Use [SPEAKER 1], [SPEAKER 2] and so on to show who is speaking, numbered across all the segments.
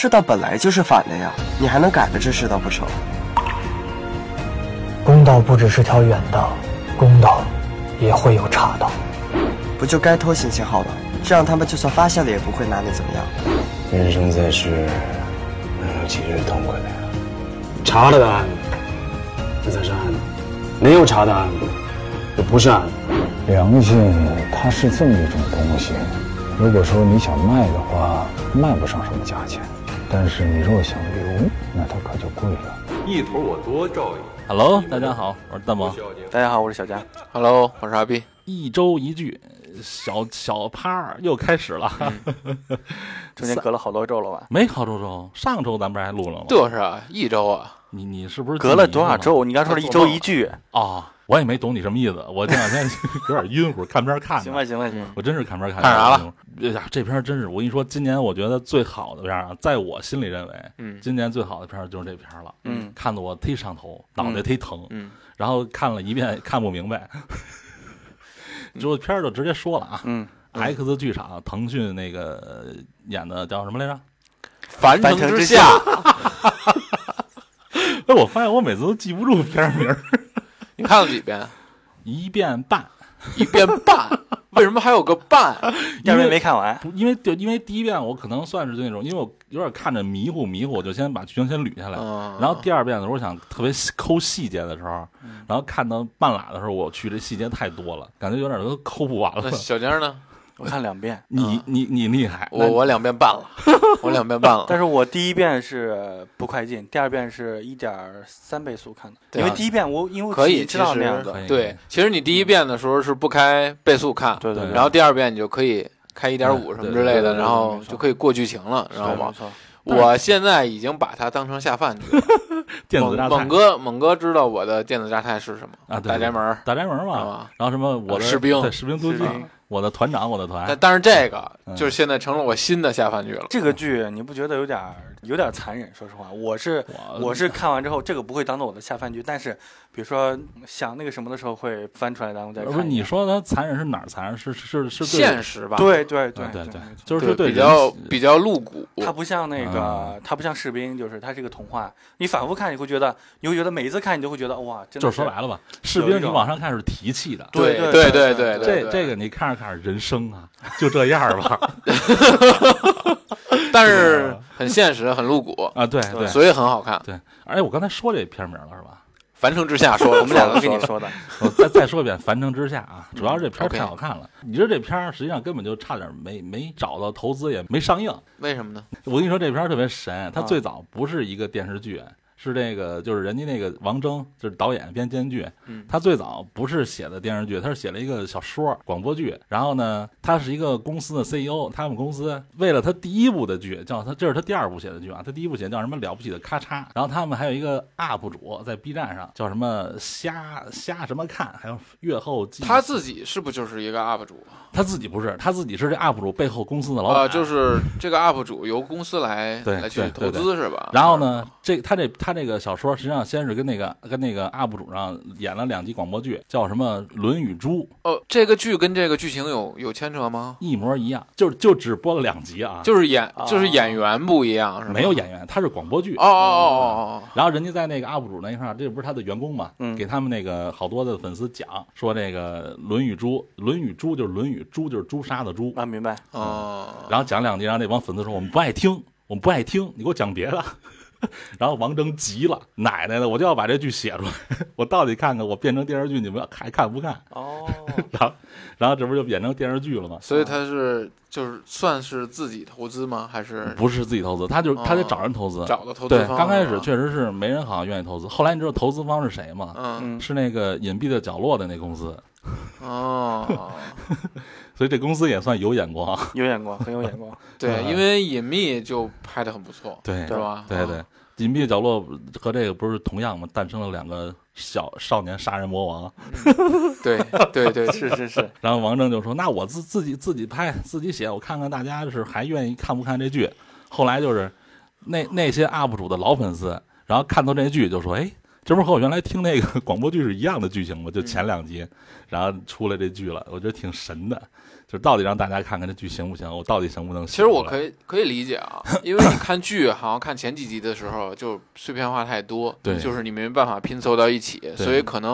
[SPEAKER 1] 世道本来就是反的呀，你还能改了这世道不成？
[SPEAKER 2] 公道不只是条远道，公道也会有岔道。
[SPEAKER 1] 不就该偷心情好吗？这样他们就算发现了也不会拿你怎么样。
[SPEAKER 3] 人生在世，
[SPEAKER 4] 呃
[SPEAKER 3] 能有几日痛快的呀？
[SPEAKER 5] 查了的案子，这才是案子；没有查的案子，这不是案子。
[SPEAKER 4] 良心它是这么一种东西，如果说你想卖的话，卖不上什么价钱；但是你若想留，那它可就贵了。
[SPEAKER 6] 一头我多照应。
[SPEAKER 7] Hello，大家好，我是大萌。
[SPEAKER 8] 大家好，我是小佳。
[SPEAKER 9] Hello，我是阿碧。
[SPEAKER 7] 一周一句，小小趴儿又开始了。
[SPEAKER 8] 嗯中间隔了好多周了吧？
[SPEAKER 7] 没好周周，上周咱不是还录了吗？
[SPEAKER 9] 就是啊，一周啊，
[SPEAKER 7] 你你是不是
[SPEAKER 8] 隔了多少周？你刚说是一周一句，
[SPEAKER 7] 啊、哦？我也没懂你什么意思。我这两天 有点晕乎，看片儿看的。
[SPEAKER 8] 行吧，行吧，行吧。
[SPEAKER 7] 我真是看片儿看
[SPEAKER 9] 看啥
[SPEAKER 7] 了？哎呀，这片儿真是我跟你说，今年我觉得最好的片儿啊，在我心里认为，
[SPEAKER 9] 嗯
[SPEAKER 7] 今年最好的片儿就是这片儿了。
[SPEAKER 8] 嗯，
[SPEAKER 7] 看得我忒上头，脑袋忒疼。
[SPEAKER 8] 嗯，
[SPEAKER 7] 然后看了一遍 看不明白，之后片儿就直接说了啊。
[SPEAKER 8] 嗯
[SPEAKER 7] X 剧场，腾讯那个呃演的叫什么来着？
[SPEAKER 9] 凡
[SPEAKER 8] 凡
[SPEAKER 9] 城
[SPEAKER 8] 城之
[SPEAKER 9] 下，
[SPEAKER 7] 哎，我发现我每次都记不住片儿名 儿，
[SPEAKER 9] 你看了几遍？
[SPEAKER 7] 一遍半。
[SPEAKER 9] 一遍半， 为什么还有个 半？
[SPEAKER 8] 第
[SPEAKER 7] 因
[SPEAKER 8] 二遍
[SPEAKER 7] 为
[SPEAKER 8] 没看完。
[SPEAKER 7] 不，因为就因为第一遍我可能算是那种，因为我有点看着迷糊迷糊，我就先把剧情先捋下来。
[SPEAKER 9] 嗯
[SPEAKER 7] 然后第二遍的时候，我想特别细抠细节的时候，
[SPEAKER 9] 嗯
[SPEAKER 7] 然后看到半拉的时候，我去这细节太多了，感觉有点都抠不完
[SPEAKER 9] 那
[SPEAKER 7] 了。
[SPEAKER 9] 小江呢？
[SPEAKER 8] 我看两遍，
[SPEAKER 7] 你你你厉害，
[SPEAKER 9] 我我两遍半 了，我两遍半了。
[SPEAKER 8] 但是我第一遍是不快进，第二遍是一点三倍速看的，
[SPEAKER 9] 对
[SPEAKER 8] 因
[SPEAKER 9] 啊
[SPEAKER 8] 为第一遍我因为我
[SPEAKER 9] 可以，
[SPEAKER 8] 自己
[SPEAKER 9] 其
[SPEAKER 8] 知道那样
[SPEAKER 7] 可以
[SPEAKER 8] 子，
[SPEAKER 9] 实对，其实你第一遍的时候是不开倍速看，
[SPEAKER 8] 对对对嗯
[SPEAKER 9] 然后第二遍你就可以开一点五什么之类
[SPEAKER 8] 对对对
[SPEAKER 9] 的，
[SPEAKER 8] 对
[SPEAKER 9] 然后
[SPEAKER 8] 没错
[SPEAKER 9] 就可以过剧情了，知
[SPEAKER 8] 对
[SPEAKER 9] 道吗
[SPEAKER 8] 没？错
[SPEAKER 9] 我现在已经把它当成下饭 剧了。
[SPEAKER 7] 电子
[SPEAKER 9] 猛
[SPEAKER 7] 榨菜
[SPEAKER 9] 猛哥，猛哥知道我的电子榨菜是什么
[SPEAKER 7] 啊对
[SPEAKER 9] 大宅门儿。
[SPEAKER 7] 打宅门
[SPEAKER 9] 知道
[SPEAKER 7] 嘛，
[SPEAKER 9] 吧？呃
[SPEAKER 7] 然后什么我的
[SPEAKER 9] 士兵
[SPEAKER 7] 对士兵突击
[SPEAKER 8] 士兵，
[SPEAKER 7] 我的团长，我的团
[SPEAKER 8] 啊
[SPEAKER 9] 但，但是这个
[SPEAKER 7] 嗯
[SPEAKER 9] 就是现在成了我新的下饭剧了。
[SPEAKER 8] 这个剧你不觉得有点儿有点儿残忍？说实话，我是
[SPEAKER 7] 我
[SPEAKER 8] 我是看完之后，这个不会当做我的下饭剧，但是比如说想那个什么的时候会翻出来，然后再看一
[SPEAKER 7] 不
[SPEAKER 8] 眼。
[SPEAKER 7] 是你说他残忍是哪儿残忍？是是是对
[SPEAKER 9] 现实吧？
[SPEAKER 8] 对对
[SPEAKER 7] 啊对
[SPEAKER 8] 对
[SPEAKER 7] 对
[SPEAKER 8] 没，错
[SPEAKER 7] 就是对
[SPEAKER 9] 比
[SPEAKER 7] 人
[SPEAKER 9] 较
[SPEAKER 7] 性
[SPEAKER 9] 比较露骨。
[SPEAKER 8] 它不像那
[SPEAKER 7] 啊
[SPEAKER 8] 个，它不像士兵，就是它是一个童话。你反复看，你会觉得，你会觉得每一次看，你都会觉得哇，真的
[SPEAKER 7] 就是说白了吧，士
[SPEAKER 8] 有一
[SPEAKER 7] 兵你
[SPEAKER 8] 种
[SPEAKER 7] 往上看是提气的，
[SPEAKER 9] 对
[SPEAKER 8] 对
[SPEAKER 9] 对
[SPEAKER 8] 对
[SPEAKER 9] 对
[SPEAKER 8] 对
[SPEAKER 7] 这
[SPEAKER 9] 对
[SPEAKER 7] 这个你看着看着人生啊， 就这样儿 吧
[SPEAKER 9] 但是很现实，很露骨，
[SPEAKER 7] 啊，对对
[SPEAKER 9] 所以很好看。
[SPEAKER 7] 对，而且我刚才说这片名了是 吧？
[SPEAKER 9] 凡城之下 说，
[SPEAKER 8] 我们俩
[SPEAKER 9] 都
[SPEAKER 8] 都跟你，说的，
[SPEAKER 7] 我再再说一遍《凡城之下》啊，主要是这片儿
[SPEAKER 9] OK
[SPEAKER 7] 太好看了。你知道这片儿实际上根本就差点没没找到投资，也没上映。
[SPEAKER 9] 为什么呢？
[SPEAKER 7] 我跟你说这片儿特别神，它
[SPEAKER 8] 啊
[SPEAKER 7] 最早不是一个电视剧。是这个，就是人家那个王铮，就是导演编编剧，
[SPEAKER 9] 嗯
[SPEAKER 7] 他最早不是写的电视剧，他是写了一个小说广播剧。然后呢，他是一个公司的 CEO，他们公司为了他第一部的剧叫他，这是他第二部写的剧啊，他第一部写的叫什么了不起的咔嚓。然后他们还有一个 UP 主在 B 站上叫什么瞎瞎什么看，还有月后记
[SPEAKER 9] 他自己是不就是一个 UP 主
[SPEAKER 7] 他自己不是，他自己是这 UP 主背后公司的老板，
[SPEAKER 9] 啊？就是这个 UP 主由公司来
[SPEAKER 7] 对
[SPEAKER 9] 来去
[SPEAKER 7] 对
[SPEAKER 9] 投
[SPEAKER 7] 对
[SPEAKER 9] 资是吧？
[SPEAKER 7] 然后呢，这他这他这个小说实际上先是跟那个跟那个 UP 主上演了两集广播剧，叫什么《论语猪》，
[SPEAKER 9] 哦，这个剧跟这个剧情有有牵扯吗？
[SPEAKER 7] 一模一样，就就只播了两集啊，
[SPEAKER 9] 就是演
[SPEAKER 8] 啊
[SPEAKER 9] 就是演员不一样是吗？
[SPEAKER 7] 没有演员，他是广播剧
[SPEAKER 9] 哦。哦哦哦
[SPEAKER 7] 然后人家在那个 UP 主那一块儿，这不是他的员工嘛，
[SPEAKER 8] 嗯
[SPEAKER 7] 给他们那个好多的粉丝讲说这个《论语猪》，《论语猪》就是《论语》，猪就是朱砂的猪，
[SPEAKER 8] 啊，明白？
[SPEAKER 7] 嗯
[SPEAKER 9] 哦哦，
[SPEAKER 7] 然后讲两集，然后那帮粉丝说我们不爱听，我们不爱听，你给我讲别的。 然后王铮急了，奶奶的，我就要把这剧写出来，我到底看看我变成电视剧，你们还看不看？
[SPEAKER 8] 哦，
[SPEAKER 7] 然后，然后这不就演成电视剧了吗？
[SPEAKER 9] 所以他是就是算是自己投资吗？还是
[SPEAKER 7] 不是自己投资，他就他得找人投资。
[SPEAKER 9] 哦找的投资
[SPEAKER 7] 嗯对，
[SPEAKER 9] 方？啊
[SPEAKER 7] 刚开始
[SPEAKER 9] 去，
[SPEAKER 7] 确实是没人好像愿意投资，后来你知道投资方是谁吗？
[SPEAKER 9] 嗯
[SPEAKER 8] 嗯，
[SPEAKER 7] 是那个隐蔽的角落的那公司，嗯
[SPEAKER 9] 哦，
[SPEAKER 7] 所以这公司也算有眼 光。
[SPEAKER 8] 有眼光，很有眼 光。
[SPEAKER 9] 对，因为隐秘就拍的很不错，
[SPEAKER 7] 嗯对
[SPEAKER 9] 是吧？
[SPEAKER 7] 对对，隐蔽的角落和这个不是同样吗？诞生了两个小少年杀人魔王。
[SPEAKER 9] 对啊对对，
[SPEAKER 8] 是是是，
[SPEAKER 7] 然后王铮就说：“那我自自己自己拍自己写，我看看大家就是还愿意看不看这剧。”后来就是那那些 UP 主的老粉丝，然后看到这剧就说：“哎，这不是和我原来听那个 广播剧是一样的剧情吗？就前两集，然后出来这剧了，我觉得挺神的。就是到底让大家看看这剧行不行，我到底行不能写
[SPEAKER 9] 其
[SPEAKER 7] 出
[SPEAKER 9] 实
[SPEAKER 7] 来？
[SPEAKER 9] 我可以可以理解啊，因为你看剧好像看前几集的时候就碎片化太多，
[SPEAKER 7] 对
[SPEAKER 9] 就是你没办法拼凑到一起，所以可能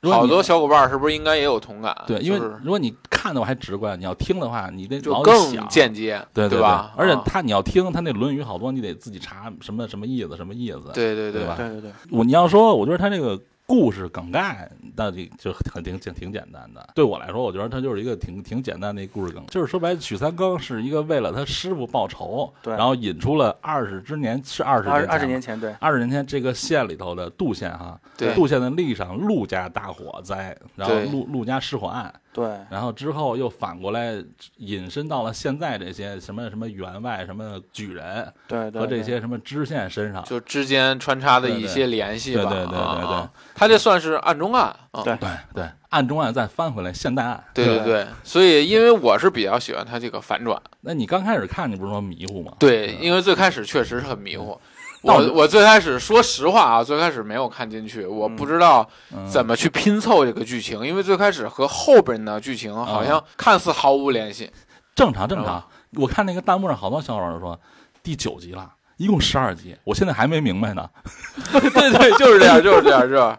[SPEAKER 7] 如果
[SPEAKER 9] 好
[SPEAKER 7] 你
[SPEAKER 9] 多小伙伴是不是应该也有同感？
[SPEAKER 7] 对，因为
[SPEAKER 9] 就是
[SPEAKER 7] 如果你看的话还直观，你要听的话，你得
[SPEAKER 9] 就
[SPEAKER 7] 老得
[SPEAKER 9] 更
[SPEAKER 7] 想。
[SPEAKER 9] 间接，
[SPEAKER 7] 对对
[SPEAKER 9] 吧？
[SPEAKER 7] 而且
[SPEAKER 9] 啊
[SPEAKER 7] 他你要听他那《论语》好多，你得自己查什么什么意思，什么意思。
[SPEAKER 9] 对对
[SPEAKER 7] 对吧
[SPEAKER 8] 对对对，
[SPEAKER 7] 我你要说，我觉得他这个故事梗概到底就很挺挺挺简单的。对我来说，我觉得他就是一个挺挺简单的一个故事梗，就是说白，了，许三更是一个为了他师傅报仇，
[SPEAKER 8] 对
[SPEAKER 7] 然后引出了二十之年是二十
[SPEAKER 8] 二二十年
[SPEAKER 7] 前。
[SPEAKER 8] 前对，
[SPEAKER 7] 二十年前，这个县里头的杜县哈，
[SPEAKER 9] 对
[SPEAKER 7] 杜县的历史上陆家大火灾，然后
[SPEAKER 9] 对
[SPEAKER 7] 陆陆家失火案，
[SPEAKER 8] 对
[SPEAKER 7] 然后之后又反过来引申到了现在这些什么什么员外、什么举人
[SPEAKER 8] 对对，
[SPEAKER 7] 和这
[SPEAKER 8] 对
[SPEAKER 7] 些什么知县身上，
[SPEAKER 9] 就之间穿插的一
[SPEAKER 7] 对对
[SPEAKER 9] 些联系
[SPEAKER 7] 对
[SPEAKER 9] 吧，
[SPEAKER 7] 对对
[SPEAKER 9] 啊
[SPEAKER 7] 对对
[SPEAKER 9] 啊他这算是暗中暗，啊
[SPEAKER 8] 对
[SPEAKER 7] 对对，案中啊案再翻回来现代案。
[SPEAKER 9] 对嗯对对，所以因为我是比较喜欢他这个反转，
[SPEAKER 7] 那你刚开始看，你不是说迷糊吗？
[SPEAKER 9] 对，因为最开始确实是很迷糊。
[SPEAKER 7] 但我
[SPEAKER 9] 我我最开始说实话啊，最开始没有看进去，我不知道怎么去拼凑这个剧情，因为最开始和后边的剧情好像看似毫无联 系。
[SPEAKER 7] 正常正常
[SPEAKER 9] 啊。
[SPEAKER 7] 我看那个弹幕上好多小伙伴说，第九集了，一共十二集，我现在还没明白呢。
[SPEAKER 9] 对对，就是这样，就是这样，就是这 样。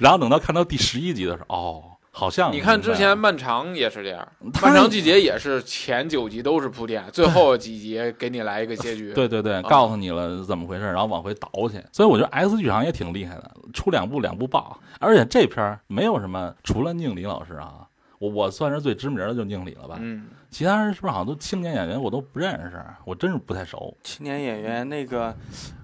[SPEAKER 7] 然后等到看到第十一集的时候，哦，好像
[SPEAKER 9] 你看之
[SPEAKER 7] 明白了
[SPEAKER 9] 前漫长也是这样，
[SPEAKER 7] 他
[SPEAKER 9] 漫长季节也是前九集都是铺垫，最后几集给你来一个结局。
[SPEAKER 7] 对对对，告诉你了怎么回事，然后往回倒去。所以我觉得 S 剧场也挺厉害的，出两部两部爆，而且这片儿没有什么，除了宁理老师啊，我我算是最知名的就宁理了吧，
[SPEAKER 9] 嗯，
[SPEAKER 7] 其他人是不是好像都青年演员我都不认识，我真是不太熟。
[SPEAKER 8] 青年演员那个，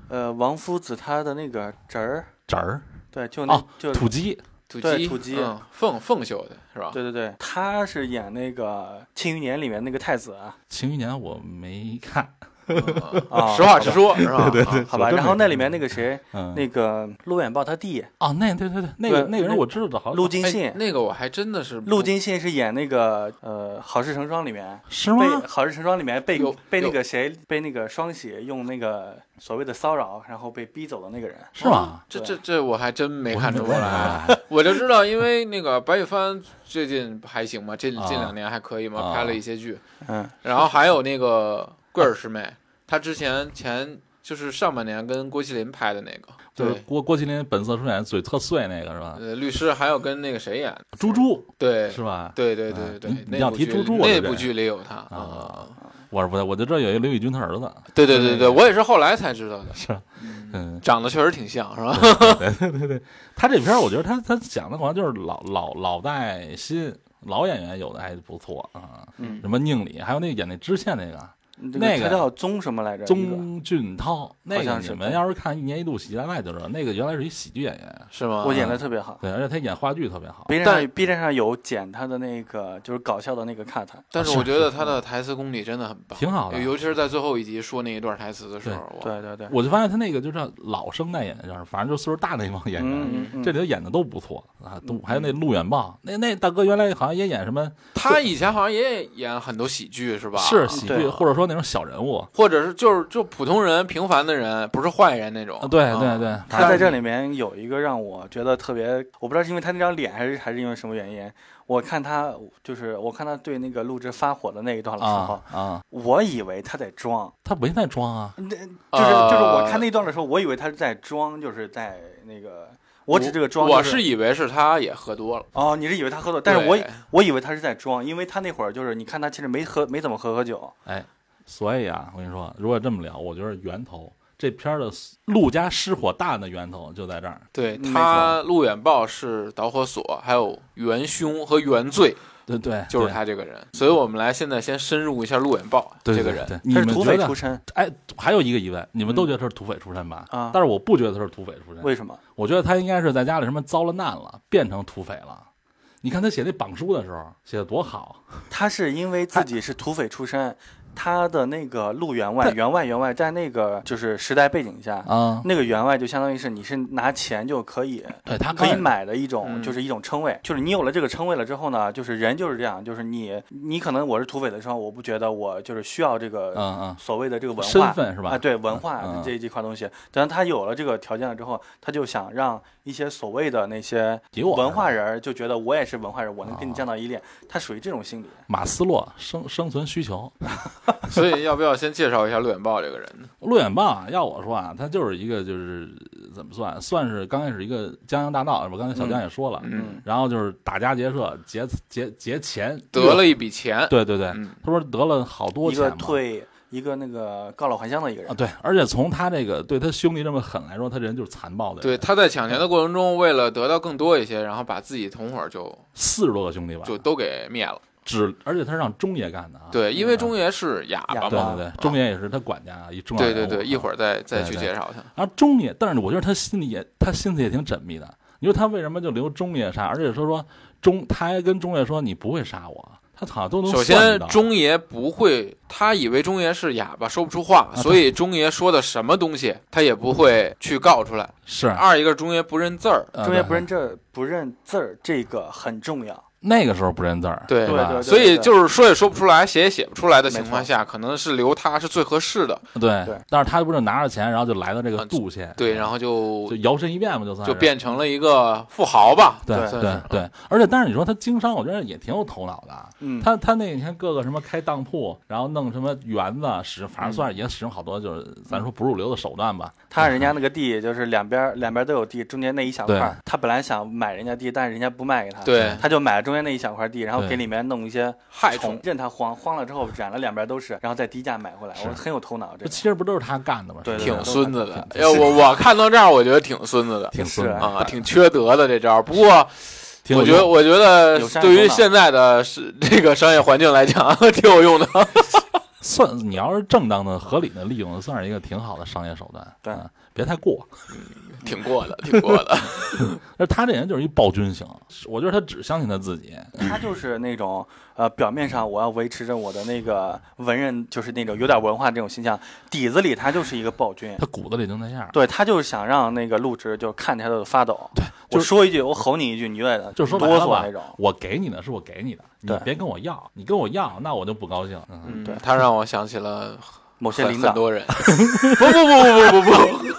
[SPEAKER 8] 呃，王夫子他的那个侄儿，
[SPEAKER 7] 侄儿
[SPEAKER 8] 对，就那
[SPEAKER 7] 哦
[SPEAKER 8] 就，
[SPEAKER 7] 土鸡
[SPEAKER 9] 土
[SPEAKER 8] 对
[SPEAKER 9] 鸡，
[SPEAKER 8] 土鸡
[SPEAKER 9] 嗯凤凤秀的是吧？
[SPEAKER 8] 对对对，他是演那个《庆余年》里面那个太子啊，
[SPEAKER 7] 《庆余年》我没看，哦啊
[SPEAKER 8] 啊
[SPEAKER 9] 实话实说，是吧？对对对，
[SPEAKER 8] 好吧。然后那里面那个谁，
[SPEAKER 7] 嗯，
[SPEAKER 8] 那个陆远豹他弟
[SPEAKER 7] 哦，那对对对，那个
[SPEAKER 8] 对
[SPEAKER 7] 那个人
[SPEAKER 8] 那
[SPEAKER 7] 我知道的，好像
[SPEAKER 8] 陆金信
[SPEAKER 9] 哎，那个我还真的是不
[SPEAKER 8] 陆金信是演那个呃《好事成双》里面。
[SPEAKER 7] 是
[SPEAKER 8] 被
[SPEAKER 7] 吗
[SPEAKER 8] 《好事成双》里面被
[SPEAKER 9] 有
[SPEAKER 8] 被那
[SPEAKER 9] 有
[SPEAKER 8] 个谁被那个双喜用那个所谓的骚扰，然后被逼走的那个人，
[SPEAKER 7] 是吗？
[SPEAKER 9] 这
[SPEAKER 8] 对
[SPEAKER 9] 这这我还真没看出来，
[SPEAKER 7] 啊，
[SPEAKER 9] 我就知道，因为那个白宇帆最近还行嘛，近
[SPEAKER 7] 啊
[SPEAKER 9] 近两年还可以嘛，
[SPEAKER 7] 啊
[SPEAKER 9] 拍了一些剧，
[SPEAKER 8] 嗯，
[SPEAKER 9] 然后还有那个桂儿师妹，她之前前就是上半年跟郭麒麟拍的那个，
[SPEAKER 7] 就是
[SPEAKER 9] 对，
[SPEAKER 7] 郭郭麒麟本色出演嘴特碎那个是吧？
[SPEAKER 9] 呃，律师还有跟那个谁演，
[SPEAKER 7] 猪猪
[SPEAKER 9] 对，
[SPEAKER 7] 是吧？
[SPEAKER 9] 对对对对
[SPEAKER 7] 嗯
[SPEAKER 9] 对，
[SPEAKER 7] 你要
[SPEAKER 9] 那部
[SPEAKER 7] 提
[SPEAKER 9] 剧
[SPEAKER 7] 猪猪我就
[SPEAKER 9] 那
[SPEAKER 7] 认
[SPEAKER 9] 部
[SPEAKER 7] 识
[SPEAKER 9] 剧里有她
[SPEAKER 7] 啊
[SPEAKER 9] 啊，
[SPEAKER 7] 我是不太，我就知道有一个刘宇君他儿子，
[SPEAKER 9] 对对对对，我也是后来才知道的，
[SPEAKER 7] 嗯，
[SPEAKER 9] 长得确实挺像，是吧？
[SPEAKER 7] 他这片儿，我觉得他他讲的好像就是老老老带新老演员，有的还不错啊，
[SPEAKER 8] 嗯
[SPEAKER 7] 什么宁理，还有那个演那知县那个那
[SPEAKER 8] 那
[SPEAKER 7] 个
[SPEAKER 8] 他叫宗什么来着？一个
[SPEAKER 7] 宗俊涛，那
[SPEAKER 8] 好
[SPEAKER 7] 个
[SPEAKER 8] 像是
[SPEAKER 7] 你们要是看《一年一度喜剧大赛》就知道，那个原来是一喜剧演员，啊
[SPEAKER 9] 是吗？
[SPEAKER 8] 我演的特别好。
[SPEAKER 7] 对，而且他演话剧特别好，
[SPEAKER 8] B 站
[SPEAKER 9] 但
[SPEAKER 8] 上 B 站上有剪他的那个就是搞笑的那个 cut，
[SPEAKER 9] 但是我觉得他的台词功底真的很棒，
[SPEAKER 7] 挺好的
[SPEAKER 9] 尤其是在最后一集说那一段台词的时候，哇，
[SPEAKER 8] 对对对，
[SPEAKER 7] 我就发现他那个就是老生代演员，就是反正就岁数大那帮演员。
[SPEAKER 8] 嗯嗯
[SPEAKER 7] 这
[SPEAKER 8] 嗯，
[SPEAKER 7] 里头演的都不错啊，都还有那陆远豹，那那大哥原来好像也演什么
[SPEAKER 9] 他以前好像也演很多喜剧是吧？
[SPEAKER 7] 是喜剧，
[SPEAKER 8] 嗯对啊
[SPEAKER 7] 或者说那种小人物
[SPEAKER 9] 或者是就是就普通人、平凡的人，不是坏人那种。
[SPEAKER 8] 哦
[SPEAKER 7] 啊，对
[SPEAKER 9] 啊
[SPEAKER 8] 嗯
[SPEAKER 7] 对对，反
[SPEAKER 8] 他
[SPEAKER 7] 正
[SPEAKER 8] 在这里面有一个让我觉得特别，我不知道是因为他那张脸还是还是因为什么原因，我看他就是我看他对那个录制发火的那一段的时候，
[SPEAKER 7] 啊啊，
[SPEAKER 8] 我以为他在装，
[SPEAKER 7] 他没在装啊，
[SPEAKER 8] 那就是
[SPEAKER 9] 呃
[SPEAKER 8] 就是我看那段的时候，我以为他是在装，就是在那个我指这个装、
[SPEAKER 9] 我
[SPEAKER 8] 就是
[SPEAKER 9] 以为是他也喝多了，
[SPEAKER 8] 哦，你是以为他喝多，但是
[SPEAKER 9] 对
[SPEAKER 8] 我以我以为他是在装，因为他那会儿就是你看他其实没喝没怎么喝喝酒，
[SPEAKER 7] 哎，所以啊，我跟你说，如果这么聊，我觉得源头这片儿的陆家失火大案的源头就在这儿。
[SPEAKER 9] 对
[SPEAKER 8] 嗯
[SPEAKER 9] 他陆远豹是导火索，还有元凶和原罪
[SPEAKER 7] 对对，
[SPEAKER 9] 就是他这个人，所以我们来现在先深入一下陆远豹
[SPEAKER 7] 对
[SPEAKER 9] 这个人。，
[SPEAKER 7] 对对对你
[SPEAKER 8] 他是
[SPEAKER 7] 们
[SPEAKER 8] 土
[SPEAKER 7] 觉
[SPEAKER 8] 匪出
[SPEAKER 7] 得？
[SPEAKER 8] 身，嗯
[SPEAKER 7] 哎，还有一个疑问，你们都觉得他是土匪出身吧？
[SPEAKER 8] 啊
[SPEAKER 7] 但是我不觉得他是土匪出身，
[SPEAKER 8] 为什么？
[SPEAKER 7] 我觉得他应该是在家里什么遭了难了，变成土匪了。你看他写那榜书的时候写的多好，
[SPEAKER 8] 他是因为自己是土匪出身，他的那个陆员外，
[SPEAKER 7] 但
[SPEAKER 8] 员外员外在那个就是时代背景下，
[SPEAKER 7] 啊，
[SPEAKER 8] 那个员外就相当于是你是拿钱就可以
[SPEAKER 7] 对他
[SPEAKER 8] 可以
[SPEAKER 7] 看
[SPEAKER 8] 买的一种，
[SPEAKER 9] 嗯
[SPEAKER 8] 就是一种称谓，就是你有了这个称谓了之后呢，就是人就是这样，就是你你可能我是土匪的时候，我不觉得我就是需要
[SPEAKER 7] 嗯
[SPEAKER 8] 这个
[SPEAKER 7] 嗯，
[SPEAKER 8] 所谓的这个文化
[SPEAKER 7] 身份是吧？
[SPEAKER 8] 啊，对文化
[SPEAKER 7] 嗯嗯
[SPEAKER 8] 这这块东西，等他有了这个条件了之后，他就想让一些所谓的那些
[SPEAKER 7] 给我
[SPEAKER 8] 文化人儿就觉得我也是文化人，我能跟你
[SPEAKER 7] 啊
[SPEAKER 8] 站到一列，他属于这种心理。
[SPEAKER 7] 马斯洛生生存需求，
[SPEAKER 9] 所以要不要先介绍一下陆远豹这个人呢？
[SPEAKER 7] 陆远豹啊，要我说啊，他就是一个就是怎么算，算是刚开始一个江洋大盗。我刚才小江也说了，
[SPEAKER 9] 嗯，
[SPEAKER 7] 然后就是打家劫舍，劫劫劫钱，
[SPEAKER 9] 得了一笔钱，
[SPEAKER 7] 对对对，
[SPEAKER 9] 嗯
[SPEAKER 7] 他说得了好多
[SPEAKER 8] 一
[SPEAKER 7] 钱
[SPEAKER 8] 个
[SPEAKER 7] 嘛
[SPEAKER 8] 退一个那个告老还乡的一个人
[SPEAKER 7] 啊，，对，而且从他这个对他兄弟这么狠来说，他这人就是残暴的
[SPEAKER 9] 对，
[SPEAKER 7] 人，
[SPEAKER 9] 他在抢钱的过程中，为了得到更多一些，然后把自己同伙就
[SPEAKER 7] 四十多个兄弟吧，
[SPEAKER 9] 就都给灭了。
[SPEAKER 7] 只而且他是让中爷干的啊，
[SPEAKER 9] 对，因为中
[SPEAKER 7] 爷
[SPEAKER 9] 爷是哑
[SPEAKER 8] 哑
[SPEAKER 9] 巴
[SPEAKER 7] 对
[SPEAKER 8] 巴
[SPEAKER 9] 嘛
[SPEAKER 7] 对，
[SPEAKER 9] 啊
[SPEAKER 7] 对，中爷也是他管家一重要
[SPEAKER 9] 对
[SPEAKER 7] 人物
[SPEAKER 9] 对对，一会
[SPEAKER 7] 儿。
[SPEAKER 9] 儿再再
[SPEAKER 7] 对
[SPEAKER 9] 去
[SPEAKER 7] 对
[SPEAKER 9] 介绍他。
[SPEAKER 7] 然后中爷，但是我觉得他心里也他心思也挺缜密的。你说他为什么就留中爷杀？而且说说中，他还跟中爷说你不会杀我，他好像都能
[SPEAKER 9] 首
[SPEAKER 7] 算计
[SPEAKER 9] 先
[SPEAKER 7] 到，
[SPEAKER 9] 中爷不会，他以为中爷是哑巴，说不出
[SPEAKER 7] 啊
[SPEAKER 9] 话，所以中爷说的什么东西，他也不会去告出来。
[SPEAKER 7] 是
[SPEAKER 9] 二一个，中爷不认字儿，
[SPEAKER 7] 呃
[SPEAKER 8] 中间
[SPEAKER 7] 对
[SPEAKER 8] 不认字儿不认字儿这个很重要。
[SPEAKER 7] 那个时候不认字儿，
[SPEAKER 9] 对
[SPEAKER 7] 吧？
[SPEAKER 8] 对对
[SPEAKER 9] 所以就是说也说不出来，写也写不出来的情况
[SPEAKER 8] 没错
[SPEAKER 9] 下，可能是留他是最合适的。
[SPEAKER 7] 对
[SPEAKER 8] 对
[SPEAKER 7] 但是他不是拿着钱，然后就来到这个
[SPEAKER 9] 啊
[SPEAKER 7] 杜县，
[SPEAKER 9] 对，然后就
[SPEAKER 7] 就摇身一变嘛，就算是
[SPEAKER 9] 就变成了一个富豪吧。
[SPEAKER 7] 对
[SPEAKER 9] 算
[SPEAKER 7] 对
[SPEAKER 9] 是
[SPEAKER 7] 对，而且但是你说他经商，我觉得也挺有头脑的。
[SPEAKER 8] 嗯，
[SPEAKER 7] 他他那天各个什么开当铺，然后弄什么园子，使反
[SPEAKER 9] 嗯
[SPEAKER 7] 正算是也使用好多就是咱说不入流的手段吧。
[SPEAKER 8] 他人家那个地就是两边儿两边儿都有地，中间那一小块儿
[SPEAKER 7] 对，
[SPEAKER 8] 他本来想买人家地，但是人家不卖给他，
[SPEAKER 9] 对
[SPEAKER 8] 他就买了中间那一小块地，然后
[SPEAKER 7] 对
[SPEAKER 8] 给里面弄一些
[SPEAKER 9] 害
[SPEAKER 8] 虫
[SPEAKER 9] 虫，
[SPEAKER 8] 任它荒，荒了之后染了两边都是，然后再低价买回来，我很有头脑这
[SPEAKER 7] 这
[SPEAKER 8] 个。
[SPEAKER 7] 其实不都是他干的吗？
[SPEAKER 8] 对对
[SPEAKER 9] 挺孙子的。
[SPEAKER 7] 挺
[SPEAKER 9] 要我我看到这儿，我觉得挺孙子的
[SPEAKER 7] 挺
[SPEAKER 8] 是
[SPEAKER 7] 孙子的，
[SPEAKER 9] 啊，挺缺德的这招儿。不过
[SPEAKER 7] 挺有
[SPEAKER 9] 我觉得，
[SPEAKER 7] 用
[SPEAKER 9] 我觉得
[SPEAKER 8] 有商业
[SPEAKER 9] 对于
[SPEAKER 8] 头脑
[SPEAKER 9] 现在的是这个商业环境来讲，挺有用的。
[SPEAKER 7] 算你要是正当的、合理的利用，算是一个挺好的商业手段。
[SPEAKER 8] 对
[SPEAKER 7] 嗯，别太过。
[SPEAKER 9] 挺过的，挺过的。
[SPEAKER 7] 那他这人就是一暴君型，我觉得他只相信他自己。
[SPEAKER 8] 他就是那种呃，表面上我要维持着我的那个文人，就是那种有点文化这种形象，底子里他就是一个暴君
[SPEAKER 7] 他。骨子里就那样儿，
[SPEAKER 8] 对他就是想让那个陆植就看见他就发抖，对，
[SPEAKER 7] 就
[SPEAKER 8] 我说一句，我吼你一句，你就得
[SPEAKER 7] 就说白
[SPEAKER 8] 哆
[SPEAKER 7] 了
[SPEAKER 8] 嗦
[SPEAKER 7] 吧
[SPEAKER 8] 那种，，
[SPEAKER 7] 我给你的是我给你的，你
[SPEAKER 8] 对
[SPEAKER 7] 别跟我要，你跟我要，那我就不高兴。嗯，
[SPEAKER 8] 对
[SPEAKER 9] 他让我想起了
[SPEAKER 8] 某些
[SPEAKER 9] 很
[SPEAKER 8] 领
[SPEAKER 9] 很
[SPEAKER 8] 导
[SPEAKER 9] 多人，不不不不不不不，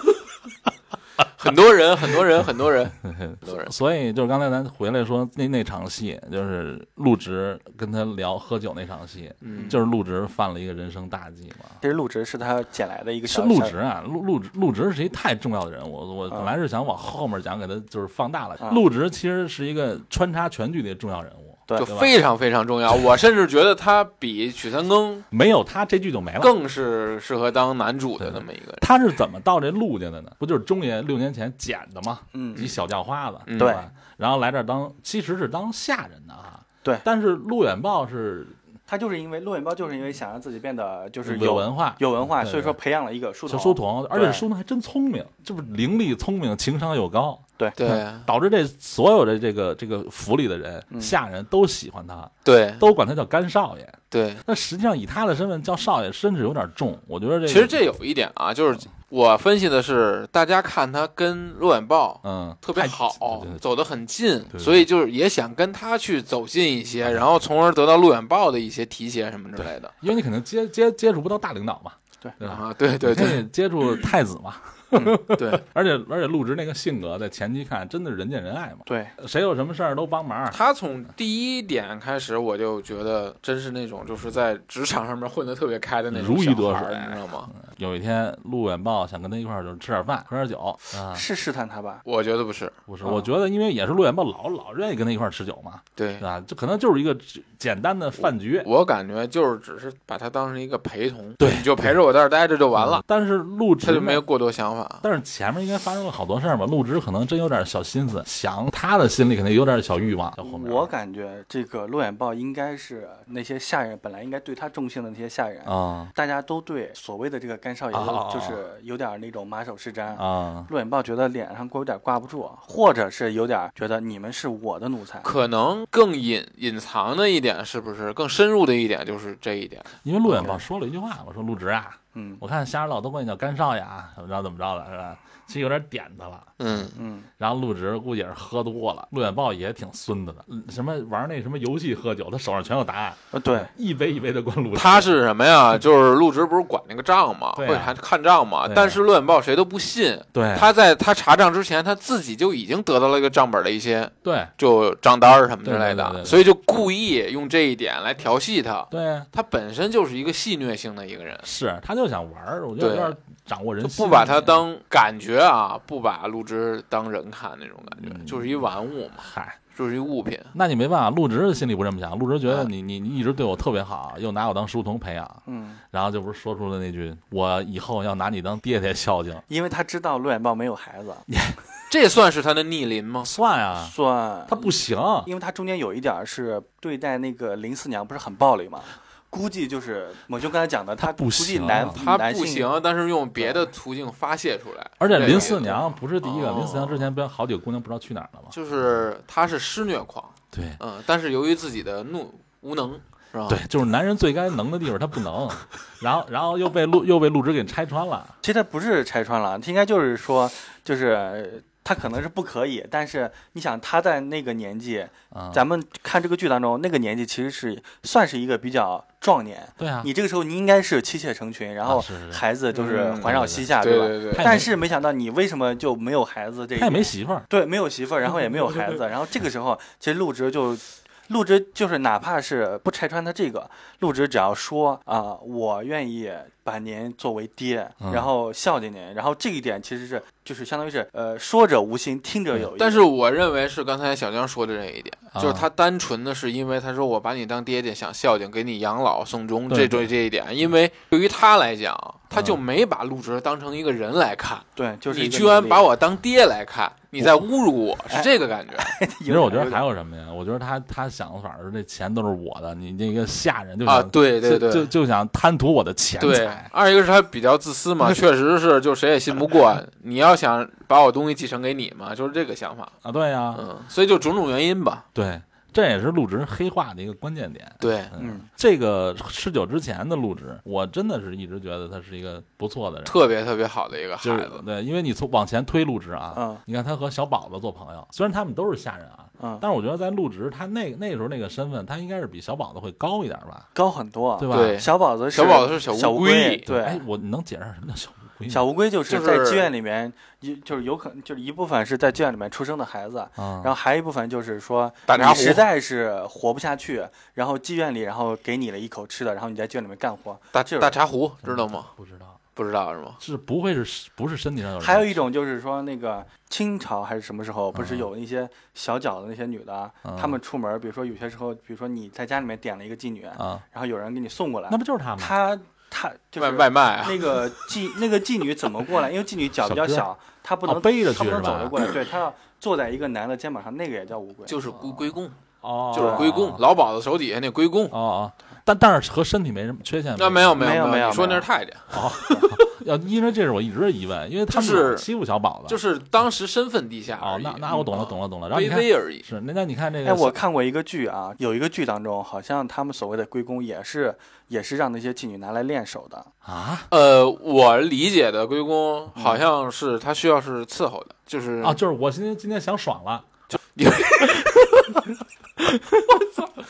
[SPEAKER 9] 很多人，很多人，很多人，很多人。
[SPEAKER 7] 所以就是刚才咱回来说那那场戏，就是陆植跟他聊喝酒那场戏，
[SPEAKER 9] 嗯，
[SPEAKER 7] 就是陆植犯了一个人生大忌嘛。
[SPEAKER 8] 这是陆植是他捡来的一个
[SPEAKER 7] 是
[SPEAKER 8] 小
[SPEAKER 7] 陆
[SPEAKER 8] 小
[SPEAKER 7] 植啊，陆陆植陆植是一太重要的人物，我我本来是想往后面讲，给他就是放大了。
[SPEAKER 8] 啊
[SPEAKER 7] 陆植其实是一个穿插全剧的重要人物，
[SPEAKER 8] 对
[SPEAKER 9] 就
[SPEAKER 7] 对吧
[SPEAKER 9] 非常非常重要。我甚至觉得他比许三更
[SPEAKER 7] 没有他这剧就没了。
[SPEAKER 9] 更是适合当男主的那么一个人。
[SPEAKER 7] 他是怎么到这陆家的呢？不就是中爷六年前捡的吗？
[SPEAKER 8] 嗯
[SPEAKER 7] 一小叫花子，
[SPEAKER 9] 嗯
[SPEAKER 7] 对吧，然后来这儿当其实是当下人的啊。
[SPEAKER 8] 对
[SPEAKER 7] 但是陆远豹是
[SPEAKER 8] 他就是因为陆远豹就是因为想让自己变得就是
[SPEAKER 7] 有
[SPEAKER 8] 有
[SPEAKER 7] 文化，
[SPEAKER 8] 有文化，
[SPEAKER 7] 对
[SPEAKER 8] 所以
[SPEAKER 7] 对
[SPEAKER 8] 说培养了一个书
[SPEAKER 7] 小
[SPEAKER 8] 童。
[SPEAKER 7] 书童，而且
[SPEAKER 8] 哦对
[SPEAKER 7] 书童还真聪明，这不是伶俐聪明，情商又高，
[SPEAKER 9] 对
[SPEAKER 7] 导致这所有的这个这个府里的人、
[SPEAKER 8] 嗯
[SPEAKER 7] 下人都喜欢他，
[SPEAKER 9] 对
[SPEAKER 7] 都管他叫干少爷。
[SPEAKER 9] 对，
[SPEAKER 7] 那实际上以他的身份叫少爷，甚至有点重。我觉得这个、
[SPEAKER 9] 其实这有一点啊，就是
[SPEAKER 7] 嗯
[SPEAKER 9] 我分析的是，大家看他跟陆远豹，
[SPEAKER 7] 嗯
[SPEAKER 9] 特别
[SPEAKER 7] 太
[SPEAKER 9] 好
[SPEAKER 7] 对对，对
[SPEAKER 9] 走得很近，
[SPEAKER 7] 对哎
[SPEAKER 9] 所以就是也想跟他去走近一些，然后从而得到陆远豹的一些提携什么之类的
[SPEAKER 7] 因为你可能接接接触不到大领导嘛， 对吧
[SPEAKER 9] 啊，对对对
[SPEAKER 7] 你接触太子嘛，
[SPEAKER 9] 对，
[SPEAKER 7] 而且而且陆植那个性格，在前期看真的是人见人爱嘛，
[SPEAKER 8] 对，
[SPEAKER 7] 谁有什么事儿都帮忙。
[SPEAKER 9] 他从第一点开始，我就觉得真是那种就是在职场上面混得特别开的那种
[SPEAKER 7] 如鱼得
[SPEAKER 9] 小孩儿
[SPEAKER 7] 水嗯
[SPEAKER 9] 你知道吗？
[SPEAKER 7] 有一天，陆远豹想跟他一块儿就吃点饭，喝点酒啊，
[SPEAKER 8] 是试探他吧？
[SPEAKER 9] 我觉得不是，
[SPEAKER 7] 不是，我觉得因为也是陆远豹老老愿意跟他一块儿吃酒嘛，
[SPEAKER 9] 对
[SPEAKER 7] 对吧？这可能就是一个只简单的饭局，
[SPEAKER 9] 我感觉就是只是把他当成一个陪同，
[SPEAKER 7] 对嗯
[SPEAKER 9] 你就陪着我在这儿待着就完了，
[SPEAKER 7] 但是陆植
[SPEAKER 9] 他就没有
[SPEAKER 7] 呢
[SPEAKER 9] 过多想法。
[SPEAKER 7] 但是前面应该发生了好多事儿嘛，陆植可能真有点小心思，想他的心里肯定有点小欲望。到后面
[SPEAKER 8] 我感觉这个陆远豹应该是那些下人本来应该对他重信的那些下人，
[SPEAKER 7] 啊
[SPEAKER 8] 大家都对所谓的这个干少爷
[SPEAKER 7] 啊啊啊啊
[SPEAKER 8] 就是有点那种马首是瞻。
[SPEAKER 7] 啊，
[SPEAKER 8] 陆远豹觉得脸上有点挂不住，或者是有点觉得你们是我的奴才。
[SPEAKER 9] 可能更隐隐藏的一点，是不是更深入的一点就是这一点？
[SPEAKER 7] 因为陆远豹说了一句话，我说陆植啊，
[SPEAKER 8] 嗯
[SPEAKER 7] 我看瞎人老都管你叫干少爷啊，怎么着怎么着的，是吧？其实有点点子了。
[SPEAKER 9] 嗯，
[SPEAKER 8] 嗯，
[SPEAKER 7] 然后陆植估计也是喝多了，陆远豹也挺孙子的，嗯什么玩那什么游戏喝酒，他手上全有答案，
[SPEAKER 8] 呃，对，
[SPEAKER 7] 一杯一杯的灌陆植。
[SPEAKER 9] 他是嗯什么呀？就是陆植不是管那个账嘛，
[SPEAKER 7] 对啊
[SPEAKER 9] 会还看账嘛
[SPEAKER 7] 对啊。
[SPEAKER 9] 但是陆远豹谁都不信，
[SPEAKER 7] 对
[SPEAKER 9] 他在他查账之前，他自己就已经得到了一个账本的一些
[SPEAKER 7] 对
[SPEAKER 9] 就账单儿什么之类
[SPEAKER 7] 对对对对
[SPEAKER 9] 的，
[SPEAKER 7] 对
[SPEAKER 9] 所以就故意用这一点来调戏他。
[SPEAKER 7] 对，啊
[SPEAKER 9] 他本身就是一个戏谑性的一个人，
[SPEAKER 7] 是他就想玩儿，我觉得有
[SPEAKER 9] 对
[SPEAKER 7] 点掌握人
[SPEAKER 9] 就
[SPEAKER 7] 心，
[SPEAKER 9] 不把他当感觉啊，不把陆植当人看那种感觉，
[SPEAKER 7] 嗯
[SPEAKER 9] 就是一玩物嘛，
[SPEAKER 7] 嗨。
[SPEAKER 9] 就是一物品。
[SPEAKER 7] 那你没办法，陆植心里不这么想，陆植觉
[SPEAKER 9] 哎
[SPEAKER 7] 得你你你一直对我特别好，又拿我当书童培养，
[SPEAKER 8] 嗯，
[SPEAKER 7] 然后就不是说出了那句“我以后要拿你当爹爹孝敬
[SPEAKER 8] 因为他知道陆远豹没有孩子，
[SPEAKER 9] 这算是他的逆鳞”，吗？
[SPEAKER 8] 嗯
[SPEAKER 7] 算啊，
[SPEAKER 8] 算
[SPEAKER 7] 他不行，
[SPEAKER 8] 因为他中间有一点儿是对待那个林四娘不是很暴力嘛，估计就是猛兄刚才讲的，他
[SPEAKER 7] 不
[SPEAKER 8] 估计
[SPEAKER 7] 行
[SPEAKER 8] 男
[SPEAKER 9] 他
[SPEAKER 8] 男性
[SPEAKER 9] 不行，但是用别的途径发泄出来。
[SPEAKER 7] 而且
[SPEAKER 9] 这个
[SPEAKER 7] 林四啊娘不是第一个，
[SPEAKER 9] 哦
[SPEAKER 7] 林四娘之前不是好几个姑娘不知道去哪儿了吗？
[SPEAKER 9] 就是他是施虐狂，
[SPEAKER 7] 对
[SPEAKER 9] 嗯，但是由于自己的怒无能，是吧？
[SPEAKER 7] 对，，就是男人最该能的地方他不 能，然后然后又被陆又被陆植给拆穿了，
[SPEAKER 8] 其实他不是拆穿了，他应该就是说，就是呃他可能是不可以，但是你想他在那个年纪，
[SPEAKER 7] 啊、
[SPEAKER 8] 咱们看这个剧当中，那个年纪其实是算是一个比较壮年，
[SPEAKER 7] 对啊，
[SPEAKER 8] 你这个时候你应该是妻妾成群，然后
[SPEAKER 7] 是是是
[SPEAKER 8] 孩子就是
[SPEAKER 9] 嗯
[SPEAKER 8] 环绕膝下，
[SPEAKER 9] 对
[SPEAKER 8] 吧？
[SPEAKER 9] 对对
[SPEAKER 7] 他也没
[SPEAKER 8] 但是没想到你为什么就没有孩子这一
[SPEAKER 7] 他也
[SPEAKER 8] 点？
[SPEAKER 7] 没媳妇儿，
[SPEAKER 8] 对，没有媳妇儿，然后也没有孩子，然后这个时候其实陆植就。陆植就是，哪怕是不拆穿他这个，陆植只要说啊、我愿意把您作为爹，
[SPEAKER 7] 嗯
[SPEAKER 8] 然后孝敬您，然后这一点其实是就是相当于是呃说者无心，听者有意。
[SPEAKER 9] 嗯但是我认为是刚才小江说的这一点，
[SPEAKER 7] 啊
[SPEAKER 9] 就是他单纯的是因为他说我把你当爹爹，想孝敬，给你养老送终
[SPEAKER 7] 对
[SPEAKER 9] 这这这一点，因为对于他来讲，他就没把陆植当成一个人来看，
[SPEAKER 8] 对，就是
[SPEAKER 9] 你
[SPEAKER 8] 一个哎
[SPEAKER 9] 居然
[SPEAKER 8] 能力
[SPEAKER 9] 把我当爹来看，你在侮辱我，是这个感觉。
[SPEAKER 7] 其实我觉
[SPEAKER 8] 有
[SPEAKER 7] 得
[SPEAKER 8] 点
[SPEAKER 7] 还有什么呀？我觉得他他想法是这钱都是我的，你那个下人就想
[SPEAKER 9] 啊对对对
[SPEAKER 7] 就就就想贪图我的钱
[SPEAKER 9] 对
[SPEAKER 7] 财，，
[SPEAKER 9] 二一个是他比较自私嘛，确实是，就谁也信不过。你要想把我东西继承给你嘛，就是这个想法。
[SPEAKER 7] 啊，对呀、
[SPEAKER 9] 嗯，所以就种种原因吧。
[SPEAKER 7] 对，这也是陆植黑化的一个关键点。
[SPEAKER 9] 对，
[SPEAKER 8] 嗯，
[SPEAKER 7] 这个吃酒之前的陆植，我真的是一直觉得他是一个不错的人，
[SPEAKER 9] 特别特别好的一个孩
[SPEAKER 7] 就是
[SPEAKER 9] 子。
[SPEAKER 7] 对，因为你从往前推陆植啊，
[SPEAKER 8] 嗯
[SPEAKER 7] 你看他和小宝子做朋友，虽然他们都是下人啊，
[SPEAKER 8] 嗯
[SPEAKER 7] 但是我觉得在陆植他那那时候那个身份，他应该是比小宝子会高一点吧，
[SPEAKER 8] 高很多啊，
[SPEAKER 7] 对吧？
[SPEAKER 9] 对，
[SPEAKER 8] 小宝子是
[SPEAKER 9] 小宝子是小乌
[SPEAKER 8] 小乌
[SPEAKER 9] 龟
[SPEAKER 8] 对，
[SPEAKER 7] 哎，我你能解释什么叫小乌龟吗？
[SPEAKER 8] 小乌龟就是
[SPEAKER 9] 就是
[SPEAKER 8] 在妓院里面，一就是有可能就是一部分是在妓院里面出生的孩子，
[SPEAKER 7] 啊，
[SPEAKER 8] 然后还有一部分就是说
[SPEAKER 9] 打茶
[SPEAKER 8] 你
[SPEAKER 9] 壶
[SPEAKER 8] 实在是活不下去，然后妓院里然后给你了一口吃的，然后你在妓院里面干活。
[SPEAKER 9] 大
[SPEAKER 8] 就是
[SPEAKER 9] 大茶壶知道吗？
[SPEAKER 7] 不知道，
[SPEAKER 9] 不知道是吗？
[SPEAKER 7] 是不会是不是身体上有？
[SPEAKER 8] 还有一种就是说那个清朝还是什么时候，不是有那些小脚的那些女的，
[SPEAKER 7] 嗯
[SPEAKER 8] 她们出门，比如说有些时候，比如说你在家里面点了一个妓女，然
[SPEAKER 7] 啊，
[SPEAKER 8] 后有人给你送过来
[SPEAKER 7] 那，不就是他吗？
[SPEAKER 8] 她她就是
[SPEAKER 9] 外外卖啊，
[SPEAKER 8] 那个妓那个妓女怎么过来？因为妓女脚比较
[SPEAKER 7] 小
[SPEAKER 8] 小，她不能
[SPEAKER 7] 哦背着去
[SPEAKER 8] 她不能
[SPEAKER 7] 是吧
[SPEAKER 8] 走着过来，对，她要坐在一个男的肩膀上，那个也叫乌龟。
[SPEAKER 9] 就是龟龟公，
[SPEAKER 7] 哦，
[SPEAKER 9] 就是龟公，老鸨子手底下那龟公。
[SPEAKER 7] 哦哦，但但是和身体没什么缺陷。
[SPEAKER 9] 啊那没有
[SPEAKER 8] 没有
[SPEAKER 9] 有
[SPEAKER 8] 没
[SPEAKER 9] 没
[SPEAKER 8] 有
[SPEAKER 9] 你说
[SPEAKER 8] 没
[SPEAKER 9] 那
[SPEAKER 8] 有
[SPEAKER 9] 是太监，
[SPEAKER 7] 要因为这是我一直的疑问，因为他们
[SPEAKER 9] 就是
[SPEAKER 7] 老欺负小宝子，
[SPEAKER 9] 就是当时身份低下
[SPEAKER 7] 哦
[SPEAKER 9] 而，已。
[SPEAKER 7] 那那我懂了
[SPEAKER 9] 嗯
[SPEAKER 7] 懂了懂了。然后你
[SPEAKER 9] 卑
[SPEAKER 7] 看
[SPEAKER 9] 微而已。
[SPEAKER 7] 是那那你看这个
[SPEAKER 8] 哎，
[SPEAKER 7] 小，
[SPEAKER 8] 我看过一个剧啊，有一个剧当中，好像他们所谓的龟公也是也是让那些妓女拿来练手的。
[SPEAKER 7] 啊
[SPEAKER 9] 呃，我理解的龟公好像是他需要是伺候的，就是
[SPEAKER 7] 啊，就是我今天今天想爽了，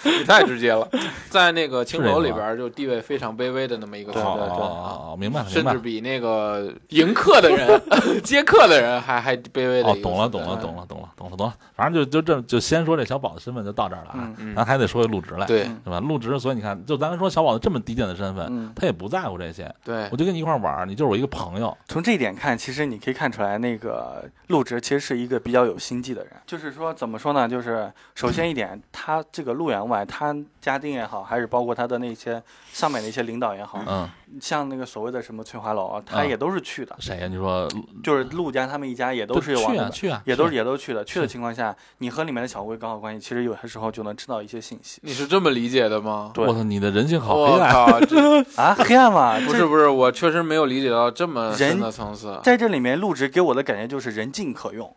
[SPEAKER 9] 你太 直接了，在那个青楼里
[SPEAKER 7] 是这个
[SPEAKER 9] 边就地位非常卑微的那么一个存
[SPEAKER 7] 哦
[SPEAKER 9] 在，
[SPEAKER 7] 哦哦，明白了明
[SPEAKER 9] 甚
[SPEAKER 7] 白
[SPEAKER 9] 至
[SPEAKER 7] 了，
[SPEAKER 9] 比那个迎客 的人、接客的人还还卑微的嗯
[SPEAKER 7] 哦
[SPEAKER 9] 一，个
[SPEAKER 7] 懂了懂
[SPEAKER 9] 存在
[SPEAKER 7] 了懂了懂了懂了懂了，反正就就这就先说这小宝的身份就到这儿了啊，嗯
[SPEAKER 9] 嗯
[SPEAKER 7] 然后还得说回陆植来，
[SPEAKER 9] 对
[SPEAKER 7] 对吧？陆植，所以你看，就咱们说小宝子这么低贱的身份
[SPEAKER 8] 嗯，
[SPEAKER 7] 他也不在乎这些，
[SPEAKER 9] 对
[SPEAKER 7] 我就跟你一块儿玩儿，你就是我一个朋友，
[SPEAKER 8] 从这一点看，其实你可以看出来，那个陆植其实是一个比较有心计的人。就是说，怎么说呢？就是首先一点，他这个陆员外，他家丁也好，还是包括他的那些上面的一些领导也好，
[SPEAKER 7] 嗯，
[SPEAKER 8] 像那个所谓的什么翠华楼啊，他
[SPEAKER 7] 嗯
[SPEAKER 8] 也都是去的，
[SPEAKER 7] 谁呀？你说
[SPEAKER 8] 就是陆家他们一家也都是有往
[SPEAKER 7] 去
[SPEAKER 8] 那
[SPEAKER 7] 啊
[SPEAKER 8] 个
[SPEAKER 7] 去啊，
[SPEAKER 8] 也都是
[SPEAKER 7] 去啊
[SPEAKER 8] 也都去的。去的
[SPEAKER 7] 是
[SPEAKER 8] 情况下，你和里面的小贵搞好关系，其实有些时候就能知道一些信息
[SPEAKER 9] 你是这么理解的吗？
[SPEAKER 8] 对
[SPEAKER 7] 我操，你的人性好
[SPEAKER 9] 我
[SPEAKER 7] 黑暗。
[SPEAKER 9] 靠，这
[SPEAKER 8] 啊。黑暗嘛，
[SPEAKER 9] 不
[SPEAKER 8] 这
[SPEAKER 9] 是不是，我确实没有理解到这么深的层次。
[SPEAKER 8] 在这里面，陆植给我的感觉就是人尽可用，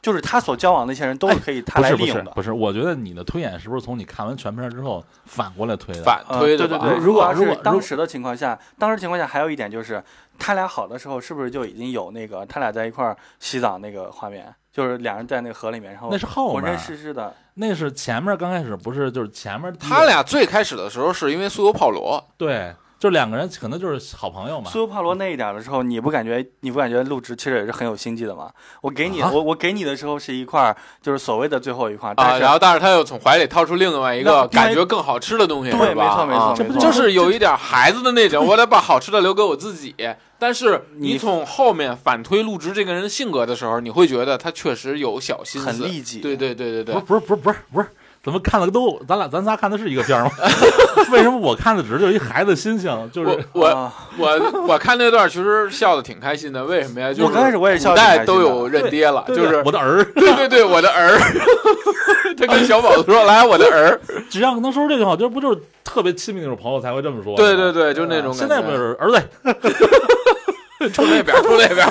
[SPEAKER 8] 就是他所交往的那些人都是可以他
[SPEAKER 7] 哎不
[SPEAKER 8] 来
[SPEAKER 7] 是不
[SPEAKER 8] 利
[SPEAKER 7] 是
[SPEAKER 8] 用的。
[SPEAKER 7] 不是，我觉得你的推演是不是从你看完全片之后反过来推的？
[SPEAKER 9] 反
[SPEAKER 8] 呃
[SPEAKER 9] 推的
[SPEAKER 8] 对对
[SPEAKER 9] 吧？
[SPEAKER 8] 对，
[SPEAKER 7] 如果
[SPEAKER 8] 要
[SPEAKER 7] 如果哎
[SPEAKER 8] 是
[SPEAKER 7] 如
[SPEAKER 8] 当时的情况下，当时情况下还有一点就是，他俩好的时候是不是就已经有那个他俩在一块儿洗澡那个画面，就是两人在那个河里面，然后
[SPEAKER 7] 那是后
[SPEAKER 8] 浑
[SPEAKER 7] 面
[SPEAKER 8] 身
[SPEAKER 7] 儿，
[SPEAKER 8] 湿湿的，
[SPEAKER 7] 那是前面刚开始不是就是前面
[SPEAKER 9] 他俩最开始的时候是因为苏有泡罗，
[SPEAKER 7] 对，就两个人可能就是好朋友嘛
[SPEAKER 8] 苏。有帕罗那一点的时候，你不感觉你不感觉陆植其实也是很有心计的吗？我给你、
[SPEAKER 7] 啊
[SPEAKER 8] 我我给你的时候是一块儿，就是所谓的最后一块儿，但
[SPEAKER 9] 啊，
[SPEAKER 8] 是、
[SPEAKER 9] 然后但是他又从怀里掏出另外一
[SPEAKER 8] 那因
[SPEAKER 9] 个
[SPEAKER 8] 为
[SPEAKER 9] 感觉更好吃的东西，
[SPEAKER 8] 对
[SPEAKER 9] 是吧
[SPEAKER 8] 没错没错
[SPEAKER 9] 啊
[SPEAKER 8] 这不
[SPEAKER 7] 就
[SPEAKER 9] 就是有一点孩子的那种，我得把好吃的留给我自己。但是
[SPEAKER 8] 你
[SPEAKER 9] 你从后面反推陆植这个人的性格的时候，你会觉得他确实有小心思，
[SPEAKER 8] 很利己
[SPEAKER 9] 对对对对对
[SPEAKER 7] 不，不是不是不是不是，怎么看了都咱俩咱仨看的是一个片儿吗？为什么我看的只是有一孩子心情？就
[SPEAKER 9] 我
[SPEAKER 7] 是
[SPEAKER 9] 我
[SPEAKER 8] 啊
[SPEAKER 9] 我我看那段其实笑的挺开心的，为什么呀？就是
[SPEAKER 8] 我刚开始我也笑
[SPEAKER 9] 古
[SPEAKER 8] 得挺开
[SPEAKER 9] 代
[SPEAKER 8] 心的
[SPEAKER 9] 都有认爹了，
[SPEAKER 7] 对
[SPEAKER 9] 就
[SPEAKER 7] 对
[SPEAKER 9] 是
[SPEAKER 7] 我的儿，
[SPEAKER 9] 对对对，我的儿， 他跟小宝子说：“来，我的儿。
[SPEAKER 7] 只要能说出这句话，这不就是特别亲密那种朋友才会这么”说？
[SPEAKER 9] 对对，对，就那种感觉。
[SPEAKER 7] 现在不就是儿子
[SPEAKER 9] 出那边，出那边。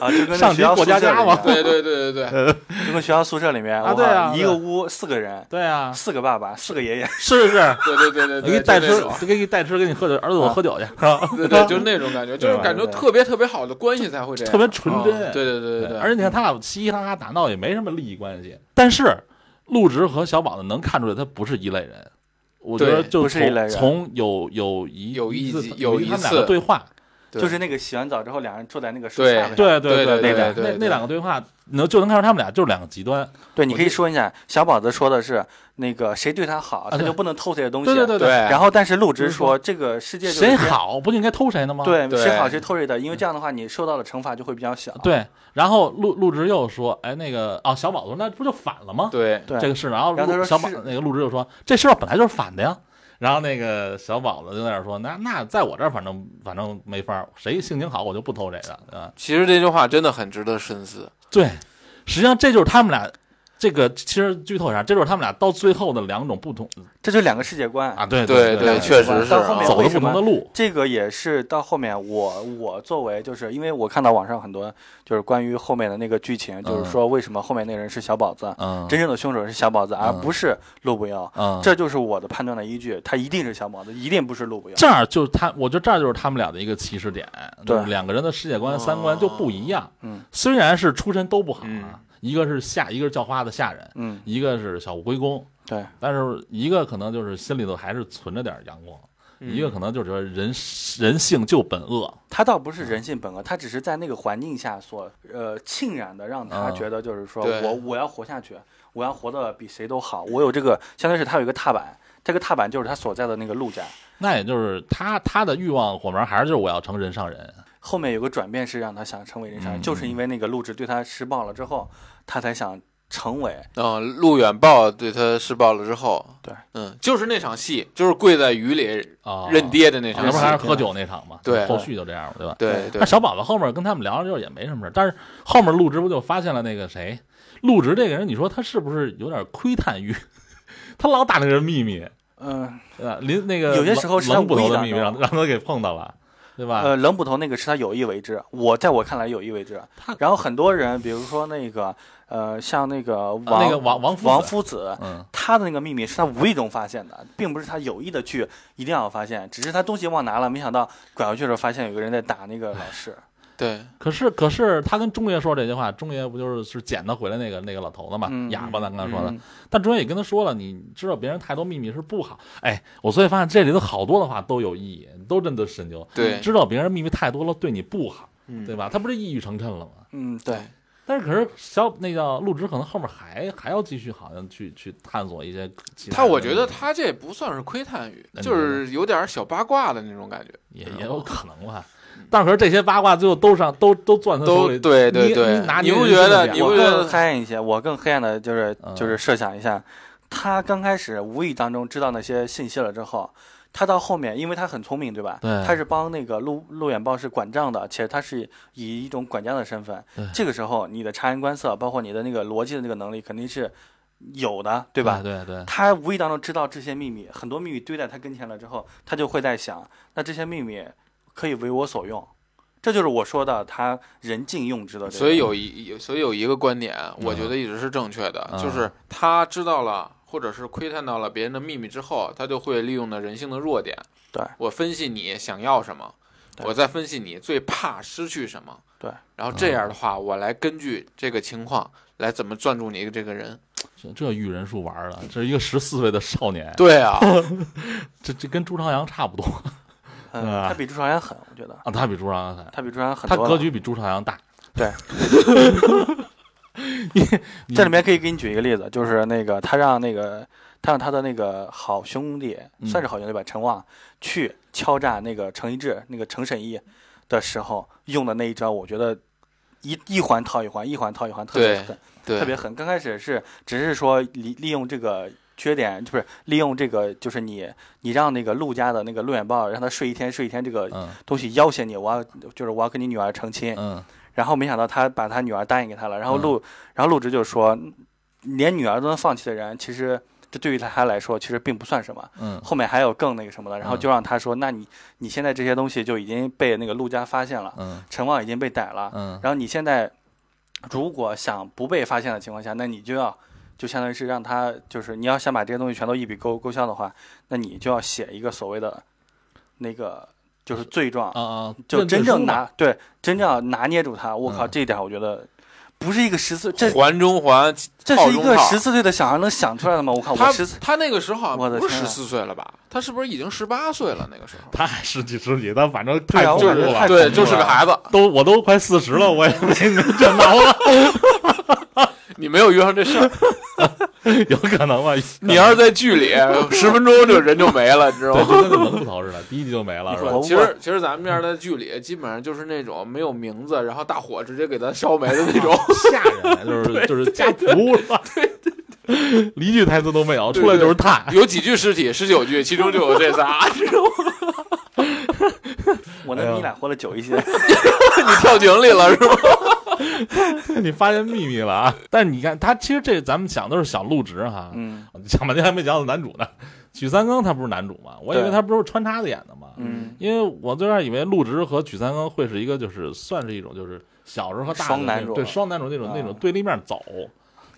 [SPEAKER 8] 啊，就跟那
[SPEAKER 7] 上
[SPEAKER 8] 学
[SPEAKER 7] 级
[SPEAKER 8] 校
[SPEAKER 7] 过
[SPEAKER 8] 宿
[SPEAKER 7] 家
[SPEAKER 8] 舍
[SPEAKER 7] 家
[SPEAKER 8] 里
[SPEAKER 7] 嘛
[SPEAKER 9] 对
[SPEAKER 8] 面
[SPEAKER 9] 对对对对，
[SPEAKER 8] 就跟学校宿舍里面，
[SPEAKER 7] 啊
[SPEAKER 8] 我
[SPEAKER 7] 对啊
[SPEAKER 8] 靠一
[SPEAKER 7] 对
[SPEAKER 8] 个屋四个人，
[SPEAKER 7] 对啊，
[SPEAKER 8] 四个爸爸，四个爷爷，
[SPEAKER 7] 是是是，
[SPEAKER 9] 对对对对
[SPEAKER 7] 我给
[SPEAKER 9] 对，
[SPEAKER 7] 你带
[SPEAKER 9] 就
[SPEAKER 7] 吃
[SPEAKER 9] 那种，
[SPEAKER 7] 给你带吃，给你喝酒，儿子我喝酒去，是吧？
[SPEAKER 9] 对对，就是那种感觉，就是感觉
[SPEAKER 8] 对
[SPEAKER 9] 特别特别好的关系才会这样，
[SPEAKER 7] 特别纯真
[SPEAKER 9] 嗯对对对对对，
[SPEAKER 7] 而且你看他俩嘻嘻哈哈打闹也没什么利益关系，但是陆植和小宝子能看出来他不是一类人，我觉得
[SPEAKER 9] 对
[SPEAKER 7] 就
[SPEAKER 8] 不
[SPEAKER 7] 从
[SPEAKER 8] 是一类人
[SPEAKER 7] 从有有一
[SPEAKER 9] 有一
[SPEAKER 7] 次
[SPEAKER 9] 集
[SPEAKER 7] 有
[SPEAKER 9] 有
[SPEAKER 7] 一
[SPEAKER 9] 一
[SPEAKER 7] 他们两个
[SPEAKER 9] 次
[SPEAKER 7] 对话，
[SPEAKER 9] 对
[SPEAKER 8] 就是那个洗完澡之后，两人坐在那个树
[SPEAKER 9] 对
[SPEAKER 8] 下面。
[SPEAKER 7] 对对
[SPEAKER 9] 对
[SPEAKER 8] 对
[SPEAKER 7] 对
[SPEAKER 9] 对
[SPEAKER 7] 那
[SPEAKER 9] 对
[SPEAKER 7] 那两个对话能就能看出他们俩就是两个极端，
[SPEAKER 8] 对，你
[SPEAKER 9] 我
[SPEAKER 8] 可以
[SPEAKER 9] 就
[SPEAKER 8] 说一下，小宝子说的是那个谁对他好，他
[SPEAKER 7] 啊对
[SPEAKER 8] 就不能偷谁的东西。
[SPEAKER 7] 对对对
[SPEAKER 9] 对。
[SPEAKER 8] 然后，但是陆植
[SPEAKER 7] 就是说
[SPEAKER 8] 说这个世界就是
[SPEAKER 7] 谁
[SPEAKER 8] 这样，
[SPEAKER 7] 好不就应该偷谁呢吗？
[SPEAKER 8] 对
[SPEAKER 9] 对
[SPEAKER 8] 谁好谁偷谁的，因为这样的话你受到的惩罚就会比较小。
[SPEAKER 7] 啊对，然后陆陆植又说，哎，那个哦，小宝子说那不就反了吗？
[SPEAKER 9] 对
[SPEAKER 8] 对，
[SPEAKER 7] 这个事，然后
[SPEAKER 8] 然后他
[SPEAKER 7] 陆
[SPEAKER 8] 说
[SPEAKER 7] 小宝
[SPEAKER 8] 是
[SPEAKER 7] 那个陆植就说这事儿本来就是反的呀。然后那个小宝子就在那儿说，那那在我这儿反正反正没法儿，谁性情好我就不偷谁啊的，对吧？
[SPEAKER 9] 其实这句话真的很值得深思。
[SPEAKER 7] 对，实际上这就是他们俩这个其实剧透一下，这就是他们俩到最后的两种不同
[SPEAKER 8] 这就两个世界观
[SPEAKER 7] 啊，。对
[SPEAKER 9] 对
[SPEAKER 7] 对，
[SPEAKER 9] 确实是
[SPEAKER 8] 到后
[SPEAKER 9] 啊
[SPEAKER 8] 面
[SPEAKER 7] 走的
[SPEAKER 8] 为
[SPEAKER 7] 不
[SPEAKER 8] 什
[SPEAKER 7] 同的
[SPEAKER 8] 么？
[SPEAKER 7] 路，
[SPEAKER 8] 这个也是到后面我我作为就是因为我看到网上很多就是关于后面的那个剧情，
[SPEAKER 9] 嗯
[SPEAKER 8] 就是说为什么后面那人是小宝子，
[SPEAKER 7] 嗯
[SPEAKER 8] 真正的凶手是小宝子，而
[SPEAKER 7] 嗯
[SPEAKER 8] 不是陆不妖。
[SPEAKER 7] 嗯，
[SPEAKER 8] 这就是我的判断的依据，他一定是小宝子，一定不是陆不妖。
[SPEAKER 7] 这儿就是他，我觉得这儿就是他们俩的一个起始点，
[SPEAKER 8] 对
[SPEAKER 7] 就是两个人的世界观、三观就不一样。
[SPEAKER 8] 嗯，
[SPEAKER 7] 虽然是出身都不好
[SPEAKER 9] 嗯
[SPEAKER 7] 啊，一个是下，一个是叫花的下人，
[SPEAKER 8] 嗯，
[SPEAKER 7] 一个是小乌龟公，
[SPEAKER 8] 对，
[SPEAKER 7] 但是一个可能就是心里头还是存着点阳光，
[SPEAKER 8] 嗯
[SPEAKER 7] 一个可能就是觉得人人性就本恶，
[SPEAKER 8] 他倒不是
[SPEAKER 7] 嗯
[SPEAKER 8] 人性本恶，他只是在那个环境下所呃浸染的，让他
[SPEAKER 7] 嗯
[SPEAKER 8] 觉得就是说
[SPEAKER 9] 对
[SPEAKER 8] 我我要活下去，我要活得比谁都好，我有这个，相当于是他有一个踏板，这个踏板就是他所在的那个陆家。
[SPEAKER 7] 那也就是他他的欲望火苗还是就是我要成人上人，
[SPEAKER 8] 后面有个转变是让他想成为人上人，
[SPEAKER 7] 嗯
[SPEAKER 8] 就是因为那个陆植对他施暴了之后，他才想成为。
[SPEAKER 9] 嗯，陆远豹对他施暴了之后，
[SPEAKER 8] 对，
[SPEAKER 9] 嗯，就是那场戏，就是跪在雨里
[SPEAKER 7] 啊
[SPEAKER 9] 认爹的那
[SPEAKER 7] 要
[SPEAKER 9] 场
[SPEAKER 7] 不
[SPEAKER 9] 戏，
[SPEAKER 7] 然还是喝酒那场嘛，
[SPEAKER 9] 对
[SPEAKER 7] 后续就这样了，对吧？
[SPEAKER 9] 对对
[SPEAKER 7] 那，小宝子后面跟他们聊了之后也没什么事儿，但是后面陆植不就发现了那个谁，陆植这个人，你说他是不是有点窥探欲？ 他老打那个人秘密，
[SPEAKER 8] 嗯，
[SPEAKER 7] 对吧？临那个
[SPEAKER 8] 有些时候是他
[SPEAKER 7] 冷捕头的
[SPEAKER 8] 故意
[SPEAKER 7] 秘
[SPEAKER 8] 的
[SPEAKER 7] 密，让让他给碰到了，对吧？
[SPEAKER 8] 呃，冷捕头那个是他有意为之，我在我看来有意为之
[SPEAKER 7] 他。
[SPEAKER 8] 然后很多人，比如说那个呃，像那个王、
[SPEAKER 7] 啊那个王王夫子
[SPEAKER 8] 王夫子，
[SPEAKER 7] 嗯，
[SPEAKER 8] 他的那个秘密是他无意中发现的，并不是他有意的去一定要发现，只是他东西忘拿了，没想到拐回去的时候发现有个人在打那个老师。
[SPEAKER 9] 对
[SPEAKER 7] 可是可是他跟中爷说这句话，中爷不就是是捡他回来那个那个老头子嘛，
[SPEAKER 8] 嗯
[SPEAKER 7] 哑巴咱刚才说的。
[SPEAKER 8] 嗯
[SPEAKER 7] 但中爷也跟他说了，你知道别人太多秘密是不好。哎，我所以发现这里头好多的话都有意义，都真的深究。
[SPEAKER 9] 对
[SPEAKER 7] 知道别人秘密太多了对你不好，
[SPEAKER 9] 嗯
[SPEAKER 7] 对吧？他不是一语成谶了吗？
[SPEAKER 8] 嗯，对，
[SPEAKER 7] 但是可是小那叫陆植，可能后面还还要继续，好像去去探索一些其
[SPEAKER 9] 他，
[SPEAKER 7] 的
[SPEAKER 9] 我觉得
[SPEAKER 7] 问题
[SPEAKER 9] 他这不算是窥探欲
[SPEAKER 7] 那，你觉
[SPEAKER 9] 就
[SPEAKER 7] 得
[SPEAKER 9] 是有点小八卦的那种感觉。嗯
[SPEAKER 7] 也也有可能吧。但是可是这些八卦最后都上都都攥他手
[SPEAKER 9] 都
[SPEAKER 7] 里，
[SPEAKER 9] 对对
[SPEAKER 7] 你
[SPEAKER 9] 对
[SPEAKER 7] 你拿
[SPEAKER 9] 你
[SPEAKER 7] 捏
[SPEAKER 9] 不
[SPEAKER 7] 人
[SPEAKER 9] 觉
[SPEAKER 7] 家
[SPEAKER 9] 得
[SPEAKER 7] 的脸
[SPEAKER 9] 你
[SPEAKER 8] 我
[SPEAKER 9] 不觉得
[SPEAKER 8] 更黑暗一些，我更黑暗的就是
[SPEAKER 7] 嗯
[SPEAKER 8] 就是设想一下，他刚开始无意当中知道那些信息了之后，他到后面，因为他很聪明，对吧？
[SPEAKER 7] 对
[SPEAKER 8] 他是帮那个陆陆远豹是管账的，且他是以一种管家的身份。这个时候，你的察言观色，包括你的那个逻辑的那个能力，肯定是有的，对吧？
[SPEAKER 7] 对对，
[SPEAKER 8] 他无意当中知道这些秘密，很多秘密堆在他跟前了之后，他就会在想，那这些秘密可以为我所用，这就是我说的他人尽用之的这个。
[SPEAKER 9] 所以有一有所以有一个观点，我
[SPEAKER 8] 嗯
[SPEAKER 9] 觉得一直是正确的，就是他知道了或者是窥探到了别人的秘密之后，他就会利用的人性的弱点。
[SPEAKER 8] 对
[SPEAKER 9] 我分析你想要什么，
[SPEAKER 8] 对
[SPEAKER 9] 我再分析你最怕失去什么。
[SPEAKER 8] 对，嗯
[SPEAKER 9] 然后这样的话，我来根据这个情况来怎么攥住你这个 人。
[SPEAKER 7] 这这育人术玩儿了，这是一个十四岁的少年，
[SPEAKER 9] 对 啊，
[SPEAKER 7] 这这跟朱朝阳差不多
[SPEAKER 8] 嗯，
[SPEAKER 7] 啊
[SPEAKER 8] 他比朱朝阳狠，我觉得
[SPEAKER 7] 啊，他比朱朝阳狠，
[SPEAKER 8] 他比朱朝阳狠
[SPEAKER 7] 他
[SPEAKER 8] 多了。
[SPEAKER 7] 格局比朱朝阳大，
[SPEAKER 8] 这里面可以给你举一个例子，就是那个他让那个他让他的那个好兄弟，
[SPEAKER 7] 嗯
[SPEAKER 8] 算是好兄弟吧，陈旺去敲诈那个程一智、那个程审义的时候用的那一招，我觉得一一环套一环，一环套一环，特别
[SPEAKER 9] 对
[SPEAKER 8] 狠，
[SPEAKER 9] 对，
[SPEAKER 8] 特别狠。刚开始是只是说利利用这个。缺点就是利用这个，就是你你让那个陆家的那个陆远豹让他睡一天睡一天这个
[SPEAKER 7] 嗯
[SPEAKER 8] 东西要挟你，我要就是我要跟你女儿成亲，
[SPEAKER 7] 嗯
[SPEAKER 8] 然后没想到他把他女儿答应给他了，然后
[SPEAKER 7] 嗯
[SPEAKER 8] 陆，然后陆直就说，嗯连女儿都能放弃的人，其实这对于他来说其实并不算什么。
[SPEAKER 7] 嗯
[SPEAKER 8] 后面还有更那个什么的，然后就让他说，那你你现在这些东西就已经被那个陆家发现了，
[SPEAKER 7] 嗯
[SPEAKER 8] 陈旺已经被逮了，
[SPEAKER 7] 嗯，
[SPEAKER 8] 然后你现在如果想不被发现的情况下，那你就要就相当于是让他就是你要想把这些东西全都一笔勾勾销的话，那你就要写一个所谓的那个就是罪状
[SPEAKER 7] 啊啊，
[SPEAKER 8] 就
[SPEAKER 7] 认
[SPEAKER 8] 真
[SPEAKER 7] 认
[SPEAKER 8] 正
[SPEAKER 7] 输嘛
[SPEAKER 8] 拿对真正拿捏住他，我靠，
[SPEAKER 7] 嗯
[SPEAKER 8] 这一点我觉得不是一个十四这
[SPEAKER 9] 环中环，
[SPEAKER 8] 这
[SPEAKER 9] 嗯套
[SPEAKER 8] 是一
[SPEAKER 9] 中
[SPEAKER 8] 个
[SPEAKER 9] 套
[SPEAKER 8] 十四岁的小孩能想出来的吗？我靠，
[SPEAKER 9] 他
[SPEAKER 8] 我十四
[SPEAKER 9] 他那个时候好
[SPEAKER 8] 我
[SPEAKER 9] 像
[SPEAKER 8] 的
[SPEAKER 9] 不是
[SPEAKER 8] 天
[SPEAKER 9] 十
[SPEAKER 8] 啊
[SPEAKER 9] 四岁了吧？他是不是已经十八岁了？那个时候，
[SPEAKER 7] 他还十几十几，但反正
[SPEAKER 8] 对
[SPEAKER 7] 太
[SPEAKER 8] 啊
[SPEAKER 7] 恐
[SPEAKER 8] 我
[SPEAKER 7] 怖
[SPEAKER 8] 感觉太
[SPEAKER 7] 了，
[SPEAKER 9] 对，就是个孩子，
[SPEAKER 7] 都我都快四十了，我也没没见到了，
[SPEAKER 9] 你没有遇上这事儿。
[SPEAKER 7] 有可能吧？
[SPEAKER 9] 你要是在 剧里十分钟就人就没了，你知道
[SPEAKER 7] 对，
[SPEAKER 9] 吗？
[SPEAKER 7] 就跟那门户头似的，第一集就没 了，是吧？
[SPEAKER 8] 我
[SPEAKER 9] 其实其实咱们这样的剧里，基本上就是那种没有名字，然后大火直接给它烧没的那种。
[SPEAKER 7] 吓人，就是就是家仆是吧？对对对，一句台词都没有，
[SPEAKER 9] 对
[SPEAKER 7] 出来就是他。
[SPEAKER 9] 有几具尸体，十九具，其中就有这 仨，知道吗？
[SPEAKER 7] 哎
[SPEAKER 8] 我 能
[SPEAKER 7] 呦
[SPEAKER 8] 你俩活得久一些，
[SPEAKER 9] 你跳井里了是吗？
[SPEAKER 7] 你发现秘密了啊！但是你看他，其实这咱们想都是想入职哈，
[SPEAKER 8] 嗯
[SPEAKER 7] 讲半天还没讲到男主呢。许三更他不是男主吗？我以为
[SPEAKER 8] 对
[SPEAKER 7] 他不是穿插的演的吗？
[SPEAKER 8] 嗯，
[SPEAKER 7] 因为我最开始以为陆直和许三更会是一个，就是算是一种就是小时候和大人的
[SPEAKER 8] 双男
[SPEAKER 7] 那
[SPEAKER 8] 主
[SPEAKER 7] 种对双男主那种、
[SPEAKER 8] 啊
[SPEAKER 7] 那种对立面走。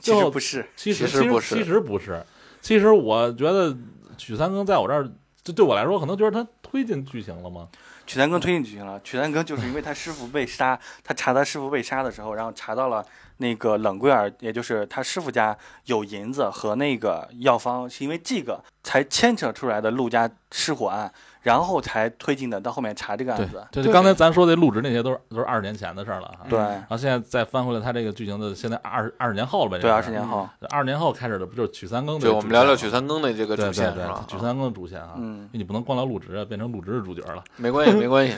[SPEAKER 8] 其
[SPEAKER 7] 最
[SPEAKER 8] 实
[SPEAKER 7] 后
[SPEAKER 8] 不是，
[SPEAKER 7] 其实
[SPEAKER 9] 其实不是
[SPEAKER 7] 其实不是，其实我觉得许三更在我这儿，就对我来说，可能觉得他推进剧情了吗？
[SPEAKER 8] 曲三更推进剧情了。曲三更就是因为他师傅被杀， 他查他师傅被杀的时候，然后查到了那个冷桂儿，也就是他师傅家有银子和那个药方，是因为这个才牵扯出来的陆家失火案，然后才推进的到后面查这个案子。
[SPEAKER 7] 这
[SPEAKER 9] 对
[SPEAKER 7] 刚才咱说的陆直那些都是都是二十年前的事儿了哈。
[SPEAKER 8] 对
[SPEAKER 7] 然后现在再翻回来，他这个剧情的现在二二十年后了呗？
[SPEAKER 8] 对，
[SPEAKER 7] 这
[SPEAKER 8] 二
[SPEAKER 7] 是
[SPEAKER 8] 十年后，
[SPEAKER 7] 二十年后开始的不就是曲三更的主
[SPEAKER 9] 对，
[SPEAKER 7] 线吗？
[SPEAKER 9] 我们聊聊曲三更的这个
[SPEAKER 7] 对
[SPEAKER 9] 主线
[SPEAKER 7] 对
[SPEAKER 9] 是吧
[SPEAKER 7] 对，？曲三更的主线啊，
[SPEAKER 8] 嗯
[SPEAKER 7] 因为你不能光聊陆直啊，变成陆直是主角了。
[SPEAKER 9] 没关系，没 关系。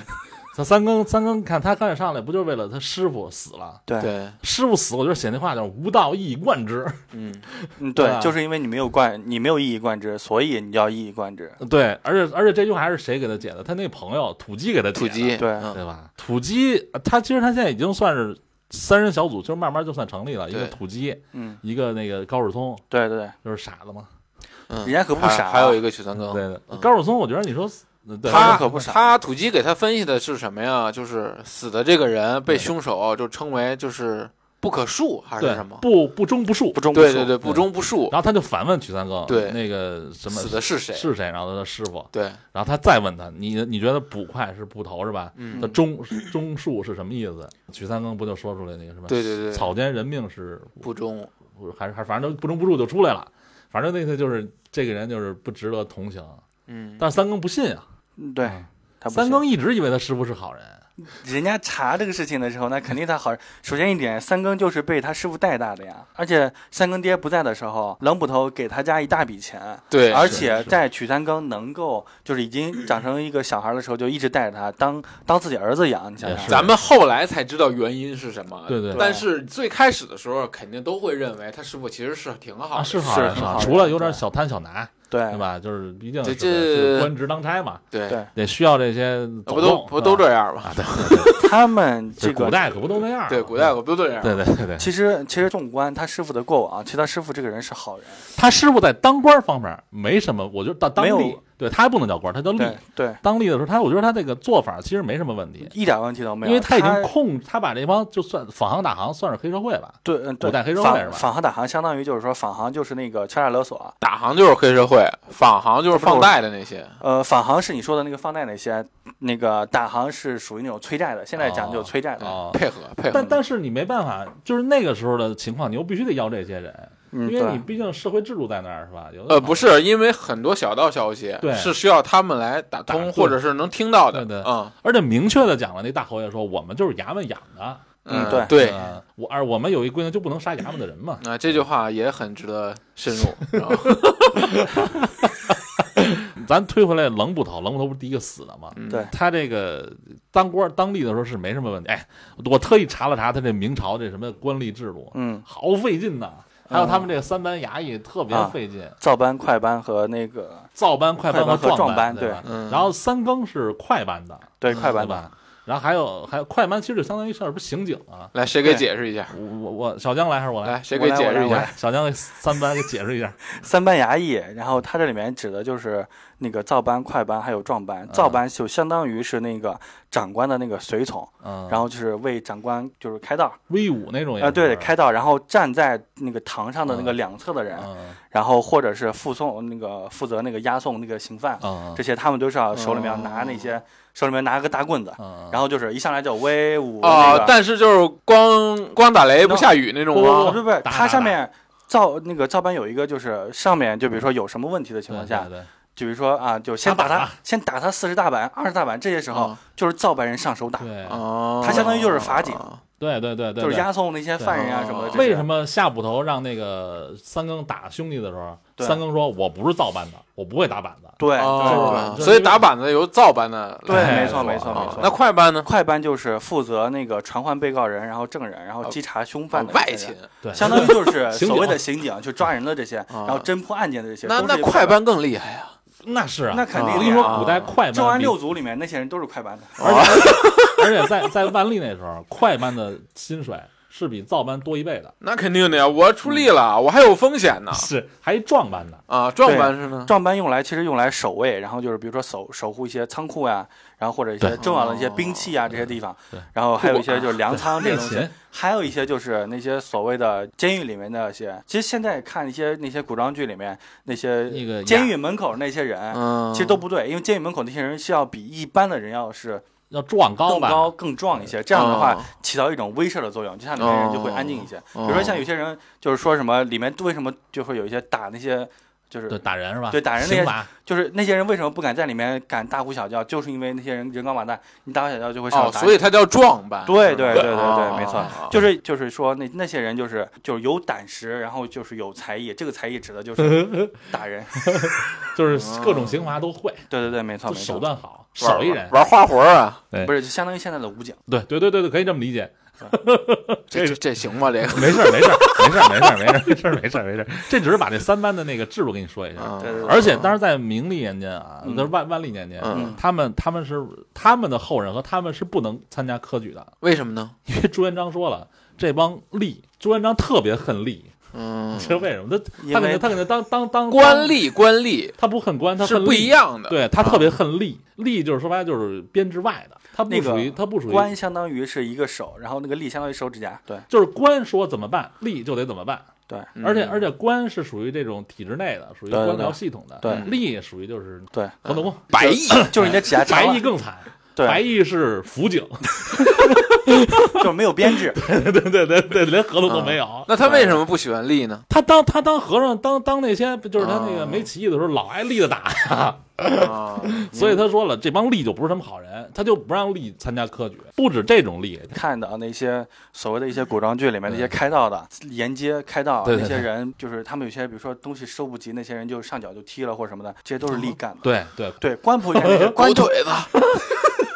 [SPEAKER 7] 他三更三更看他刚才上来不就是为了他师傅死了？
[SPEAKER 8] 对
[SPEAKER 9] 对，
[SPEAKER 7] 师傅死，我觉得写那话叫无道一以贯之。
[SPEAKER 9] 嗯，
[SPEAKER 8] 嗯，
[SPEAKER 7] 对啊
[SPEAKER 8] 对，
[SPEAKER 7] 吧
[SPEAKER 8] 就是因为你没有贯，你没有一以贯之，所以你要一以贯之。
[SPEAKER 7] 对，而且而且这句话是谁给他解的？他那朋友土鸡给他解
[SPEAKER 9] 土
[SPEAKER 7] 的
[SPEAKER 9] 鸡，
[SPEAKER 8] 对
[SPEAKER 9] 嗯
[SPEAKER 7] 对啊吧？土鸡呃他其实他现在已经算是三人小组，就是慢慢就算成立了，一个
[SPEAKER 9] 对
[SPEAKER 7] 土鸡，
[SPEAKER 8] 嗯，
[SPEAKER 7] 一个那个高树松，
[SPEAKER 8] 对对对，
[SPEAKER 7] 就是傻子嘛。
[SPEAKER 9] 嗯
[SPEAKER 8] 人家可不
[SPEAKER 9] 还
[SPEAKER 8] 傻
[SPEAKER 9] 还有一个曲三更，
[SPEAKER 7] 啊对的，
[SPEAKER 9] 嗯
[SPEAKER 7] 高树松，我觉得你说呃对
[SPEAKER 9] 他
[SPEAKER 8] 可不傻
[SPEAKER 9] 他土鸡给他分析的是什么呀？就是死的这个人被凶手就称为就是不可恕还是
[SPEAKER 7] 对
[SPEAKER 9] 什么？
[SPEAKER 7] 不不忠不嗯恕
[SPEAKER 8] 不，忠不
[SPEAKER 9] 对
[SPEAKER 8] 恕。
[SPEAKER 9] 对对，不忠不恕，嗯
[SPEAKER 7] 然后他就反问曲三更，
[SPEAKER 9] 对
[SPEAKER 7] 那个什么
[SPEAKER 9] 死的是谁？
[SPEAKER 7] 是谁？然后他说师傅，
[SPEAKER 9] 对，
[SPEAKER 7] 然后他再问他，你你觉得捕快是捕头是吧？
[SPEAKER 9] 嗯
[SPEAKER 7] 那忠忠恕是什么意思？曲三更不就说出来那个什么？
[SPEAKER 9] 对对对，
[SPEAKER 7] 草菅人命是
[SPEAKER 9] 不忠，
[SPEAKER 7] 不还是还是反正都不忠不恕就出来了，反正那次就是这个人就是不值得同情，
[SPEAKER 9] 嗯，
[SPEAKER 7] 但是三更不信啊，
[SPEAKER 8] 嗯对，他不
[SPEAKER 7] 三
[SPEAKER 8] 信
[SPEAKER 9] 啊
[SPEAKER 7] 更一直以为他师傅是好人，
[SPEAKER 8] 人家查这个事情的时候，那肯定他好。首先一点，三更就是被他师傅带大的呀，而且三更爹不在的时候，冷捕头给他家一大笔钱，
[SPEAKER 9] 对，
[SPEAKER 8] 而且在曲三更能够就是已经长成一个小孩的时候，就一直带着他当当自己儿子养，你想
[SPEAKER 7] 也
[SPEAKER 8] 想
[SPEAKER 7] 是。
[SPEAKER 9] 咱们后来才知道原因是什么。
[SPEAKER 7] 对对
[SPEAKER 9] 但是最开始的时候，肯定都会认为他师傅其实是挺好
[SPEAKER 7] 啊，
[SPEAKER 9] 的，
[SPEAKER 7] 是好
[SPEAKER 8] 是
[SPEAKER 7] 人
[SPEAKER 8] 是好人
[SPEAKER 7] 除了有点小贪小拿，
[SPEAKER 8] 对
[SPEAKER 7] 对吧？就是毕竟
[SPEAKER 9] 这
[SPEAKER 7] 是
[SPEAKER 9] 这
[SPEAKER 7] 是官职当差嘛，
[SPEAKER 9] 对
[SPEAKER 8] 对
[SPEAKER 7] 得需要这些走
[SPEAKER 9] 不都
[SPEAKER 7] 动
[SPEAKER 9] 不都
[SPEAKER 7] 是吧
[SPEAKER 9] 这样吗？
[SPEAKER 7] 啊？ 对对对，
[SPEAKER 8] 他们这个
[SPEAKER 7] 古代可不都那样吗？啊
[SPEAKER 9] 对，古代我不都这样吗。
[SPEAKER 7] 对对对对，
[SPEAKER 8] 其实其实纵观他师傅的过往，其实他师傅这个人是好人，
[SPEAKER 7] 他师傅在当官方面没什么，我觉得到当
[SPEAKER 8] 没有
[SPEAKER 7] 吏，对他还不能叫官，他叫吏
[SPEAKER 8] 对。对，
[SPEAKER 7] 当吏的时候，他我觉得他这个做法其实没什么问题，
[SPEAKER 8] 一点问题都没
[SPEAKER 7] 因
[SPEAKER 8] 有，
[SPEAKER 7] 为他已经
[SPEAKER 8] 他
[SPEAKER 7] 控，他把这帮就算仿行打行，算是黑社会吧。
[SPEAKER 8] 对，嗯，
[SPEAKER 7] 古
[SPEAKER 8] 对
[SPEAKER 7] 代黑社会是
[SPEAKER 8] 仿
[SPEAKER 7] 吧
[SPEAKER 8] 仿行打行，相当于就是说仿行就是那个敲诈勒索，啊
[SPEAKER 9] 打行就是黑社会，仿行就是放贷的那些。
[SPEAKER 8] 呃，仿行是你说的那个放贷那些，那个打行是属于那种催债的，现在讲究催债的，
[SPEAKER 7] 哦，
[SPEAKER 9] 配合配合
[SPEAKER 7] 但，但是你没办法，就是那个时候的情况，你又必须得要这些人，
[SPEAKER 8] 嗯，
[SPEAKER 7] 因为你
[SPEAKER 8] 对，
[SPEAKER 7] 毕竟社会制度在那儿是吧？有的
[SPEAKER 9] 呃，不是，因为很多小道消息
[SPEAKER 7] 对
[SPEAKER 9] 是需要他们来打
[SPEAKER 7] 打对
[SPEAKER 9] 通，或者是能听到的。
[SPEAKER 7] 对对
[SPEAKER 9] 嗯
[SPEAKER 7] 而且明确的讲了，那大侯爷说我们就是衙门养的，
[SPEAKER 8] 嗯
[SPEAKER 9] 对。
[SPEAKER 8] 对
[SPEAKER 7] 呃我而我们有一规定就不能杀衙门的人嘛
[SPEAKER 9] 那这句话也很值得深 入。知道吗
[SPEAKER 7] 咱推回来冷捕头，冷捕头不是第一个死的吗？
[SPEAKER 9] 嗯
[SPEAKER 8] 对
[SPEAKER 7] 他这个当官当吏的时候是没什么问题。哎，我特意查了查他这明朝这什么官吏制度，
[SPEAKER 8] 嗯，
[SPEAKER 7] 好费劲呐。还有他们这个三班衙役特别费劲，
[SPEAKER 8] 造班、快班和那个
[SPEAKER 7] 造班、快班
[SPEAKER 8] 快班和
[SPEAKER 7] 壮
[SPEAKER 8] 壮班
[SPEAKER 7] 对吧？
[SPEAKER 9] 嗯
[SPEAKER 7] 然后三更是快班的，
[SPEAKER 8] 对快
[SPEAKER 7] 对
[SPEAKER 8] 班的，
[SPEAKER 7] 吧？然后还有还有快班，其实就相当于是不是刑警啊？
[SPEAKER 9] 来，谁给
[SPEAKER 8] 对
[SPEAKER 9] 解释一下？
[SPEAKER 7] 我我我小江来还是我来？
[SPEAKER 9] 来，谁
[SPEAKER 8] 我
[SPEAKER 9] 给
[SPEAKER 8] 来
[SPEAKER 9] 解释一
[SPEAKER 8] 我来我
[SPEAKER 9] 下
[SPEAKER 8] 来？
[SPEAKER 7] 小江给三班给解释一下。
[SPEAKER 8] 三班衙役，然后它这里面指的就是那个造班、快班还有壮
[SPEAKER 7] 嗯
[SPEAKER 8] 班，造班就相当于是那个长官的那个随从，
[SPEAKER 7] 嗯，
[SPEAKER 8] 然后就是为长官就是开道，
[SPEAKER 7] 威武那种也
[SPEAKER 8] 啊，对，
[SPEAKER 7] 是
[SPEAKER 8] 开道，然后站在那个堂上的那个
[SPEAKER 7] 嗯
[SPEAKER 8] 两侧的人，
[SPEAKER 7] 嗯
[SPEAKER 8] 然后或者是附送那个负责那个押送那个刑犯，
[SPEAKER 7] 嗯
[SPEAKER 8] 这些他们都是要手里面要拿那些，手里面拿个大棍子，
[SPEAKER 7] 哦嗯，
[SPEAKER 8] 然后就是一上来就威武那
[SPEAKER 9] 哦
[SPEAKER 8] 个，
[SPEAKER 9] 但是就是光光打雷不下雨那种
[SPEAKER 8] 不不
[SPEAKER 9] 吗？
[SPEAKER 8] 不不，
[SPEAKER 7] 啊打
[SPEAKER 8] 它
[SPEAKER 7] 打
[SPEAKER 8] 上
[SPEAKER 7] 打
[SPEAKER 8] 面造那个造班有一个就是上面就比如说有什么问题的情况下
[SPEAKER 7] 嗯对，对对
[SPEAKER 8] 就比如说啊，就先
[SPEAKER 7] 打
[SPEAKER 8] 打
[SPEAKER 7] 靶
[SPEAKER 8] 他，先打他四十大板、二十大板，这些时候
[SPEAKER 9] 啊
[SPEAKER 8] 就是造班人上手打，
[SPEAKER 7] 对
[SPEAKER 9] 哦，
[SPEAKER 8] 他相当于就是法警
[SPEAKER 7] 对对对对，
[SPEAKER 8] 就是
[SPEAKER 7] 对
[SPEAKER 8] 押送那些犯人啊什么的
[SPEAKER 9] 哦
[SPEAKER 8] 这些。
[SPEAKER 7] 为什么夏捕头让那个三更打兄弟的时候，
[SPEAKER 8] 对
[SPEAKER 7] 三更说我不是造班的，我不会打板子，
[SPEAKER 8] 对？
[SPEAKER 9] 哦
[SPEAKER 7] 对对
[SPEAKER 9] 所以打板子由造班的
[SPEAKER 8] 对，
[SPEAKER 9] 来
[SPEAKER 8] 没错
[SPEAKER 7] 哎
[SPEAKER 8] 没错
[SPEAKER 9] 哦
[SPEAKER 8] 没错。
[SPEAKER 9] 那快班呢？
[SPEAKER 8] 快班就是负责那个传唤被告人，然后证人，然
[SPEAKER 7] 哦
[SPEAKER 8] 后稽查凶犯的这些
[SPEAKER 9] 哦外
[SPEAKER 8] 人
[SPEAKER 9] 勤。
[SPEAKER 7] 对，
[SPEAKER 8] 相当于就是
[SPEAKER 7] 刑警啊
[SPEAKER 8] 所谓的刑警，就抓人的这些，
[SPEAKER 9] 啊
[SPEAKER 8] 然后侦破案件的这些。
[SPEAKER 9] 那
[SPEAKER 8] 都是
[SPEAKER 9] 那
[SPEAKER 8] 一个
[SPEAKER 9] 快，班更厉害呀！
[SPEAKER 7] 那是啊，
[SPEAKER 8] 那肯定
[SPEAKER 7] 我跟你
[SPEAKER 8] 的
[SPEAKER 7] 说，
[SPEAKER 9] 啊
[SPEAKER 7] 古代快班
[SPEAKER 8] 重案
[SPEAKER 7] 比
[SPEAKER 8] 六，组里面那些人都是快班的。
[SPEAKER 7] 而且在在万历那时候，快班的薪水是比造班多一倍的，
[SPEAKER 9] 那肯定的呀，我出力了，我还有风险
[SPEAKER 8] 啊
[SPEAKER 9] 呢。
[SPEAKER 7] 是还一壮班的，
[SPEAKER 9] 啊，壮班是呢，
[SPEAKER 8] 壮班用来其实用来守卫，然后就是比如说守守护一些仓库呀，然后或者一些
[SPEAKER 7] 对
[SPEAKER 8] 重要的
[SPEAKER 9] 哦
[SPEAKER 8] 一些兵器啊这些地方
[SPEAKER 7] 对，啊
[SPEAKER 8] 然后还有一些就是粮仓这些
[SPEAKER 7] 内
[SPEAKER 8] 东西
[SPEAKER 7] 勤，
[SPEAKER 8] 还有一些就是那些所谓的监狱里面的一些，其实现在看一些那些古装剧里面
[SPEAKER 7] 那
[SPEAKER 8] 那
[SPEAKER 7] 个
[SPEAKER 8] 些
[SPEAKER 7] 衙
[SPEAKER 8] 监狱门口那些人，
[SPEAKER 9] 嗯，
[SPEAKER 8] 其实都不对，因为监狱门口那些人是要比一般的人要是
[SPEAKER 7] 要壮高
[SPEAKER 8] 更
[SPEAKER 7] 吧，
[SPEAKER 8] 高更壮一些，这样的话
[SPEAKER 9] 哦
[SPEAKER 8] 起到一种威慑的作用，就像里面人就会安静一些。比
[SPEAKER 7] 哦
[SPEAKER 8] 如说像有些人就是说什么里面为什么就会有一些打那些就是
[SPEAKER 7] 对打人是吧？
[SPEAKER 8] 对打人那些
[SPEAKER 7] 刑罚
[SPEAKER 8] 就是那些人为什么不敢在里面敢大呼小叫，就是因为那些人人高马大，你大呼小叫就会上
[SPEAKER 9] 哦，
[SPEAKER 8] 来打你。
[SPEAKER 9] 所以他叫壮班。
[SPEAKER 8] 对对对对
[SPEAKER 9] 哦
[SPEAKER 8] 对，没错，就是就是说那那些人就是就是有胆识，然后就是有才艺，这个才艺指的就是 打人。
[SPEAKER 7] 就是各种刑罚都会，
[SPEAKER 8] 对对对，没错
[SPEAKER 7] 就
[SPEAKER 8] 嗯啊没
[SPEAKER 7] 手
[SPEAKER 8] 错，
[SPEAKER 7] 段好，
[SPEAKER 9] 玩
[SPEAKER 7] 手艺人，
[SPEAKER 9] 玩花活啊，
[SPEAKER 7] 对
[SPEAKER 8] 不是就相当于现在的武警。
[SPEAKER 7] 对对对对对，可以这么理解。
[SPEAKER 9] 这这这行吗？ 这个
[SPEAKER 7] 没事儿，没事儿，没事儿，没事儿，没事儿，没事儿，没事儿，没事儿。这只是把这三班的那个制度跟你说一下。
[SPEAKER 9] 嗯
[SPEAKER 8] 对对
[SPEAKER 7] 哦
[SPEAKER 8] 对
[SPEAKER 7] 而且当时在明历年间啊，
[SPEAKER 8] 嗯
[SPEAKER 7] 就是万万历年间
[SPEAKER 9] 嗯，
[SPEAKER 7] 他们他们是他们的后人和他们是不能参加科举的，
[SPEAKER 9] 为什么呢？
[SPEAKER 7] 因为朱元璋说了，这帮吏，朱元璋特别恨吏，
[SPEAKER 9] 嗯，
[SPEAKER 7] 这为什么？他
[SPEAKER 8] 因为
[SPEAKER 7] 他肯定他肯定当当当
[SPEAKER 9] 官，吏官吏
[SPEAKER 7] 他不恨官，他
[SPEAKER 9] 是
[SPEAKER 7] 恨吏
[SPEAKER 9] 不一。样的。
[SPEAKER 7] 对他
[SPEAKER 9] 啊
[SPEAKER 7] 特别恨吏，吏就是说白了就是编制外的，他不
[SPEAKER 8] 那个
[SPEAKER 7] 属于他不属于
[SPEAKER 8] 官相当于是一个手，然后那个力相当于手指甲。对
[SPEAKER 7] 就是官说怎么办，吏就得怎么办。
[SPEAKER 8] 对，
[SPEAKER 9] 嗯
[SPEAKER 7] 而且而且官是属于这种体制内的，属于
[SPEAKER 8] 对对
[SPEAKER 7] 官
[SPEAKER 8] 对
[SPEAKER 7] 僚系统的。
[SPEAKER 8] 对
[SPEAKER 7] 吏属于就是
[SPEAKER 8] 对
[SPEAKER 7] 合同工，
[SPEAKER 9] 白役，
[SPEAKER 8] 就是你的指甲长
[SPEAKER 7] 白
[SPEAKER 8] 了
[SPEAKER 7] 役，更惨，
[SPEAKER 8] 对
[SPEAKER 7] 白役是辅警，
[SPEAKER 8] 就是没有编制。
[SPEAKER 7] 对对对对对，连合同都没有。
[SPEAKER 8] 嗯
[SPEAKER 9] 那他为什么不喜欢吏呢？
[SPEAKER 7] 他当他当和尚当当那些就是他那个
[SPEAKER 9] 啊
[SPEAKER 7] 没起义的时候老挨立的打呀，
[SPEAKER 9] 啊，
[SPEAKER 7] 所以他说了，这帮吏就不是什么好人，他就不让吏参加科举。不止这种吏，
[SPEAKER 8] 看到那些所谓的一些古装剧里面那些开道的沿街开道，啊
[SPEAKER 7] 对对
[SPEAKER 8] 那些
[SPEAKER 7] 对
[SPEAKER 8] 人就是他们有些比如说东西收不及，那些人就上脚就踢了或者什么的，这些都是力干的。
[SPEAKER 7] 对对，，
[SPEAKER 8] 对，官仆也是
[SPEAKER 9] 哦 狗
[SPEAKER 8] 官
[SPEAKER 9] 腿子，